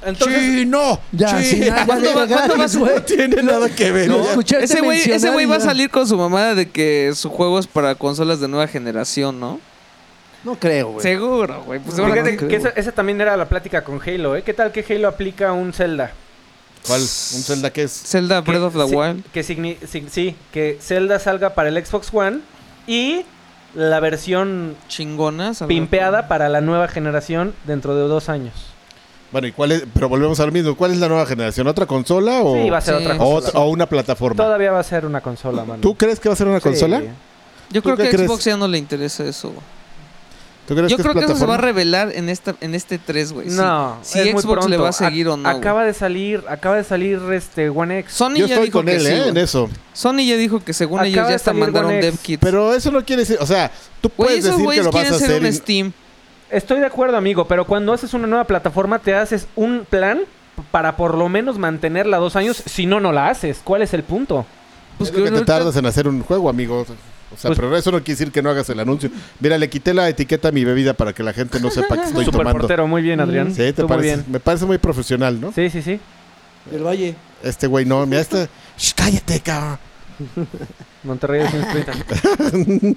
A: Entonces,
B: sí, no.
C: Ya, pues,
B: sí.
C: sin nada
D: ¿Cuándo
C: de
D: va- cuándo
C: bagajes,
D: va-
C: güey.
B: No tiene nada que ver.
C: Lo
B: ya.
C: escuchaste
D: Ese güey, ese
C: mencionar
D: güey
C: y
D: va a
C: ya.
D: salir con su mamada de que su juego es para consolas de nueva generación, ¿no?
C: No creo, güey.
D: Seguro, güey. Pues seguro
A: Fíjate
D: que-
A: que esa, esa también era la plática con Halo, ¿eh? ¿Qué tal que Halo aplica un Zelda?
B: ¿Cuál? ¿Un Zelda que es?
D: Zelda Breath of the
A: Sí,
D: Wild.
A: Que signi- sig- sí, que Zelda salga para el Xbox One y la versión
D: Chingonas. algo
A: pimpeada para la nueva generación dentro de dos años.
B: Bueno, ¿y cuál es? Pero volvemos a lo mismo. ¿Cuál es la nueva generación? ¿Otra consola
D: Oh.
B: o,
A: Sí, va a ser
D: Sí.
A: otra
B: o
A: consola.
B: otra- o una plataforma?
A: Todavía va a ser una consola, mano.
B: ¿Tú crees que va a ser una
A: Sí.
B: consola? ¿Tú
D: Yo creo
B: qué
D: que a
B: crees?
D: Xbox ya no le interesa eso. güey.
B: ¿Tú crees
D: Yo
B: que
D: creo
B: es
D: que eso se va a
B: plataforma?
D: revelar en esta en este 3, güey. sí.
A: No,
D: Si
A: es muy
D: Xbox le
A: pronto.
D: va a seguir o no, güey.
A: Acaba de salir, acaba de salir este One X.
D: Sony
B: Yo
D: ya
B: estoy
D: dijo
B: con
D: que
B: él,
D: sí,
B: ¿eh?
D: güey.
B: En eso.
D: Sony ya dijo que según
A: Acaba
D: ellos
A: de
D: ya hasta
A: salir
D: mandaron
A: One X,
D: dev kits.
B: Pero eso no quiere decir, o sea, tú
D: Güey,
B: puedes
D: esos
B: decir que
D: güeyes
B: lo vas
D: quieren
B: a
D: ser
B: hacer.
D: un
B: en-
D: Steam.
A: Estoy de acuerdo, amigo, pero cuando haces una nueva plataforma te haces un plan para por lo menos mantenerla dos años, si no, no la haces. ¿Cuál es el punto?
D: Pues
B: es lo que te
D: ahorita-
B: tardas en hacer un juego, amigo. O sea,
A: Pues-
B: pero eso no quiere decir que no hagas el anuncio. Mira, le quité la etiqueta a mi bebida para que la gente no sepa que estoy
A: Super
B: tomando.
A: portero, muy bien, Adrián.
C: Mm.
B: Sí, te
A: Tú muy
B: parece-
A: bien.
B: me parece muy profesional, ¿no?
A: Sí, sí, sí.
C: El Valle.
B: Este güey no, mira, este... Shh, cállate, cabrón.
A: Monterrey 230.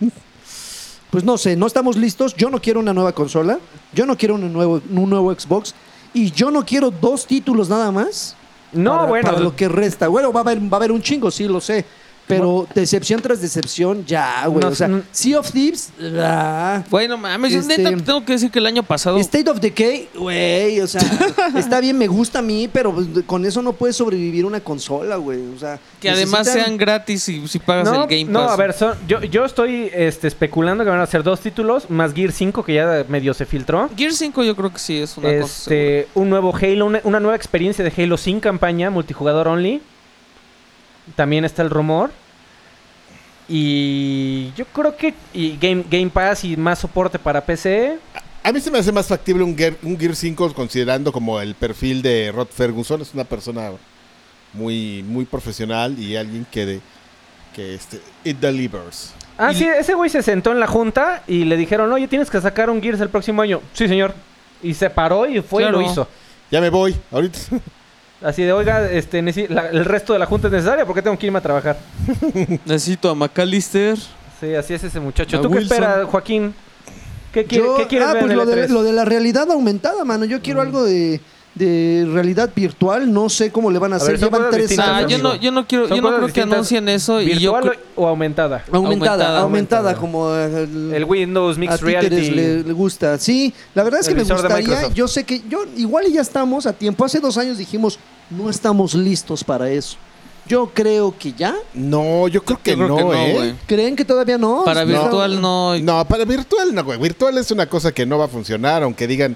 C: Pues no sé, no estamos listos. Yo no quiero una nueva consola. Yo no quiero un nuevo, un nuevo Xbox. Y yo no quiero dos títulos nada más.
A: No,
C: para-
A: bueno.
C: Para lo que resta. Bueno, va a haber, va a haber un chingo, sí, lo sé. Pero decepción tras decepción, ya, güey.
A: No,
C: o sea,
A: no.
C: Sea of Thieves, ah.
D: Güey, no mames, yo
C: Este-
D: neta tengo que decir que el año pasado
B: Este
C: State of Decay, güey, o sea, está bien, me gusta a mí, pero pues, con eso no puede sobrevivir una consola, güey. O sea,
D: que además
C: necesitan-
D: sean gratis si, si pagas
A: No,
D: el Game Pass.
A: no, a ver, son- yo, yo estoy este, especulando que van a ser dos títulos, más Gear 5, que ya medio se filtró.
D: Gear 5 yo creo que sí es una cosa. segura.
A: Este, un nuevo Halo, una, una nueva experiencia de Halo sin campaña, multijugador only. También está el rumor. Y yo creo que y Game, Game Pass y más soporte para PC.
B: A mí se me hace más factible un Gear, un Gear 5 considerando como el perfil de Rod Ferguson. Es una persona muy, muy profesional y alguien que, de- que este, it delivers.
A: Ah,
D: Y-
A: sí, ese güey se sentó en la junta y le dijeron, oye, tienes que sacar un Gears el próximo año. Sí, señor. Y se paró y fue y
D: Claro.
A: lo hizo.
B: Ya me voy, ahorita.
A: Así de, oiga, este, neci- la- el resto de la junta es necesaria porque tengo que irme a trabajar.
D: Necesito a McAllister.
A: Sí, así es ese muchacho.
D: A
A: ¿Tú qué
D: Wilson.
A: esperas, Joaquín? ¿Qué, quiere-
C: Yo-
A: qué quieres
C: ah,
A: ver
C: pues
A: en
C: lo
A: el E
C: de,
A: E3?
C: lo de la realidad aumentada, mano. Yo
A: Mm.
C: quiero algo de, de realidad virtual. No sé cómo le van a,
A: A
C: hacer.
A: ver, son
C: Llevan
A: cosas
C: tres
A: distintas,
D: Nah,
C: años.
D: Ah, yo no, yo no quiero,
A: Son
D: yo no
A: cosas
D: creo que
A: distintas.
D: anuncien eso y yo
A: ¿Virtual
D: creo-
A: o aumentada?
C: Aumentada, aumentada,
D: Aumentada,
A: aumentada.
C: como el,
A: El Windows
C: a
A: Mixed
C: ti que les-
A: Reality.
C: le, le gusta. Sí, la verdad es que
A: El
C: me
A: visor de
C: gustaría.
A: Microsoft.
C: Yo sé que yo igual y ya estamos a tiempo. Hace dos años dijimos no estamos listos para eso. Yo creo que ya.
B: No, yo creo que
D: yo creo
B: no,
D: que no,
B: ¿eh?
D: güey.
C: ¿Creen que todavía no?
D: Para
C: No.
D: virtual no.
B: No, para virtual no, güey. Virtual es una cosa que no va a funcionar, aunque digan.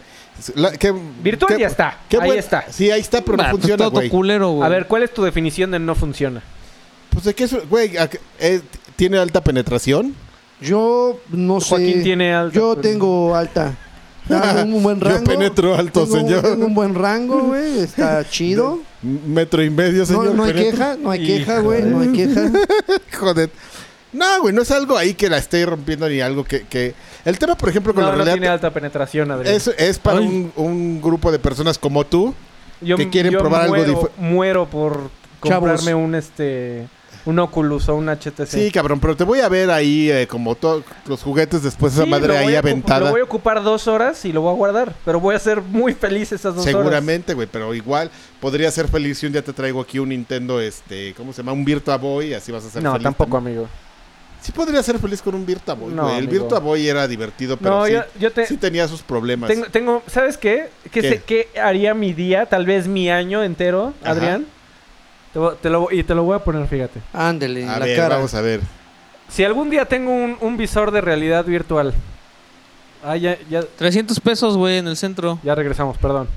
B: la- que-
A: Virtual
B: que-
A: ya está,
B: qué
A: ahí
B: buen- Ah,
A: está.
B: Sí, ahí está, pero
D: Bah,
B: no
D: pues
B: funciona,
D: todo
B: güey.
D: culero, güey.
A: A ver, ¿cuál es tu definición de no funciona?
B: Pues de qué es, güey, ¿a qué- eh, tiene alta penetración.
C: Yo no sé.
A: Joaquín tiene alta.
C: Yo tengo alta. Tengo un buen
B: Yo
C: rango.
B: penetro alto,
C: Tengo un-
B: señor.
C: tengo un buen rango, güey. Está chido.
B: Metro y medio,
C: No,
B: señor.
C: no hay
B: penetra-
C: queja, no hay queja, güey. No hay queja.
B: Joder. No, güey, no es algo ahí que la esté rompiendo ni algo que. que- El tema, por ejemplo, con
A: No, no
B: la realidad.
A: tiene alta penetración, Adrián.
B: es, es para
D: Ay.
B: un, un grupo de personas como tú.
A: yo,
B: que quieren
A: yo
B: probar algo
A: muero,
B: difu-
A: Muero por
C: Chavos.
A: comprarme un este un Oculus o un HTC.
B: Sí, cabrón, pero te voy a ver ahí eh, como todos los juguetes después
A: Sí,
B: de esa
A: lo
B: madre
A: voy
B: ahí
A: a ocu-
B: aventada.
A: Lo voy a ocupar dos horas y lo voy a guardar. Pero voy a ser muy feliz esas dos horas.
B: Seguramente, güey, pero igual podría ser feliz si un día te traigo aquí un Nintendo, este, ¿cómo se llama? Un Virtua Boy, así vas a ser
A: No,
B: feliz.
A: tampoco,
B: también.
A: amigo.
B: Sí podría ser feliz con un Virtua Boy,
A: No,
B: güey. El
A: amigo.
B: Virtua Boy era divertido, pero
A: No,
B: sí,
A: yo, yo te,
B: sí tenía sus problemas.
A: tengo, tengo- ¿Sabes qué? ¿Qué,
B: ¿Qué?
A: sé- qué haría mi día, tal vez mi año entero,
B: Ajá.
A: Adrián? Te vo- te lo, y te lo voy a poner, fíjate.
C: Ándele, en
B: A
C: la
B: ver,
C: cara.
B: vamos a ver.
A: Si algún día tengo un, un visor de realidad virtual. Ah, ya, ya,
D: 300 pesos, güey, en el centro.
A: ya regresamos, perdón.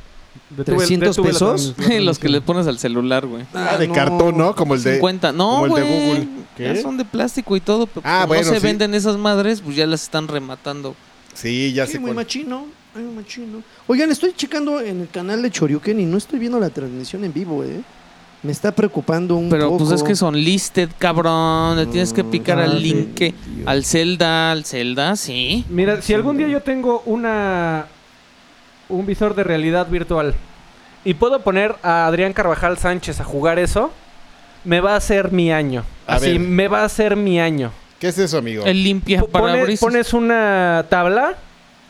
A: Detuve-
C: 300
A: detuve la
C: pesos.
A: trans- la
D: Los que le
A: transmisión.
D: pones al celular, güey.
B: Ah, de cartón, ¿no? Como el de
D: 50. No,
B: como el de
D: güey.
B: Google.
D: Ya
B: ¿Qué?
D: son de plástico y todo, pero
B: Ah,
D: como
B: bueno,
D: no se
B: sí.
D: venden esas madres, pues ya las están rematando.
B: Sí, ya
C: Sí,
B: sé
C: muy
B: cuál.
C: machino. Ay, muy machino. Oigan, estoy checando en el canal de Choriuken y no estoy viendo la transmisión en vivo, ¿eh? Me está preocupando un
D: Pero
C: poco.
D: pues es que son listed, cabrón. Le tienes que
C: Mm,
D: picar al
A: madre
D: link, que- al Zelda, al Zelda, sí.
A: Mira, si algún día yo tengo una un visor de realidad virtual y puedo poner a Adrián Carvajal Sánchez a jugar eso, me va a ser mi año.
B: A
A: Así,
B: ver.
A: me va a ser mi año.
B: ¿Qué es eso, amigo?
D: El limpia
A: Po- pone-
D: para
A: pones, una tabla,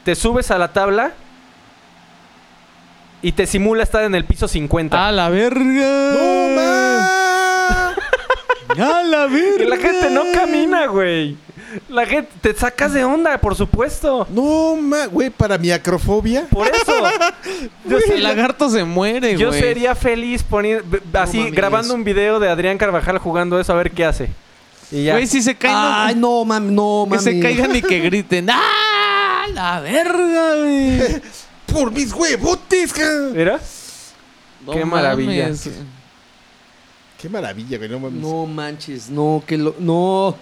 A: te subes a la tabla y te simula estar en el piso 50.
D: A Ah, la verga.
B: ¡No, ma!
D: A la
A: y
D: verga.
A: la gente no camina, güey. La gente te sacas de onda, por supuesto.
B: No, ma, güey, para mi acrofobia.
A: Por eso. Yo sé-
D: El lagarto se muere, güey.
A: Yo sería feliz poniendo, b- así
C: mames.
A: grabando un video de Adrián Carvajal jugando eso a ver qué hace. Y ya.
D: Güey, si se caen, no-
C: Ay, no, mami, no,
D: que
C: mami.
D: se caigan y que griten. ¡Ah! ¡La verga, güey!
B: ¡Por mis huevotes! ja!
A: ¿Era?
D: No
A: Qué maravilla.
D: mames.
B: ¡Qué maravilla, güey! No mames.
C: No manches, no, que lo. No.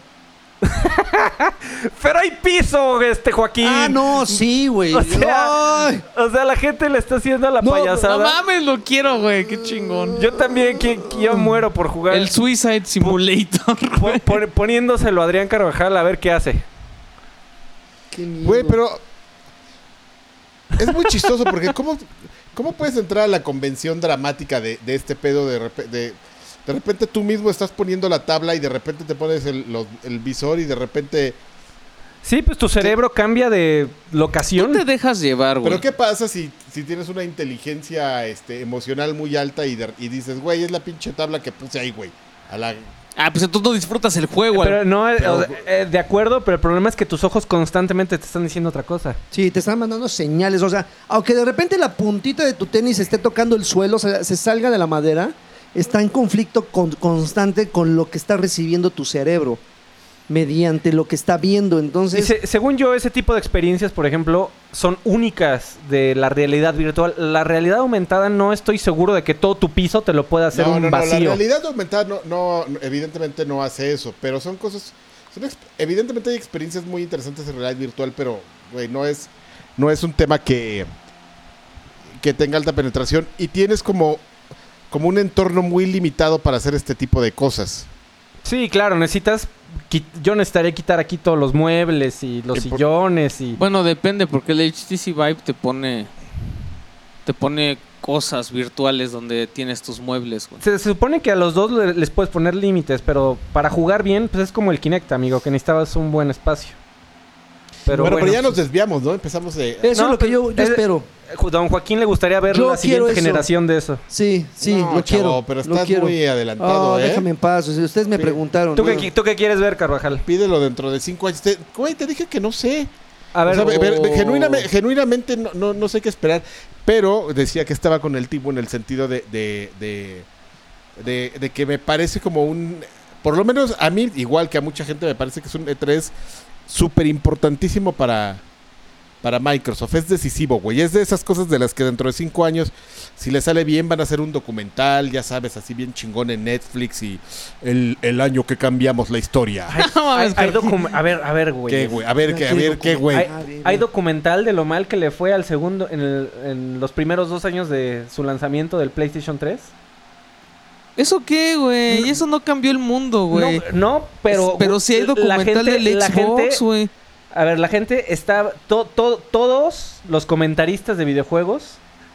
A: Pero hay piso, este Joaquín.
C: Ah, no, sí, güey.
A: O sea,
C: Ay.
A: o sea, la gente le está haciendo a la
C: No,
D: No
A: payasada.
D: mames, lo quiero, güey. Qué chingón.
A: Yo también, que- que yo muero por jugar.
D: El Suicide Simulator.
A: Po- pon- poniéndoselo a Adrián Carvajal a ver qué hace.
C: Qué miedo.
B: Güey, pero. Es muy chistoso porque, ¿cómo, ¿cómo puedes entrar a la convención dramática de, de este pedo de repente? De, de repente tú mismo estás poniendo la tabla y de repente te pones el, los- el visor y de repente.
A: Sí, pues tu cerebro cambia de
D: No te
A: locación.
D: dejas llevar, güey.
B: Pero ¿qué pasa si, si tienes una inteligencia este, emocional muy alta y, de- y dices, güey, es la pinche tabla que puse ahí, güey? A la,
D: Ah, pues entonces no disfrutas el juego. al-
A: Pero no, eh, o sea,
B: Pero-
A: eh, de acuerdo, pero el problema es que tus ojos constantemente te están diciendo otra cosa.
C: Sí, te están mandando señales. O sea, aunque de repente la puntita de tu tenis esté tocando el suelo, o sea, se salga de la madera, está en conflicto con- constante con lo que está recibiendo tu cerebro mediante lo que está viendo.
A: Y
C: Entonces,
A: se- según yo, ese tipo de experiencias, por ejemplo, son únicas de la realidad virtual. La realidad aumentada no estoy seguro de que todo tu piso te lo pueda hacer
B: no,
A: un
B: no, no, la
A: vacío.
B: realidad aumentada no, no, no, evidentemente no hace eso, pero son cosas, son ex- evidentemente hay experiencias muy interesantes en realidad virtual, pero güey, no es, no es un tema que, que tenga alta penetración y tienes como, como un entorno muy limitado para hacer este tipo de cosas.
A: Sí, claro, necesitas... qui- Yo necesitaría quitar aquí todos los muebles y los
B: Y por-
A: sillones y...
D: Bueno, depende, porque el HTC Vive te pone. Te pone cosas virtuales donde tienes tus muebles, güey.
A: Se, se supone que a los dos le- les puedes poner límites, pero para jugar bien, pues es como el Kinect, amigo, que necesitabas un buen espacio. Pero
B: bueno,
A: bueno,
B: pero ya nos
C: pues,
B: desviamos, ¿no? Empezamos de...
C: eso
A: no,
C: es lo que
A: pero-
C: yo, yo
A: es-
C: espero.
A: Ju- eh, Don Joaquín le gustaría ver
C: Yo
A: la siguiente
C: quiero eso.
A: generación de eso.
C: Sí, sí,
B: No,
C: lo
B: chavo,
C: quiero.
B: pero
C: lo
B: estás
C: quiero.
B: muy adelantado,
C: Ah,
B: ¿eh?
C: Déjame en paz. o sea, ustedes me
B: Sí.
C: preguntaron.
A: ¿Tú,
C: ¿no?
A: qué, qui- tú qué quieres ver, Carvajal?
B: Pídelo dentro de cinco años. Te- Güey, te dije que no sé.
A: A ver, oh.
B: O sea, ve- ve- ve-
D: o-
B: genuinamente, genuinamente no, no- no sé qué esperar, pero decía que estaba con el tipo en el sentido de, de, de, de- de que me parece como un... Por lo menos a mí, igual que a mucha gente, me parece que es un E3 súper importantísimo para, para Microsoft. Es decisivo, güey. Es de esas cosas de las que dentro de cinco años, si le sale bien, van a hacer un documental, ya sabes, así bien chingón en Netflix y el, el año que cambiamos la historia.
D: No mames,
A: hay- hay
D: Car-
A: docu- a ver, a ver, güey.
B: ¿Qué, güey? A ver, qué, a ver, qué, güey.
A: Hay,
C: Ah, bien,
A: hay
C: bien.
A: documental de lo mal que le fue al segundo, en, el- en los primeros dos años de su lanzamiento del PlayStation 3.
D: ¿Eso qué, güey? Eso no cambió el mundo, güey.
A: No, no, pero...
D: Pero sí hay documental del
A: la gente-
D: Xbox, güey.
A: A ver, la gente está. to- to- todos los comentaristas de videojuegos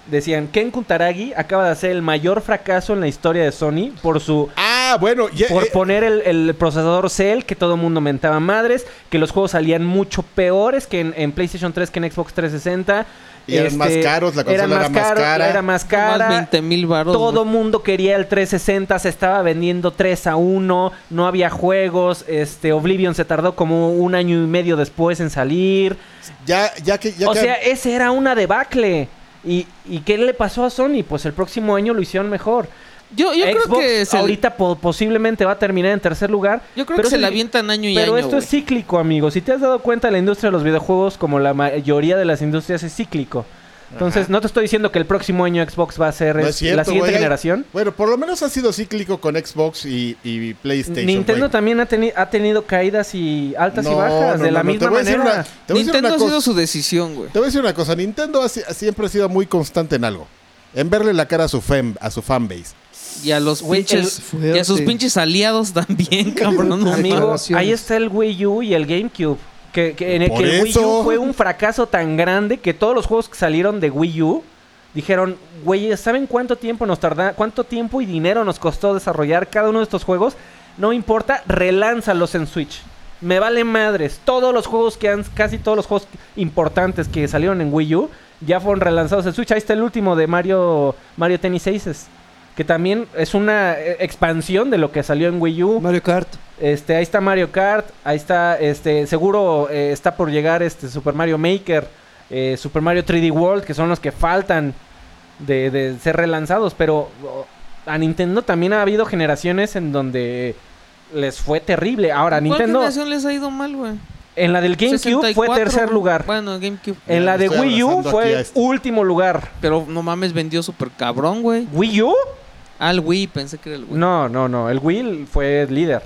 A: decían: Ken Kutaragi acaba de hacer el mayor fracaso en la historia de Sony por su.
B: Ah, bueno, ya,
A: Por
B: eh,
A: poner el, el procesador Cell, que todo el mundo mentaba madres, que los juegos salían mucho peores que en, en PlayStation 3 que en Xbox 360.
B: Y eran más caros, la consola era más
A: caro,
B: cara.
A: Era más cara.
D: Más 20 mil baros.
A: Todo mundo quería el 360, se estaba vendiendo 3 a 1, no había juegos, este Oblivion se tardó como un año y medio después en salir.
B: Ya, ya que, ya
A: o
B: que-
A: sea, ese era una debacle. ¿Y, ¿Y qué le pasó a Sony? Pues el próximo año lo hicieron mejor.
D: Yo, yo creo
A: Xbox
D: que se,
A: ahorita po- posiblemente va a terminar en tercer lugar.
D: yo creo
A: pero
D: que se
A: es-
D: la avientan año y
A: Pero
D: año.
A: esto es cíclico, amigo. Si te has dado cuenta, la industria de los videojuegos, como la mayoría de las industrias, es cíclico. Entonces, no te estoy diciendo que el próximo año Xbox va a ser
B: No
A: es-
B: es cierto,
A: la siguiente
B: güey.
A: generación.
B: Bueno, por lo menos ha sido cíclico con Xbox y, y PlayStation.
A: Nintendo
B: güey.
A: también ha, teni- ha tenido caídas y altas y
B: No,
A: bajas
B: no,
A: de
B: no,
A: la
B: no, te
A: misma
B: voy a decir
A: manera.
B: una- te voy a decir
D: Nintendo
B: una
D: ha sido
B: cosa-
D: su decisión, güey.
B: Te voy a decir una cosa. Nintendo ha si- siempre ha sido muy constante en algo. En verle la cara a su, fan, a su fanbase.
D: Y a los
A: Güey,
D: pinches.
C: el-
D: Y a sus
C: Fuerte.
D: pinches aliados también, cabrón. no
A: Amigo,
C: declaraciones.
A: ahí está el Wii U y el GameCube. Que, que en el
B: Por
A: que el Wii U
B: eso.
A: fue un fracaso tan grande que todos los juegos que salieron de Wii U dijeron, güey, ¿saben cuánto tiempo nos tarda, cuánto tiempo y dinero nos costó desarrollar cada uno de estos juegos? No importa, relánzalos en Switch. Me vale madres. Todos los juegos que han, casi todos los juegos importantes que salieron en Wii U ya fueron relanzados en Switch. Ahí está el último de Mario, Mario Tennis Aces. Que también es una eh, expansión de lo que salió en Wii U.
C: Mario Kart.
A: Este, ahí está Mario Kart, ahí está, este, seguro eh, está por llegar este Super Mario Maker, eh, Super Mario 3D World, que son los que faltan de, de ser relanzados, pero oh, a Nintendo también ha habido generaciones en donde les fue terrible. Ahora,
D: ¿Cuál
A: Nintendo,
D: generación les ha ido mal, güey?
A: en la del GameCube fue
D: 64,
A: tercer
D: güey.
A: lugar.
D: Bueno, GameCube.
A: En la de
B: Estoy
A: Wii U
B: abrazando aquí a
A: fue
B: este.
A: último lugar.
D: Pero no mames, vendió súper cabrón, güey.
A: ¿Wii U?
D: Ah, el Wii, pensé que era el Wii.
A: No, no, no. El Wii fue líder.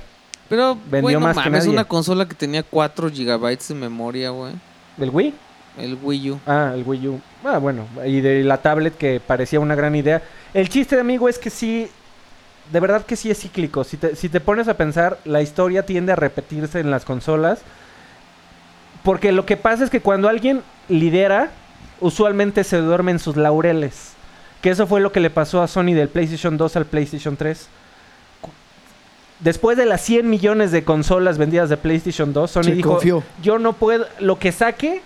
D: Pero,
A: Vendió
D: güey, no
A: más que
D: mames,
A: nadie.
D: una consola que tenía 4 GB de memoria, güey.
A: ¿El Wii?
D: El Wii U.
A: Ah, el Wii U. Ah, bueno. Y de la tablet que parecía una gran idea. El chiste, amigo, es que sí. De verdad que sí es cíclico. Si te, si te pones a pensar, la historia tiende a repetirse en las consolas. Porque lo que pasa es que cuando alguien lidera, usualmente se duerme en sus laureles. Que eso fue lo que le pasó a Sony del PlayStation 2 al PlayStation 3. Cu- Después de las 100 millones de consolas vendidas de PlayStation 2, Sony
C: Se
A: dijo,
C: confió.
A: yo no puedo, lo que saque,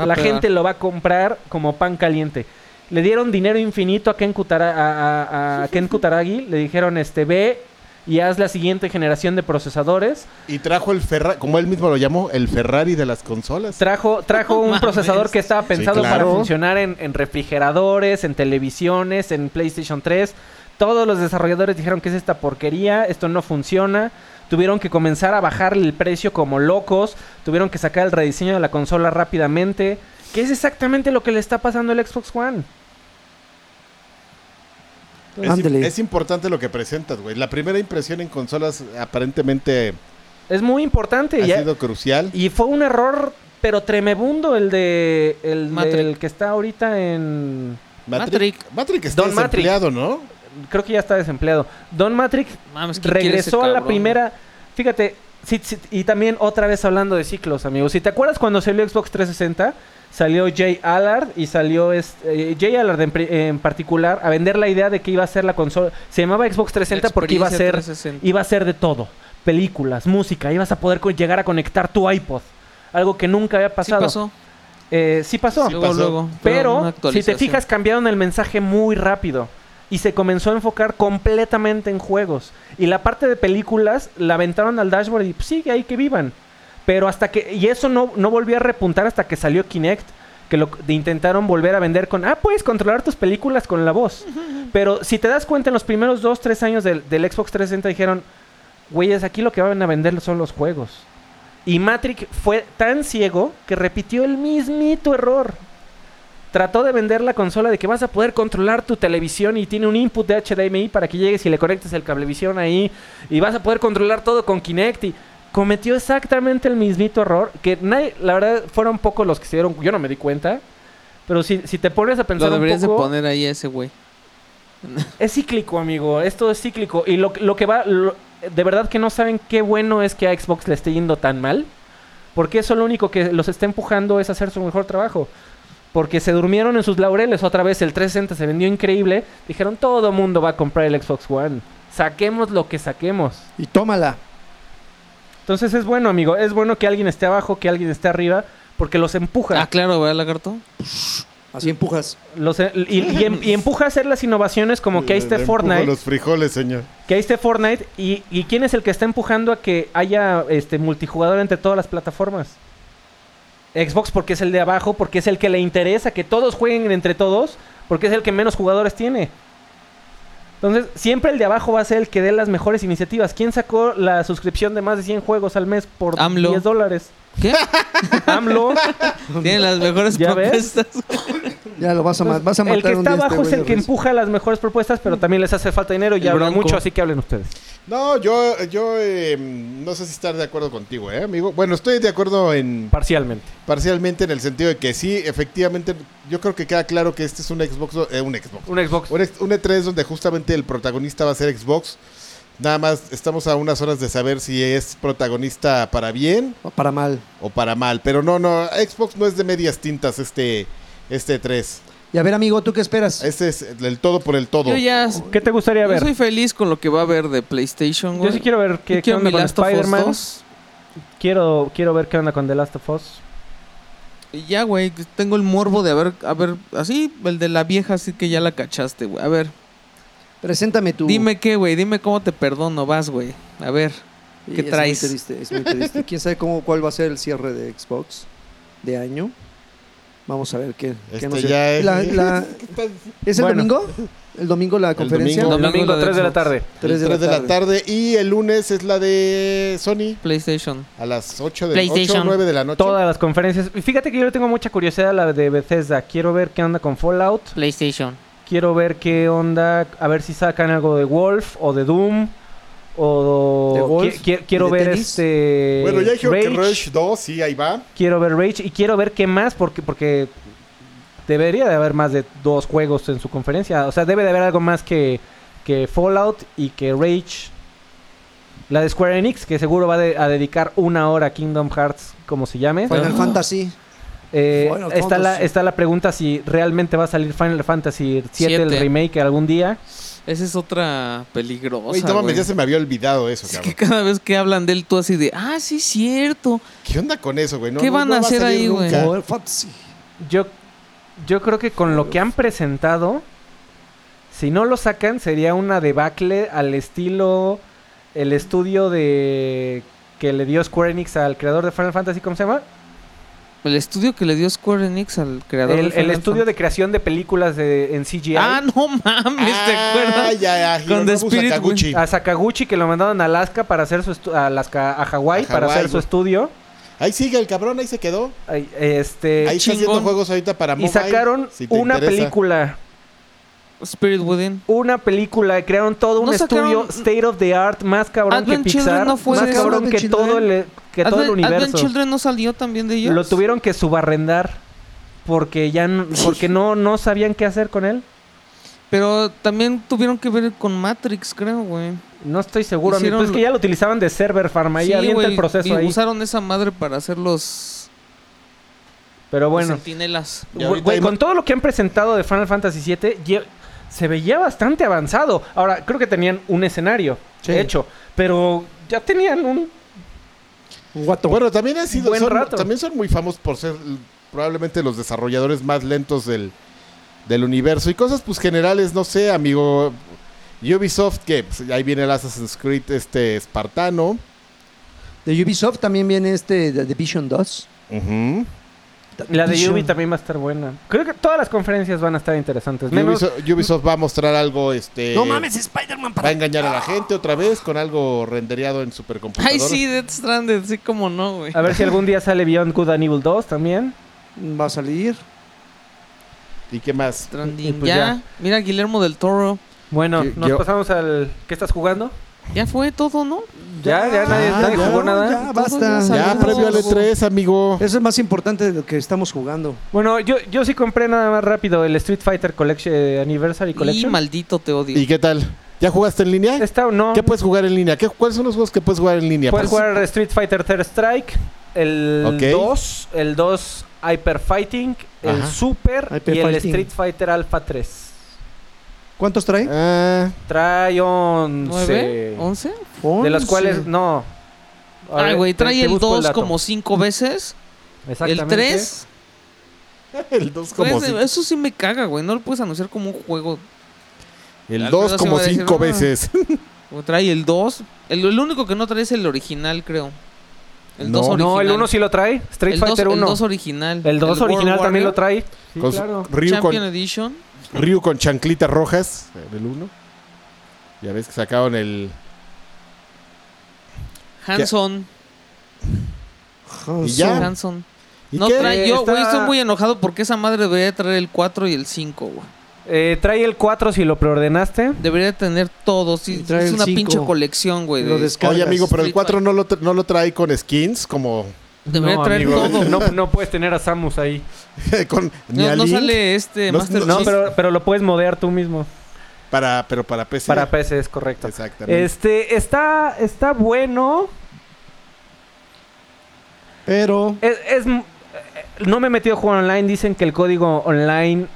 D: Va a
A: la
D: pegar.
A: gente lo va a comprar como pan caliente. Le dieron dinero infinito a Ken, Kutara- a- a- a Ken Kutaragi, le dijeron, este, ve y haz la siguiente generación de procesadores.
B: Y trajo el Ferrari, como él mismo lo llamó, el Ferrari de las consolas.
A: Trajo, trajo un
D: Mames.
A: procesador que estaba pensado para
B: claro.
A: funcionar en, en refrigeradores, en televisiones, en PlayStation 3. Todos los desarrolladores dijeron que es esta porquería, esto no funciona. Tuvieron que comenzar a bajar el precio como locos. Tuvieron que sacar el rediseño de la consola rápidamente. Que es exactamente lo que le está pasando al Xbox One.
B: Es,
C: Ándale.
B: es importante lo que presentas, güey. La primera impresión en consolas aparentemente
A: Es muy importante.
B: ha
A: ya-
B: sido crucial.
A: Y fue un error, pero tremebundo el de el,
D: Matrix.
A: del que está ahorita en...
D: Matrix.
B: Matrix está
A: Don Matrix.
B: desempleado, ¿no?
A: Creo que ya está desempleado. Don Matrix
D: Mames, ¿quién quiere ese
A: regresó a la
D: cabrón?
A: primera. Fíjate, si- si- y también otra vez hablando de ciclos, amigos. Si te acuerdas cuando salió Xbox 360, salió Jay Allard y salió este, eh, Jay Allard en, pri- en particular a vender la idea de que iba a ser la consola. Se llamaba Xbox 360 porque iba a
D: Experiencia
A: ser
D: 360.
A: iba a ser de todo, películas, música. Ibas a poder co- llegar a conectar tu iPod, algo que nunca había
D: Sí
A: pasado.
D: pasó.
A: Eh, sí pasó.
B: Sí
D: luego,
B: pasó.
D: luego. una
A: Pero, si te
D: actualización.
A: fijas, cambiaron el mensaje muy rápido. Y se comenzó a enfocar completamente en juegos. Y la parte de películas la aventaron al dashboard y pues, sigue ahí que vivan. Pero hasta que. Y eso no, no volvió a repuntar hasta que salió Kinect. Que lo de- intentaron volver a vender con. Ah, puedes controlar tus películas con la voz. Pero si te das cuenta, en los primeros dos, tres años del, del Xbox 360 dijeron. Güeyes, aquí lo que van a vender son los juegos. Y Matrix fue tan ciego que repitió el mismito error. Trató de vender la consola de que vas a poder controlar tu televisión y tiene un input de HDMI para que llegues y le conectes el cablevisión ahí y vas a poder controlar todo con Kinect y cometió exactamente el mismito error que nadie, la verdad fueron pocos los que se dieron, yo no me di cuenta, pero si, si te pones a pensar
D: Lo deberías
A: un poco,
D: de poner ahí a ese güey.
A: es cíclico, amigo. Esto es cíclico. Y lo, lo que va. lo- de verdad que no saben qué bueno es que a Xbox le esté yendo tan mal. Porque eso lo único que los está empujando es hacer su mejor trabajo. Porque se durmieron en sus laureles otra vez. El 360 se vendió increíble. Dijeron: todo mundo va a comprar el Xbox One. Saquemos lo que saquemos.
C: Y tómala.
A: Entonces es bueno, amigo. Es bueno que alguien esté abajo, que alguien esté arriba. Porque los empuja.
D: Ah, claro, ¿verdad, lagarto?
C: Así empujas.
A: Los, y, y em- y empuja a hacer las innovaciones como que ahí esté
B: Le empujo
A: Fortnite.
B: los frijoles, señor.
A: Que ahí esté Fortnite y, y quién es el que está empujando a que haya este multijugador entre todas las plataformas. Xbox porque es el de abajo, porque es el que le interesa que todos jueguen entre todos, porque es el que menos jugadores tiene. Entonces, siempre el de abajo va a ser el que dé las mejores iniciativas. ¿Quién sacó la suscripción de más de 100 juegos al mes por
D: AMLO.
A: 10 dólares?
D: ¿Qué?
A: AMLO.
D: Tiene las mejores
A: ¿Ya ves?
D: propuestas.
C: Ya lo vas a, ma-
A: Entonces,
C: vas a matar
A: el que
C: un
A: está
C: día a este
A: abajo es
C: güey
A: el
C: de
A: que
C: risa.
A: empuja las mejores propuestas, pero también les hace falta dinero y
D: El
A: hablan
D: Bronco.
A: mucho, así que hablen ustedes.
B: No, yo, yo eh, no sé si estar de acuerdo contigo, ¿eh, amigo? Bueno, estoy de acuerdo en
A: Parcialmente.
B: parcialmente en el sentido de que sí, efectivamente, yo creo que queda claro que este es un Xbox, o- eh, un Xbox,
A: Un Xbox.
B: un, ex- un E3 donde justamente el protagonista va a ser Xbox. Nada más estamos a unas horas de saber si es protagonista para bien
C: Oh, Para mal.
B: o para mal. Pero no, no, Xbox no es de medias tintas este, este 3.
C: Y a ver, amigo, ¿tú qué esperas?
B: Este es el todo por el todo.
D: Yo ya.
A: ¿Qué te gustaría
D: Yo
A: ver?
D: soy feliz con lo que va a haber de PlayStation, güey.
A: Yo sí quiero ver qué,
D: Yo
A: qué
D: quiero
A: onda
D: mi
A: con
D: Last of Us
A: Spider-Man.
D: 2.
A: Quiero, quiero ver qué onda con The Last of Us.
D: Y ya, güey, tengo el morbo de haber, a ver, así, el de la vieja, así que ya la cachaste, güey. A ver,
C: Preséntame tú.
D: dime qué, güey, dime cómo te perdono, vas, güey. A ver,
C: Y
D: qué
C: es
D: traes.
C: Muy triste, es muy triste. ¿Quién sabe cómo, cuál va a ser el cierre de Xbox de año? Vamos a ver qué, qué
B: Este
C: nos-
B: ya es.
C: La- la- ¿Es el
A: Bueno.
C: domingo? ¿El domingo la conferencia?
B: domingo.
A: Domingo,
D: Domingo de
A: 3 de la
D: Xbox.
A: tarde.
C: Tres
B: 3 de, la tarde. Y el lunes es la de Sony.
D: PlayStation.
B: A las 8 de, 8 o
D: PlayStation.
B: 9 de la noche.
A: Todas las conferencias. Y Fíjate que yo le tengo mucha curiosidad a la de Bethesda. Quiero ver qué onda con Fallout.
D: PlayStation.
A: Quiero ver qué onda. A ver si sacan algo de Wolf o de Doom. O
C: ¿De Wolf?
A: qui- qui- quiero
C: ¿De
A: ver
C: tenis?
A: este.
B: Bueno, ya dijeron que
A: Rage.
B: Rush 2, sí, ahí va.
A: Quiero ver Rage y quiero ver qué más porque porque debería de haber más de dos juegos en su conferencia. O sea, debe de haber algo más que, que Fallout y que Rage. La de Square Enix, que seguro va de- a dedicar una hora a Kingdom Hearts, como se llame.
C: Final Fantasy.
A: Eh,
C: Final
A: está, la,
C: Fantasy.
A: está la pregunta si realmente va a salir Final Fantasy VII, el
D: Siete.
A: remake, algún día.
D: Esa es otra peligrosa.
B: Oye, no mames,
D: güey.
B: ya se me había olvidado eso,
D: Es
B: cabrón.
D: que cada vez que hablan de él, tú así de, ah, sí, cierto.
B: ¿Qué onda con eso, güey? No,
D: ¿Qué
B: no-
D: van
B: no
D: a
B: va
D: hacer
B: salir
D: ahí, güey?
B: nunca.
C: Final Fantasy.
A: Yo, yo creo que con lo que han presentado, si no lo sacan, sería una debacle al estilo. El estudio de. que le dio Square Enix al creador de Final Fantasy, ¿cómo se llama?
D: El estudio que le dio Square Enix al creador.
A: El,
D: de
A: el
D: Final
A: estudio
D: Fantasy.
A: de creación de películas de, en CGI.
D: Ah, no mames, ¿te
B: Ah,
D: acuerdas?
B: ya, ya.
D: Con The
B: Hironobu
D: Spirit,
B: Sakaguchi.
A: A Sakaguchi que lo mandaron a Alaska para hacer su estu- a Alaska, a Hawái
B: A
A: para
B: Hawái,
A: hacer su
B: güey.
A: estudio.
B: Ahí sigue el cabrón, ahí se quedó.
A: Ay, Este
B: Ahí está haciendo
D: chingón.
B: juegos ahorita para
A: y
B: mobile.
A: sacaron
B: si te
A: una
B: interesa.
A: película.
D: Spirit Within.
A: Una película, crearon todo un
D: ¿No sacaron-
A: estudio state of the art más cabrón
D: Advent
A: que Pixar,
D: Children no fue
A: más
D: de-
A: cabrón
C: Advent
A: que
C: Children.
A: todo el que todo el
D: Advent- Advent
A: universo.
D: Children no salió también de ellos.
A: Lo tuvieron que subarrendar porque ya no, porque no no sabían qué hacer con él.
D: Pero también tuvieron que ver con Matrix, creo, güey.
A: No estoy seguro, amigo.
D: Hicieron-
A: Pues es que ya lo utilizaban de server farm, ahí
D: Sí,
A: avienta
D: güey,
A: el proceso
D: y
A: ahí.
D: usaron esa madre para hacer los,
A: Pero
D: bueno.
A: bueno,
D: sentinelas.
B: Y ahorita
A: Güey,
B: hay
A: con
B: ma-
A: todo lo que han presentado de Final Fantasy VII, lle- se veía bastante avanzado. Ahora, creo que tenían un escenario
C: Sí.
A: hecho, pero ya tenían un...
C: Guato.
B: Bueno, también han sido.
A: Buen
B: son-
A: rato.
B: También son muy famosos por ser l- probablemente los desarrolladores más lentos del, del universo. Y cosas, pues generales, no sé, amigo. Ubisoft, que pues, ahí viene el Assassin's Creed este, espartano.
C: De Ubisoft también viene este The Division 2.
B: Ujú.
A: La de Ubi
C: Division.
A: también va a estar buena. Creo que todas las conferencias van a estar interesantes. Menos,
B: Ubisoft, Ubisoft va a mostrar algo. Este,
C: No mames, Spider-Man
B: Va a
C: para...
B: engañar a la gente otra vez con algo rendereado en supercomputadora.
D: Ay, sí, Death Stranded, sí, como no, güey.
A: a ver si algún día sale Beyond Good and Evil 2 también.
C: Va a salir.
B: ¿Y qué más?
A: Y
D: Stranding,
A: pues
D: ya.
A: ya.
D: Mira, Guillermo del Toro.
A: Bueno,
B: Yo-
A: nos
B: yo-
A: pasamos al... ¿Qué estás jugando?
D: Ya fue todo, ¿no?
A: Ya, ya, nadie, nadie
C: Ah, ya,
A: jugó nada.
C: Ya,
D: Ya,
C: basta.
B: Ya,
D: Saludos.
B: previo al E3, amigo.
C: Eso es más importante de lo que estamos jugando.
A: Bueno, yo, yo sí compré nada más rápido el Street Fighter Collection, eh, Anniversary
D: Y
A: Collection.
D: maldito te odio.
B: ¿Y qué tal? ¿Ya jugaste en línea?
A: Esta o no.
B: ¿Qué puedes jugar en línea? ¿Qué- ¿Cuáles son los juegos que puedes jugar en línea?
A: Puedes
B: Pues,
A: jugar Street Fighter Third Strike, el
B: Ok.
A: 2, el 2 Hyper Fighting, el
B: Ajá.
A: Super
C: Hyper
A: y el
C: Fighting.
A: Street Fighter Alpha 3.
C: ¿Cuántos trae?
B: ah,
A: Trae 11.
D: ¿Nueve? ¿Once?
A: De los cuales, no. A
D: Ay,
A: ver,
D: güey,
A: te-
D: trae
A: te
D: el
A: busco
D: 2
A: dato.
D: como cinco veces. El
A: Exactamente.
D: 3.
B: el 2 como, cin-
D: Eso sí me caga, güey. No lo puedes anunciar como un juego.
B: el
D: al
B: dos
D: menos sí
B: como
D: me va a decir,
B: cinco
D: "Ah".
B: veces.
D: O trae el 2. El, el único que no trae es el original, creo. El
B: No.
D: 2 original.
A: No, el 1 sí lo trae. Street
D: El dos-
A: Fighter
D: El
A: 1.
D: 2 original.
A: El 2
D: World
A: original también lo
D: Warrior,
A: trae. Sí,
B: Con su-
A: claro.
B: Ryu,
D: Champion
B: con,
D: Edition.
B: Ryu con chanclitas rojas. El 1. Ya ves que sacaron el.
D: Hanson.
B: Y ya.
D: Hanson.
B: ¿Y
D: No
B: qué?
D: trae. Yo,
A: Está-
D: güey, estoy muy enojado porque esa madre debería traer el 4 y el 5, güey.
A: Eh, trae el 4 si lo preordenaste.
D: Debería tener todo. Sí,
C: Y trae
D: es
C: el
D: una
C: cinco.
D: pinche colección, güey.
C: Lo
D: de-
C: descargas.
B: Oye, amigo, pero el
D: Street
B: 4 no lo, tra- no lo trae con skins, como
D: Debería traer
A: amigo,
D: todo.
A: No, no puedes tener a Samus ahí.
B: con ni
D: No,
B: a
D: no
B: Link,
D: sale este
B: No-
D: Master
A: No,
D: Chief.
A: pero, pero lo puedes modear tú mismo.
B: para, pero para PC.
A: Para PC es correcto.
B: Exactamente.
A: Este, está, está bueno.
C: Pero...
A: Es, es- eh, no me he metido a jugar online. Dicen que el código online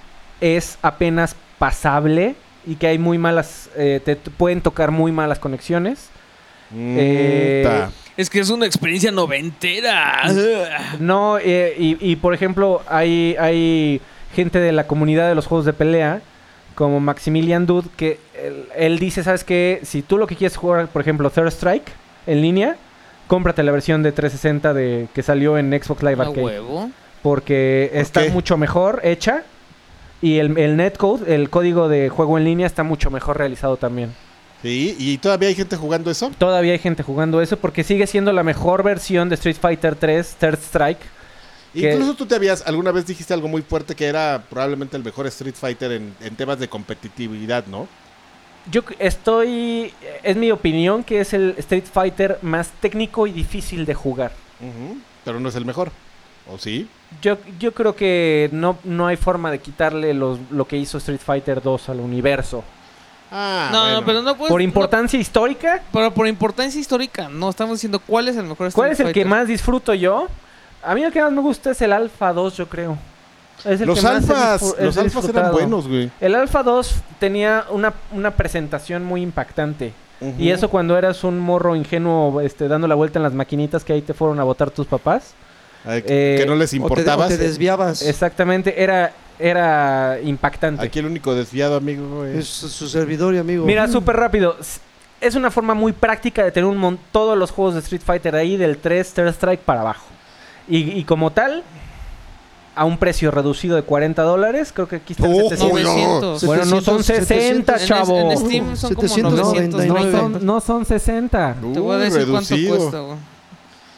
A: es apenas pasable y que hay muy malas. eh, te t- pueden tocar muy malas conexiones.
B: Mm,
A: eh,
B: ta.
D: Es que es una experiencia noventera.
A: Mm. No, eh, y, y, por ejemplo, hay, hay gente de la comunidad de los juegos de pelea, como Maximilian Dude, que él, él dice: ¿Sabes qué? Si tú lo que quieres jugar, por ejemplo, Third Strike en línea, cómprate la versión de 360 de, que salió en Xbox Live
D: A
A: Arcade.
D: Ah, huevo.
A: porque está
B: qué?
A: mucho mejor hecha y el, el netcode, el código de juego en línea, está mucho mejor realizado también.
B: Sí, y todavía hay gente jugando eso.
A: Todavía hay gente jugando eso porque sigue siendo la mejor versión de Street Fighter 3 Third Strike. ¿Qué?
B: Incluso tú te habías, alguna vez dijiste algo muy fuerte que era probablemente el mejor Street Fighter en, en temas de competitividad, ¿no?
A: Yo c- estoy, es mi opinión que es el Street Fighter más técnico y difícil de jugar.
B: Ujú, Pero no es el mejor. ¿O sí?
A: Yo, yo creo que no, no hay forma de quitarle los- lo que hizo Street Fighter 2 al universo.
B: Ah,
D: no,
B: bueno.
D: no, pero no puedes.
A: Por
D: no-
A: importancia histórica,
D: pero por importancia histórica, no. Estamos diciendo cuál es el mejor
A: ¿cuál
D: Street
A: es el que
D: Fighter.
A: más disfruto yo? A mí el que más me gusta es el Alpha 2, yo creo. Es el
B: Los
A: que más he
B: alfas,
A: disfr- he
B: los alfas eran
A: disfrutado.
B: buenos, güey.
A: El Alpha 2 tenía una, una presentación muy impactante.
B: Ujú.
A: Y eso cuando eras un morro ingenuo este, dando la vuelta en las maquinitas que ahí te fueron a votar tus papás.
B: Ay, que-
A: eh,
B: que no les
C: O te, o
B: importabas.
C: te desviabas.
A: Exactamente, era, era impactante.
B: Aquí el único desviado, amigo,
C: Es
B: es...
C: su, su servidor y amigo.
A: Mira, súper rápido. S- Es una forma muy práctica de tener un mon- todos los juegos de Street Fighter ahí del 3 Third Strike para abajo. Y, y como tal, a un precio reducido de 40 dólares, creo que aquí está en
D: Oh,
B: ¡Ojo!
A: 700.
C: Se-
D: 900.
A: Bueno, no son
C: 700,
A: 60,
D: en,
A: chavo.
D: en este Steam son como
C: 799.
D: 999.
A: No son, no son 60.
D: Te voy a
B: Uy,
D: decir
B: reducido.
D: cuánto cuesta, güey.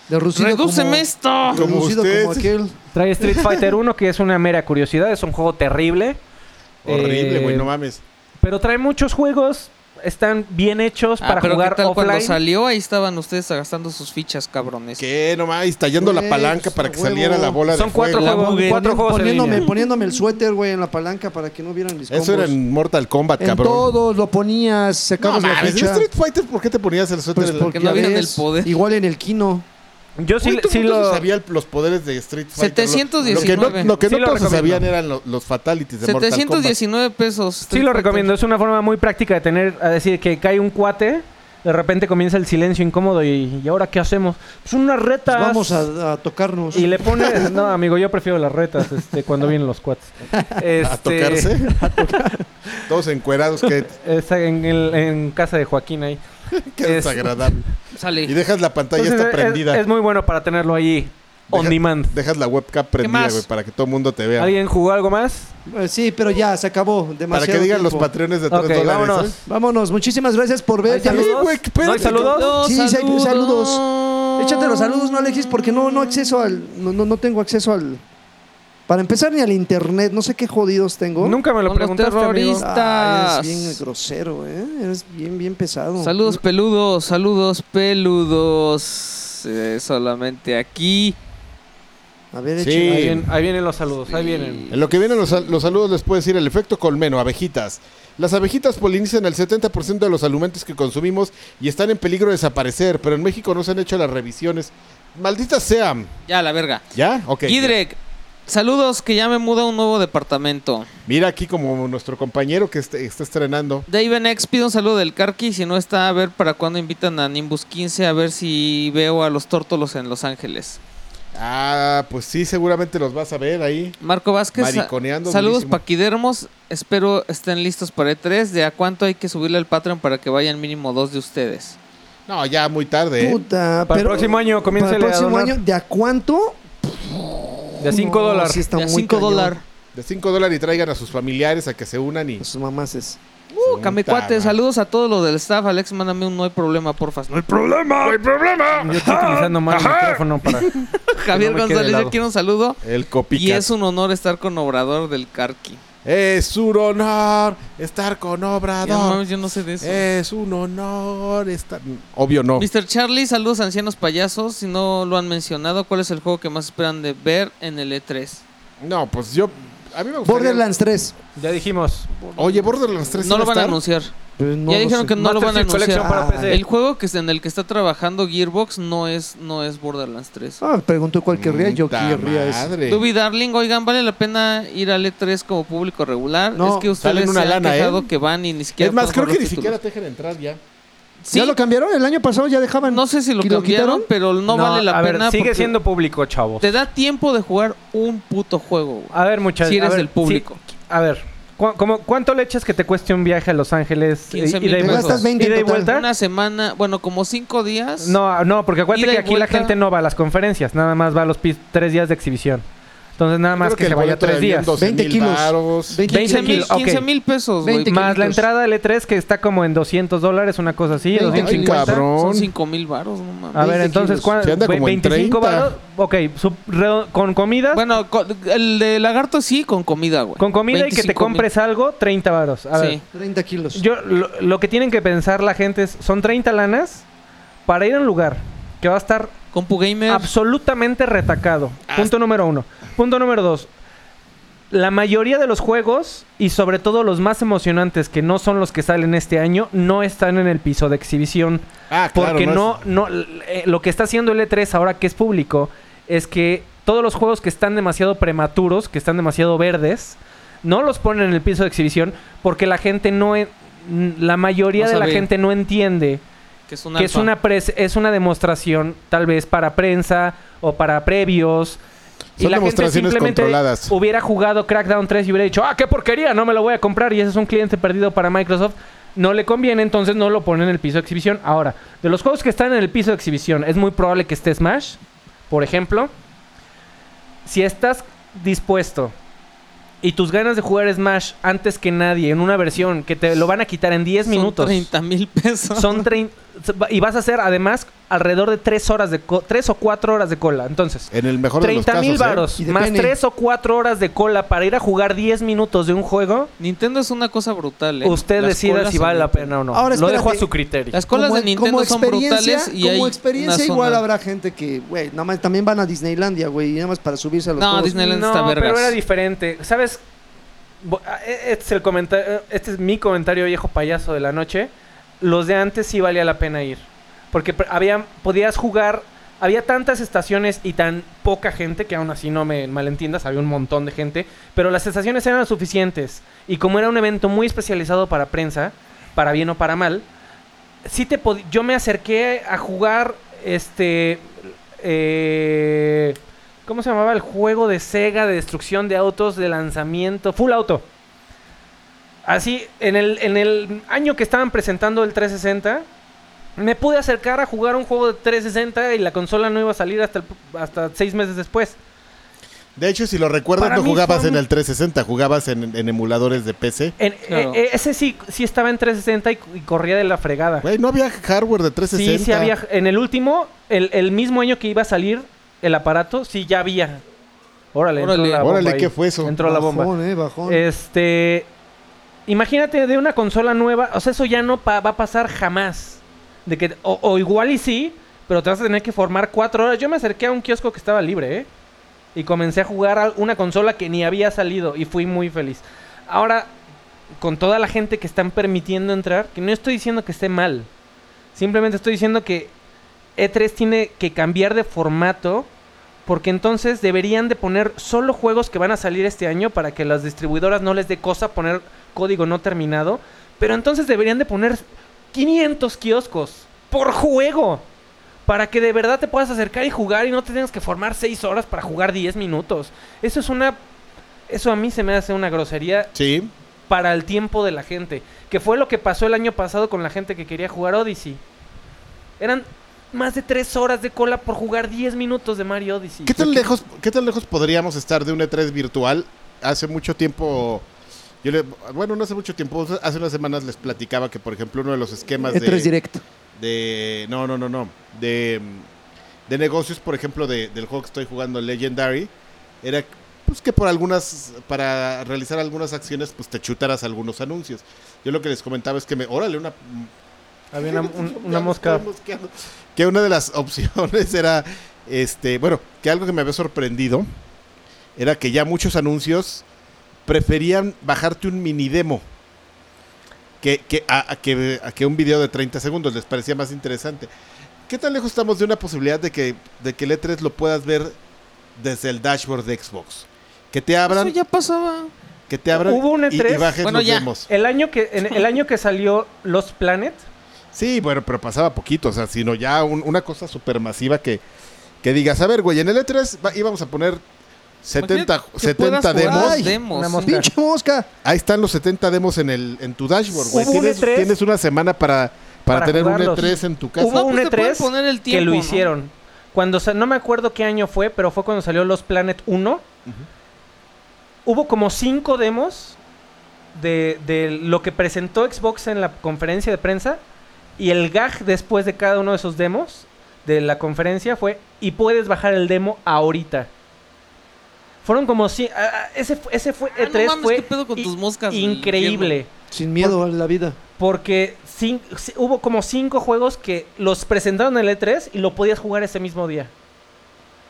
C: De Rusino
D: ¡Redúceme esto!
C: como,
B: Como
C: reducido
B: usted.
C: como aquel.
A: Trae Street Fighter 1, que es una mera curiosidad, es un juego terrible.
B: Horrible,
A: Eh,
B: güey, no mames.
A: Pero trae muchos juegos, están bien hechos
D: Ah,
A: para
D: pero
A: jugar
D: ¿qué tal cuando
A: offline.
D: salió? Ahí estaban ustedes gastando sus fichas, cabrones.
B: ¿Qué? No mames, tallando la
C: Güey,
B: palanca
C: pues,
B: para que
C: a huevo.
B: saliera la bola
A: Son
B: de fuego.
A: cuatro juegos,
D: Poniendo-
A: cuatro juegos en
C: poniéndome,
A: línea.
C: poniéndome el suéter, güey, en la palanca para que no vieran mis
B: Eso era
C: combos.
B: en Mortal Kombat,
C: En
B: cabrón.
C: todos lo ponías,
B: No
C: sacabas la
B: mames, en
C: ficha.
B: Street Fighter, ¿por qué te ponías el suéter?
C: Pues
B: de-
C: porque
D: no
C: ya
D: vieran
C: ves,
D: el poder.
C: Igual en el kino.
A: Yo sí,
B: Güey, todo
A: sí
B: el mundo
A: lo...
B: se sabía el- los poderes de Street Fighter. Lo-
D: 719.
B: Lo que no, lo que
A: Sí
B: no
A: lo
B: todos se
A: recomiendo.
B: sabían eran lo- los fatalities de Mortal Kombat.
D: 719 pesos.
A: Sí lo recomiendo, es una forma muy práctica de tener, a decir, que cae un cuate, de repente comienza el silencio incómodo y, ¿y ahora qué hacemos? Pues unas retas.
C: Pues vamos a, a tocarnos.
A: Y le pones, no amigo, yo prefiero las retas, este, cuando vienen los cuates. Este,
B: A tocarse. Todos encuerados, que
A: esa- en, el- en casa de Joaquín ahí.
B: qué
A: Es-
B: desagradable.
D: Sale.
B: Y dejas la pantalla
A: Entonces,
B: esta
A: es-
B: prendida.
A: Es, muy bueno para tenerlo ahí, on
B: Deja-
A: demand.
B: Dejas la webcam prendida,
D: más?
B: güey, para que todo el mundo te vea.
A: ¿Alguien jugó algo más?
C: Eh, sí, pero ya, se acabó.
B: Para
C: Demasiado
B: que digan los
C: tiempo.
B: patrones de 3
A: Ok,
B: dólares.
A: vámonos.
B: ¿eh?
C: Vámonos, muchísimas gracias por ver.
A: ¿Hay
C: Ya-
A: saludos?
B: güey, espérate.
A: ¿No hay saludos?
C: Sí, sí, hay
D: saludos.
C: Échate los saludos, no Alexis, porque no, no acceso al. No, no, no tengo acceso al. Para empezar, ni al internet. No sé qué jodidos tengo.
A: Nunca me lo
D: Con los
A: preguntaste, amigo.
D: terroristas.
C: Ah, eres bien grosero, ¿eh? Eres bien, bien pesado.
D: Saludos peludos, saludos peludos. Eh, solamente aquí.
C: A ver,
B: Sí.
C: échale.
A: Ahí, vienen, ahí vienen los saludos, ahí vienen.
B: En lo que vienen los, sal- los saludos les puedo decir el efecto colmeno, abejitas. Las abejitas polinizan el 70% de los alimentos que consumimos y están en peligro de desaparecer, pero en México no se han hecho las revisiones. Malditas sean.
D: Ya, la verga.
B: ¿Ya? Ok.
D: Gidrek, saludos que ya me muda a un nuevo departamento.
B: Mira aquí como nuestro compañero que este- está estrenando.
D: Dave Nex pide un saludo del Karki. Si no está, a ver para cuándo invitan a Nimbus 15 a ver si veo a los tórtolos en Los Ángeles.
B: Ah, pues sí, seguramente los vas a ver ahí.
D: Marco Vázquez, sa-
B: Mariconeando
D: saludos
B: durísimo.
D: paquidermos. Espero estén listos para E3. ¿De a cuánto hay que subirle al Patreon para que vayan mínimo dos de ustedes?
B: No, ya muy tarde. ¿eh?
C: Puta,
A: Para el
C: pero-
A: próximo año,
C: Para
A: comienza
C: el próximo año, ¿de a cuánto?
A: De 5
C: No,
A: dólares.
C: sí está
D: De a
C: muy
D: cinco
C: cañón.
D: dólares.
B: De 5 dólares y traigan a sus familiares a que se unan y...
C: A Sus Pues, mamás es.
D: Uh, Camecuate,
B: Puta,
D: saludos a todos los del staff. Alex, mándame un no hay problema, porfa. No hay
A: Yo estoy utilizando mal el micrófono para...
D: Javier
A: me quede
D: González,
A: helado.
D: yo quiero un saludo.
B: El copicat.
D: Y es un honor estar con Obrador del Carqui.
B: Es un honor estar con
D: Ya, no
B: Obrador.
D: mames, yo no sé de eso.
B: Es un honor estar. Obvio no.
D: Mr. Charlie, saludos ancianos payasos. Si no lo han mencionado, ¿cuál es el juego que más esperan de ver en el E E3?
B: No, pues yo. A mí me gustaría.
C: Borderlands 3.
A: Ya dijimos.
B: Oye, Borderlands 3.
D: No
B: sí
D: lo
B: va
D: van a
B: estar.
D: anunciar.
C: Pues no
D: ya
C: lo
D: dijeron
C: sé.
D: que no lo
A: Master
D: van a
A: Chief Collection
D: anunciar.
A: para
C: Ah,
A: PC.
D: El juego que es- en el que está trabajando Gearbox no es, no es Borderlands 3.
C: Ah, preguntó cuál querría. Yo
B: Puta
C: querría ese.
B: madre.
D: Tubi Darling, oigan, ¿vale la pena ir al E3 como público regular?
C: No,
D: es que
B: salen
D: ustedes
B: una
D: se han
B: lana, ¿eh?
D: quejado que van y ni siquiera...
B: Es más,
D: pueden
B: creo
D: jugar
B: que ni
D: los
B: siquiera
D: títulos.
B: te dejan entrar ya.
D: Sí,
C: ¿Ya lo cambiaron? El año pasado ya dejaban.
D: no sé si lo
C: ¿Y lo
D: cambiaron,
C: quitaron?
D: pero no, vale la
A: a ver,
D: pena.
A: sigue
D: porque
A: siendo público, chavos.
D: Te da tiempo de jugar un puto juego, güey.
A: A ver, muchachos.
D: Si
A: Ah, a
D: eres
A: ver,
D: del público.
A: sí, a ver, ¿cu- cómo- ¿cuánto le echas que te cueste un viaje a Los Ángeles?
D: 15
A: y- ida y
D: mil
A: vuelta?
D: pesos. Te gastas
C: 20 en
A: ¿Ida y
C: total.
A: vuelta?
D: Una semana, bueno, como cinco días.
A: No, no, porque acuérdate
D: Ida
A: que
D: y
A: aquí la
D: vuelta.
A: gente no va a las conferencias, nada más va a los pi- tres días de exhibición. Entonces nada más
B: Creo
A: que,
B: el
A: se vaya
B: boleto
A: tres
B: valía
A: días.
B: 12
C: 20
B: mil
C: kilos.
B: varos.
C: 20
A: 15
D: 15
A: mil,
D: mil
A: ok.
D: pesos, güey.
C: 20 kilos.
A: Más la entrada del E3 que está como en 200 dólares, una cosa así,
C: 20
B: Ay,
A: 250.
D: Son
B: cabrón.
D: 5 mil baros, no mames.
A: A ver,
C: 20
A: entonces,
C: kilos.
A: ¿cuánto?
B: Sí, anda como en
A: 25
B: 30.
A: baros. Ok, sub- redo- con comida.
D: Bueno, co- el de lagarto sí, con comida, güey.
A: con comida y que te
D: 25 mil.
A: compres algo, 30 baros. A ver,
D: Sí.
C: 30 kilos.
A: yo, lo, lo que tienen que pensar la gente es, son 30 lanas para ir a un lugar que va a estar
D: Compu Gamer.
A: absolutamente retacado.
D: Ah,
A: Punto número uno. Punto número dos. La mayoría de los juegos, y sobre todo los más emocionantes, que no son los que salen este año, no están en el piso de exhibición.
B: Ah, claro,
A: Porque
B: es-
A: no, no, eh, lo que está haciendo el E3 ahora que es público es que todos los juegos que están demasiado prematuros, que están demasiado verdes, no los ponen en el piso de exhibición porque la gente no, en- la mayoría
D: No
A: de la
D: sabe.
A: gente no entiende
D: que es una.
A: que es una pres- es una demostración tal vez para prensa o para previos.
B: Son demostraciones controladas.
A: hubiera jugado Crackdown 3 y hubiera dicho, ah, qué porquería, no me lo voy a comprar y ese es un cliente perdido para Microsoft. No le conviene, entonces no lo ponen en el piso de exhibición. Ahora, de los juegos que están en el piso de exhibición, es muy probable que esté Smash, por ejemplo. Si estás dispuesto y tus ganas de jugar Smash antes que nadie en una versión que te lo van a quitar en 10 minutos.
D: Son 30 mil pesos.
A: Son trein- y vas a hacer además alrededor de tres horas de co- tres o cuatro horas de cola. Entonces,
B: En el mejor de los
A: 30
B: casos.
A: mil
B: ¿eh?
A: varos
C: Y
A: más
C: depende.
A: tres o cuatro horas de cola para ir a jugar 10 minutos de un juego.
D: Nintendo es una cosa brutal, eh.
A: Usted
D: Las
A: decida
D: colas
A: si vale
D: son-
A: la pena o no.
C: Ahora,
A: lo dejo a
C: espérate.
A: su criterio.
D: Las colas de
C: Como- como
D: Nintendo son
C: experiencia-
D: brutales y hay
C: Como
D: una
C: experiencia igual
D: zona-
C: habrá gente que, güey, nada más también van a Disneylandia, güey, y nada más para subirse a los
D: No,
C: juegos.
D: Disney- Disneyland
A: no,
D: está
A: pero
D: vergas.
A: era diferente. ¿Sabes? Bo- ah, e- Este es el comentario, este es mi comentario viejo payaso de la noche. Los de antes sí valía la pena ir, porque pr- había podías jugar, había tantas estaciones y tan poca gente que aún así no me malentiendas, había un montón de gente, pero las estaciones eran suficientes y como era un evento muy especializado para prensa, para bien o para mal, sí te pod- yo me acerqué a jugar este eh, ¿Cómo se llamaba el juego de Sega de destrucción de autos de lanzamiento? Full Auto. Así, en el, en el año que estaban presentando el 360, me pude acercar a jugar un juego de 360 y la consola no iba a salir hasta, el- hasta seis meses después.
B: De hecho, si lo recuerdas,
A: Para
B: no
A: mí
B: jugabas
A: fue
B: en
A: un-
B: el 360, jugabas en, en emuladores de PC.
A: En-
D: Claro.
A: e- e- ese sí, sí estaba en 360 y, y corría de la fregada.
B: Güey, no había hardware de 360.
A: Sí, sí había. En el último, el, el mismo año que iba a salir el aparato, sí ya había. Órale, entró
D: Órale.
A: la bomba
B: Órale,
A: ahí.
B: ¿qué fue eso?
A: Entró la bomba.
C: Bajón, eh, bajón.
A: Este. Imagínate de una consola nueva. O sea, eso ya no pa- va a pasar jamás. De que, o, o igual y sí, pero te vas a tener que formar cuatro horas. Yo me acerqué a un kiosco que estaba libre, ¿eh? Y comencé a jugar a una consola que ni había salido. Y fui muy feliz. Ahora, con toda la gente que están permitiendo entrar, que no estoy diciendo que esté mal. Simplemente estoy diciendo que E3 E tiene que cambiar de formato porque entonces deberían de poner solo juegos que van a salir este año para que las distribuidoras no les dé cosa poner código no terminado. Pero entonces deberían de poner 500 kioscos por juego. Para que de verdad te puedas acercar y jugar y no te tengas que formar 6 horas para jugar 10 minutos. Eso es una... Eso a mí se me hace una grosería
B: Sí.
A: para el tiempo de la gente. Que fue lo que pasó el año pasado con la gente que quería jugar Odyssey. Eran más de 3 horas de cola por jugar 10 minutos de Mario Odyssey.
B: ¿Qué tan, lejos, ¿Qué tan lejos podríamos estar de un E3 virtual? Hace mucho tiempo, yo le, bueno, no hace mucho tiempo, hace unas semanas les platicaba que, por ejemplo, uno de los esquemas
C: E3
B: de,
C: E directo.
B: de- No, no, no, no. De, mm, de negocios, por ejemplo, de- del juego que estoy jugando, Legendary, era pues, que por algunas, para realizar algunas acciones, pues te chutaras algunos anuncios. Yo lo que les comentaba es que me, órale, una
A: Había una, un-
B: Ya
A: una
B: me
A: mosca.
B: estoy mosqueando. Que una de las opciones era, este, bueno, que algo que me había sorprendido era que ya muchos anuncios preferían bajarte un mini demo que, que, a, a que, a que un video de 30 segundos, les parecía más interesante. ¿Qué tan lejos estamos de una posibilidad de que, de que el E3 lo puedas ver desde el dashboard de Xbox? Que te abran,
D: Eso ya pasaba.
B: que te abran
A: Hubo un
B: y- Y,
A: E3.
B: bajes
D: Bueno,
B: los
D: ya.
B: demos.
A: El año que en- el año que salió Los Planet,
B: Sí, bueno, pero pasaba poquito, o sea, sino ya un- una cosa supermasiva que, que digas, a ver, güey, en el E3 va- íbamos a poner 70,
D: Imagínate que
B: 70
D: puedas jugar
B: demos.
C: Ay,
D: demos,
A: una
D: sí.
A: mosca.
C: ¡Pinche mosca!
B: Ahí están los 70 demos en el en tu dashboard, güey.
A: Hubo un
B: Tienes,
A: E3
B: tienes una semana para, para,
A: para
B: tener un
A: jugarlos.
B: E3 en tu casa.
A: Hubo
D: No,
A: un
D: pues te
A: E3
D: pueden poner el
A: que
D: tiempo,
A: lo
D: ¿no?
A: hicieron. Cuando sa- no me acuerdo qué año fue, pero fue cuando salió Los Planet 1. Hubo como cinco demos de, de lo que presentó Xbox en la conferencia de prensa. Y el gag después de cada uno de esos demos de la conferencia fue: y puedes bajar el demo ahorita. Fueron como si. ah, ah, ese, fu- ese fue.
D: Ah, no
A: E3
D: mames,
A: fue
D: ¿qué pedo con
A: i-
D: tus moscas,
A: increíble.
C: Sin miedo a la vida.
A: Porque cin- si- hubo como cinco juegos que los presentaron en el E3 y lo podías jugar ese mismo día.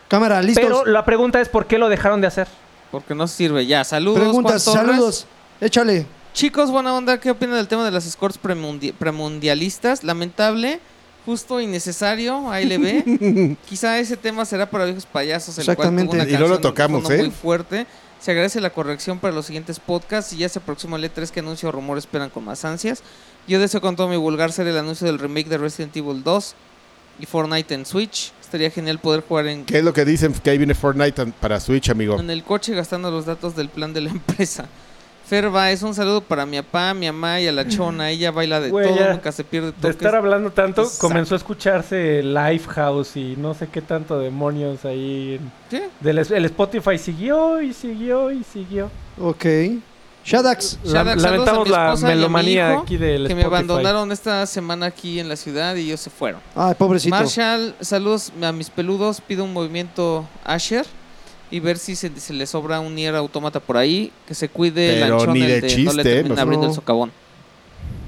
C: Cámara, listos.
A: Pero la pregunta es por qué lo dejaron de hacer.
D: Porque no sirve. Ya, saludos.
C: Preguntas,
D: Juan Torres.
C: saludos. Échale.
D: Chicos, buena onda, ¿qué opinan del tema de las scores premundi- premundialistas? Lamentable, justo y necesario, ahí le ve. Quizá ese tema será para viejos payasos, el cual tuvo
C: Exactamente.
D: una
B: Y no lo
D: canción de
B: tocamos,
D: fondo
B: ¿eh?
D: muy fuerte. Se agradece la corrección para los siguientes podcasts y ya se aproxima el E3 que anuncio o rumor esperan con más ansias. Yo deseo con todo mi vulgar ser el anuncio del remake de Resident Evil 2 y Fortnite en Switch. Estaría genial poder jugar en,
B: ¿Qué es lo que dicen que ahí viene Fortnite an- para Switch, amigo?
D: en el coche gastando los datos del plan de la empresa. Ferba, es un saludo para mi papá, mi mamá y a la chona. Ella baila de
A: Güey,
D: todo,
A: ya.
D: nunca se pierde
A: De
D: toques.
A: estar hablando tanto,
D: Exacto.
A: comenzó a escucharse Lifehouse y no sé qué tanto demonios ahí. en-
D: Sí,
A: del es- el Spotify siguió y siguió y siguió.
C: Ok. Shadax.
A: La-
D: Shadax, saludos a
A: lamentamos
D: mi
A: la
D: esposa y a mi
A: melomanía
D: hijo,
A: aquí del
D: que me
A: Spotify.
D: abandonaron esta semana aquí en la ciudad y ellos se fueron.
C: Ay, Ah, pobrecito.
D: Marshall, saludos a mis peludos. Pido un movimiento Asher y ver si se, se le sobra un Nier Automata por ahí. Que se cuide el
B: Pero
D: anchón
B: ni
D: el
B: de
D: no le
B: chiste,
D: terminen
B: pues.
D: abriendo
C: No.
D: el socavón.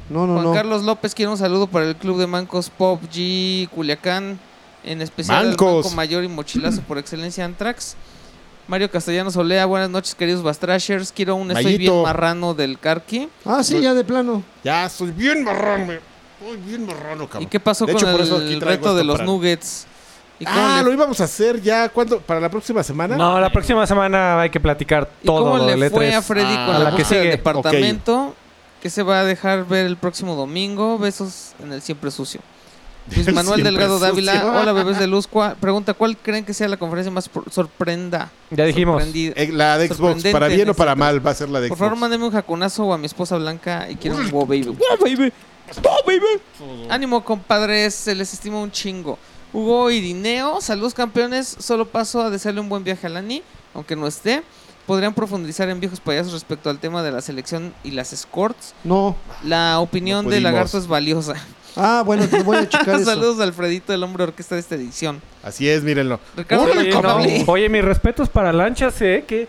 C: No, no,
D: Juan
C: no.
D: Carlos López quiere un saludo para el club de mancos Pop G Culiacán, en especial al
B: Mancos.
D: manco mayor y mochilazo por excelencia Antrax. Mario Castellanos Olea, buenas noches queridos Bastrashers, quiero un estoy bien
B: Mayito.
D: marrano del Karki.
C: Ah, sí, ya de plano.
B: Ya, soy bien marrano. Soy bien marrano,
D: ¿Y
B: cabrón.
D: qué pasó
B: De
D: con
B: hecho, por eso aquí
D: el
B: traigo
D: reto de
B: esto
D: los
B: para-
D: Nuggets? ¿Y cómo
B: Ah,
D: le-
B: lo íbamos a hacer ya. ¿Cuándo? ¿Para la próxima semana?
A: No, la próxima semana hay que platicar
D: ¿Y
A: todo
D: cómo
A: lo
D: le
A: del E
D: fue
A: E3.
D: a Freddy
B: Ah,
D: con
A: a
D: la,
A: la que
D: búsqueda del
A: sigue.
D: departamento? Que se va a dejar ver el próximo domingo. Besos en el siempre sucio. Luis
B: El
D: Manuel
B: siempre
D: Delgado
B: sucio.
D: Dávila, hola bebés de luz. Cua- Pregunta, ¿cuál creen que sea la conferencia más por- sorprenda?
A: Ya dijimos.
D: sorprendida?
B: Eh, la de Xbox,
D: Sorprendente
B: para bien o para
D: en
B: mal, va a ser la de
D: Por
B: Xbox.
D: favor, mándeme un jaconazo o a mi esposa Blanca y quiero un wow baby. Wow baby. Wow baby. Ánimo, compadres, se les estima un chingo. Hugo Irineo, saludos campeones. Solo paso a desearle un buen viaje a Lani, aunque no esté. Podrían profundizar en viejos payasos respecto al tema de la selección y las escorts.
C: No.
D: La opinión
B: No
D: de
B: pudimos.
D: Lagarto es valiosa.
C: Ah, bueno, te voy a checar eso.
D: saludos a Alfredito, el hombre de orquesta de esta edición.
B: Así es, mírenlo.
D: Ricardo
A: Oye, no.
D: Rocabole.
A: Oye, mis respetos para Lanchas, eh, que,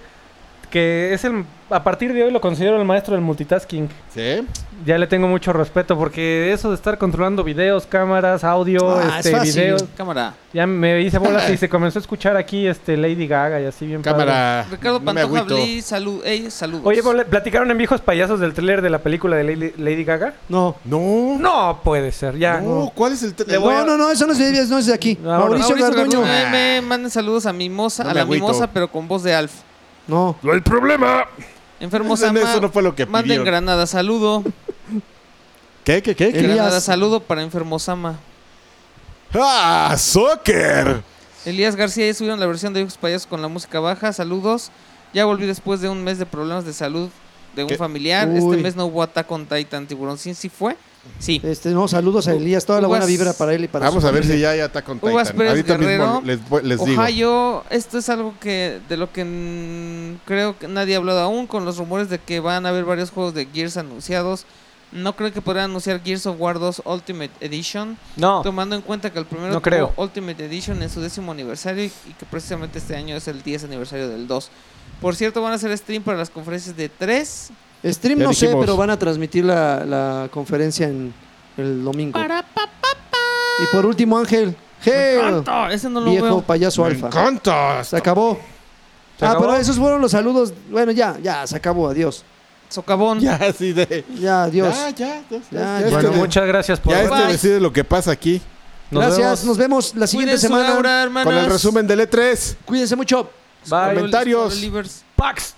A: que es el... A partir de hoy lo considero el maestro del multitasking.
B: ¿Sí?
A: Ya le tengo mucho respeto porque eso de estar controlando videos, cámaras, audio,
C: Ah, es
A: este,
C: fácil.
A: videos...
D: Cámara.
A: Ya me hice bolas y se comenzó a escuchar aquí este Lady Gaga y así bien padre.
B: Cámara.
D: Ricardo
B: no me
D: Pantoja
B: agüito.
D: Bli, salud, ey, saludos.
A: Oye, ¿pl- ¿platicaron en viejos payasos del tráiler de la película de Lady, Lady Gaga?
C: No.
B: No,
A: No puede ser, ya.
B: no, ¿cuál es el te-
A: Le voy a-
C: No, no, no, eso no es de Díaz, no es de aquí.
A: No, no.
C: Mauricio,
D: Ah, Mauricio
C: Garduño.
D: Garduño, eh, me manden saludos a Mimosa,
B: No
D: a
B: me
D: la
B: agüito.
D: Mimosa, pero con voz de Alf.
C: No.
B: No hay problema.
D: Enfermo
B: Eso no-
D: Sama,
B: eso no fue lo que
D: manden
B: pidieron.
D: Granada, saludo.
B: ¿Qué, qué, qué? qué?
C: Elías.
D: Granada, saludo para Enfermo Sama.
B: ¡Ah, soccer!
D: Elías García, ya subieron la versión de Viejos Payasos con la música baja, saludos. Ya volví después de un mes de problemas de salud de un
B: ¿Qué?
D: familiar.
C: Uy.
D: Este mes no hubo ataque con Titan Tiburón. ¿Sí, sí fue? Sí.
C: Este, no, saludos a Elías, toda la buena
D: Uvas-
C: vibra para él y para
B: Vamos
C: su
B: a ver
C: familia.
B: si ya hay Attack on
D: Uvas
B: Titan.
D: Pérez
B: Ahorita
D: Guerrero,
B: mismo les, voy- les digo.
D: Ohio, esto es algo que de lo que mm, creo que nadie ha hablado aún con los rumores de que van a haber varios juegos de Gears anunciados. No creo que podrán anunciar Gears of War 2 Ultimate Edition,
A: No.
D: tomando en cuenta que el primero
A: No
D: tuvo
A: creo.
D: Ultimate Edition en su décimo aniversario y, y que precisamente este año es el 10 aniversario del 2. Por cierto, van a hacer stream para las conferencias de 3.
C: Stream
B: Ya
C: no sé,
B: dijimos.
C: pero van a transmitir la, la conferencia en el domingo.
D: Para pa-
C: Y por último, Ángel. Gel,
D: ¡Canto! Ese no lo
C: Eh, viejo
D: veo.
C: payaso
B: Me
C: alfa.
B: encanta.
C: Se acabó.
A: ¿Se
C: ah,
A: acabó?
C: pero esos fueron los saludos. Bueno, ya, ya, se acabó. Adiós.
D: Socavón.
B: Ya, así de.
C: Ya, adiós.
B: Ya, ya. Ya,
C: Ya,
B: ya
C: ya.
B: este-
A: Bueno, muchas gracias por...
B: ya
D: Bye.
B: este decide lo que pasa aquí.
A: Nos
C: Gracias,
A: vemos.
C: nos vemos la siguiente
D: Cuiden su
C: semana.
D: aura, hermanos.
B: E Con el resumen del E3.
C: Cuídense mucho.
A: Bye.
B: comentarios.
D: Olivers.
A: Pax.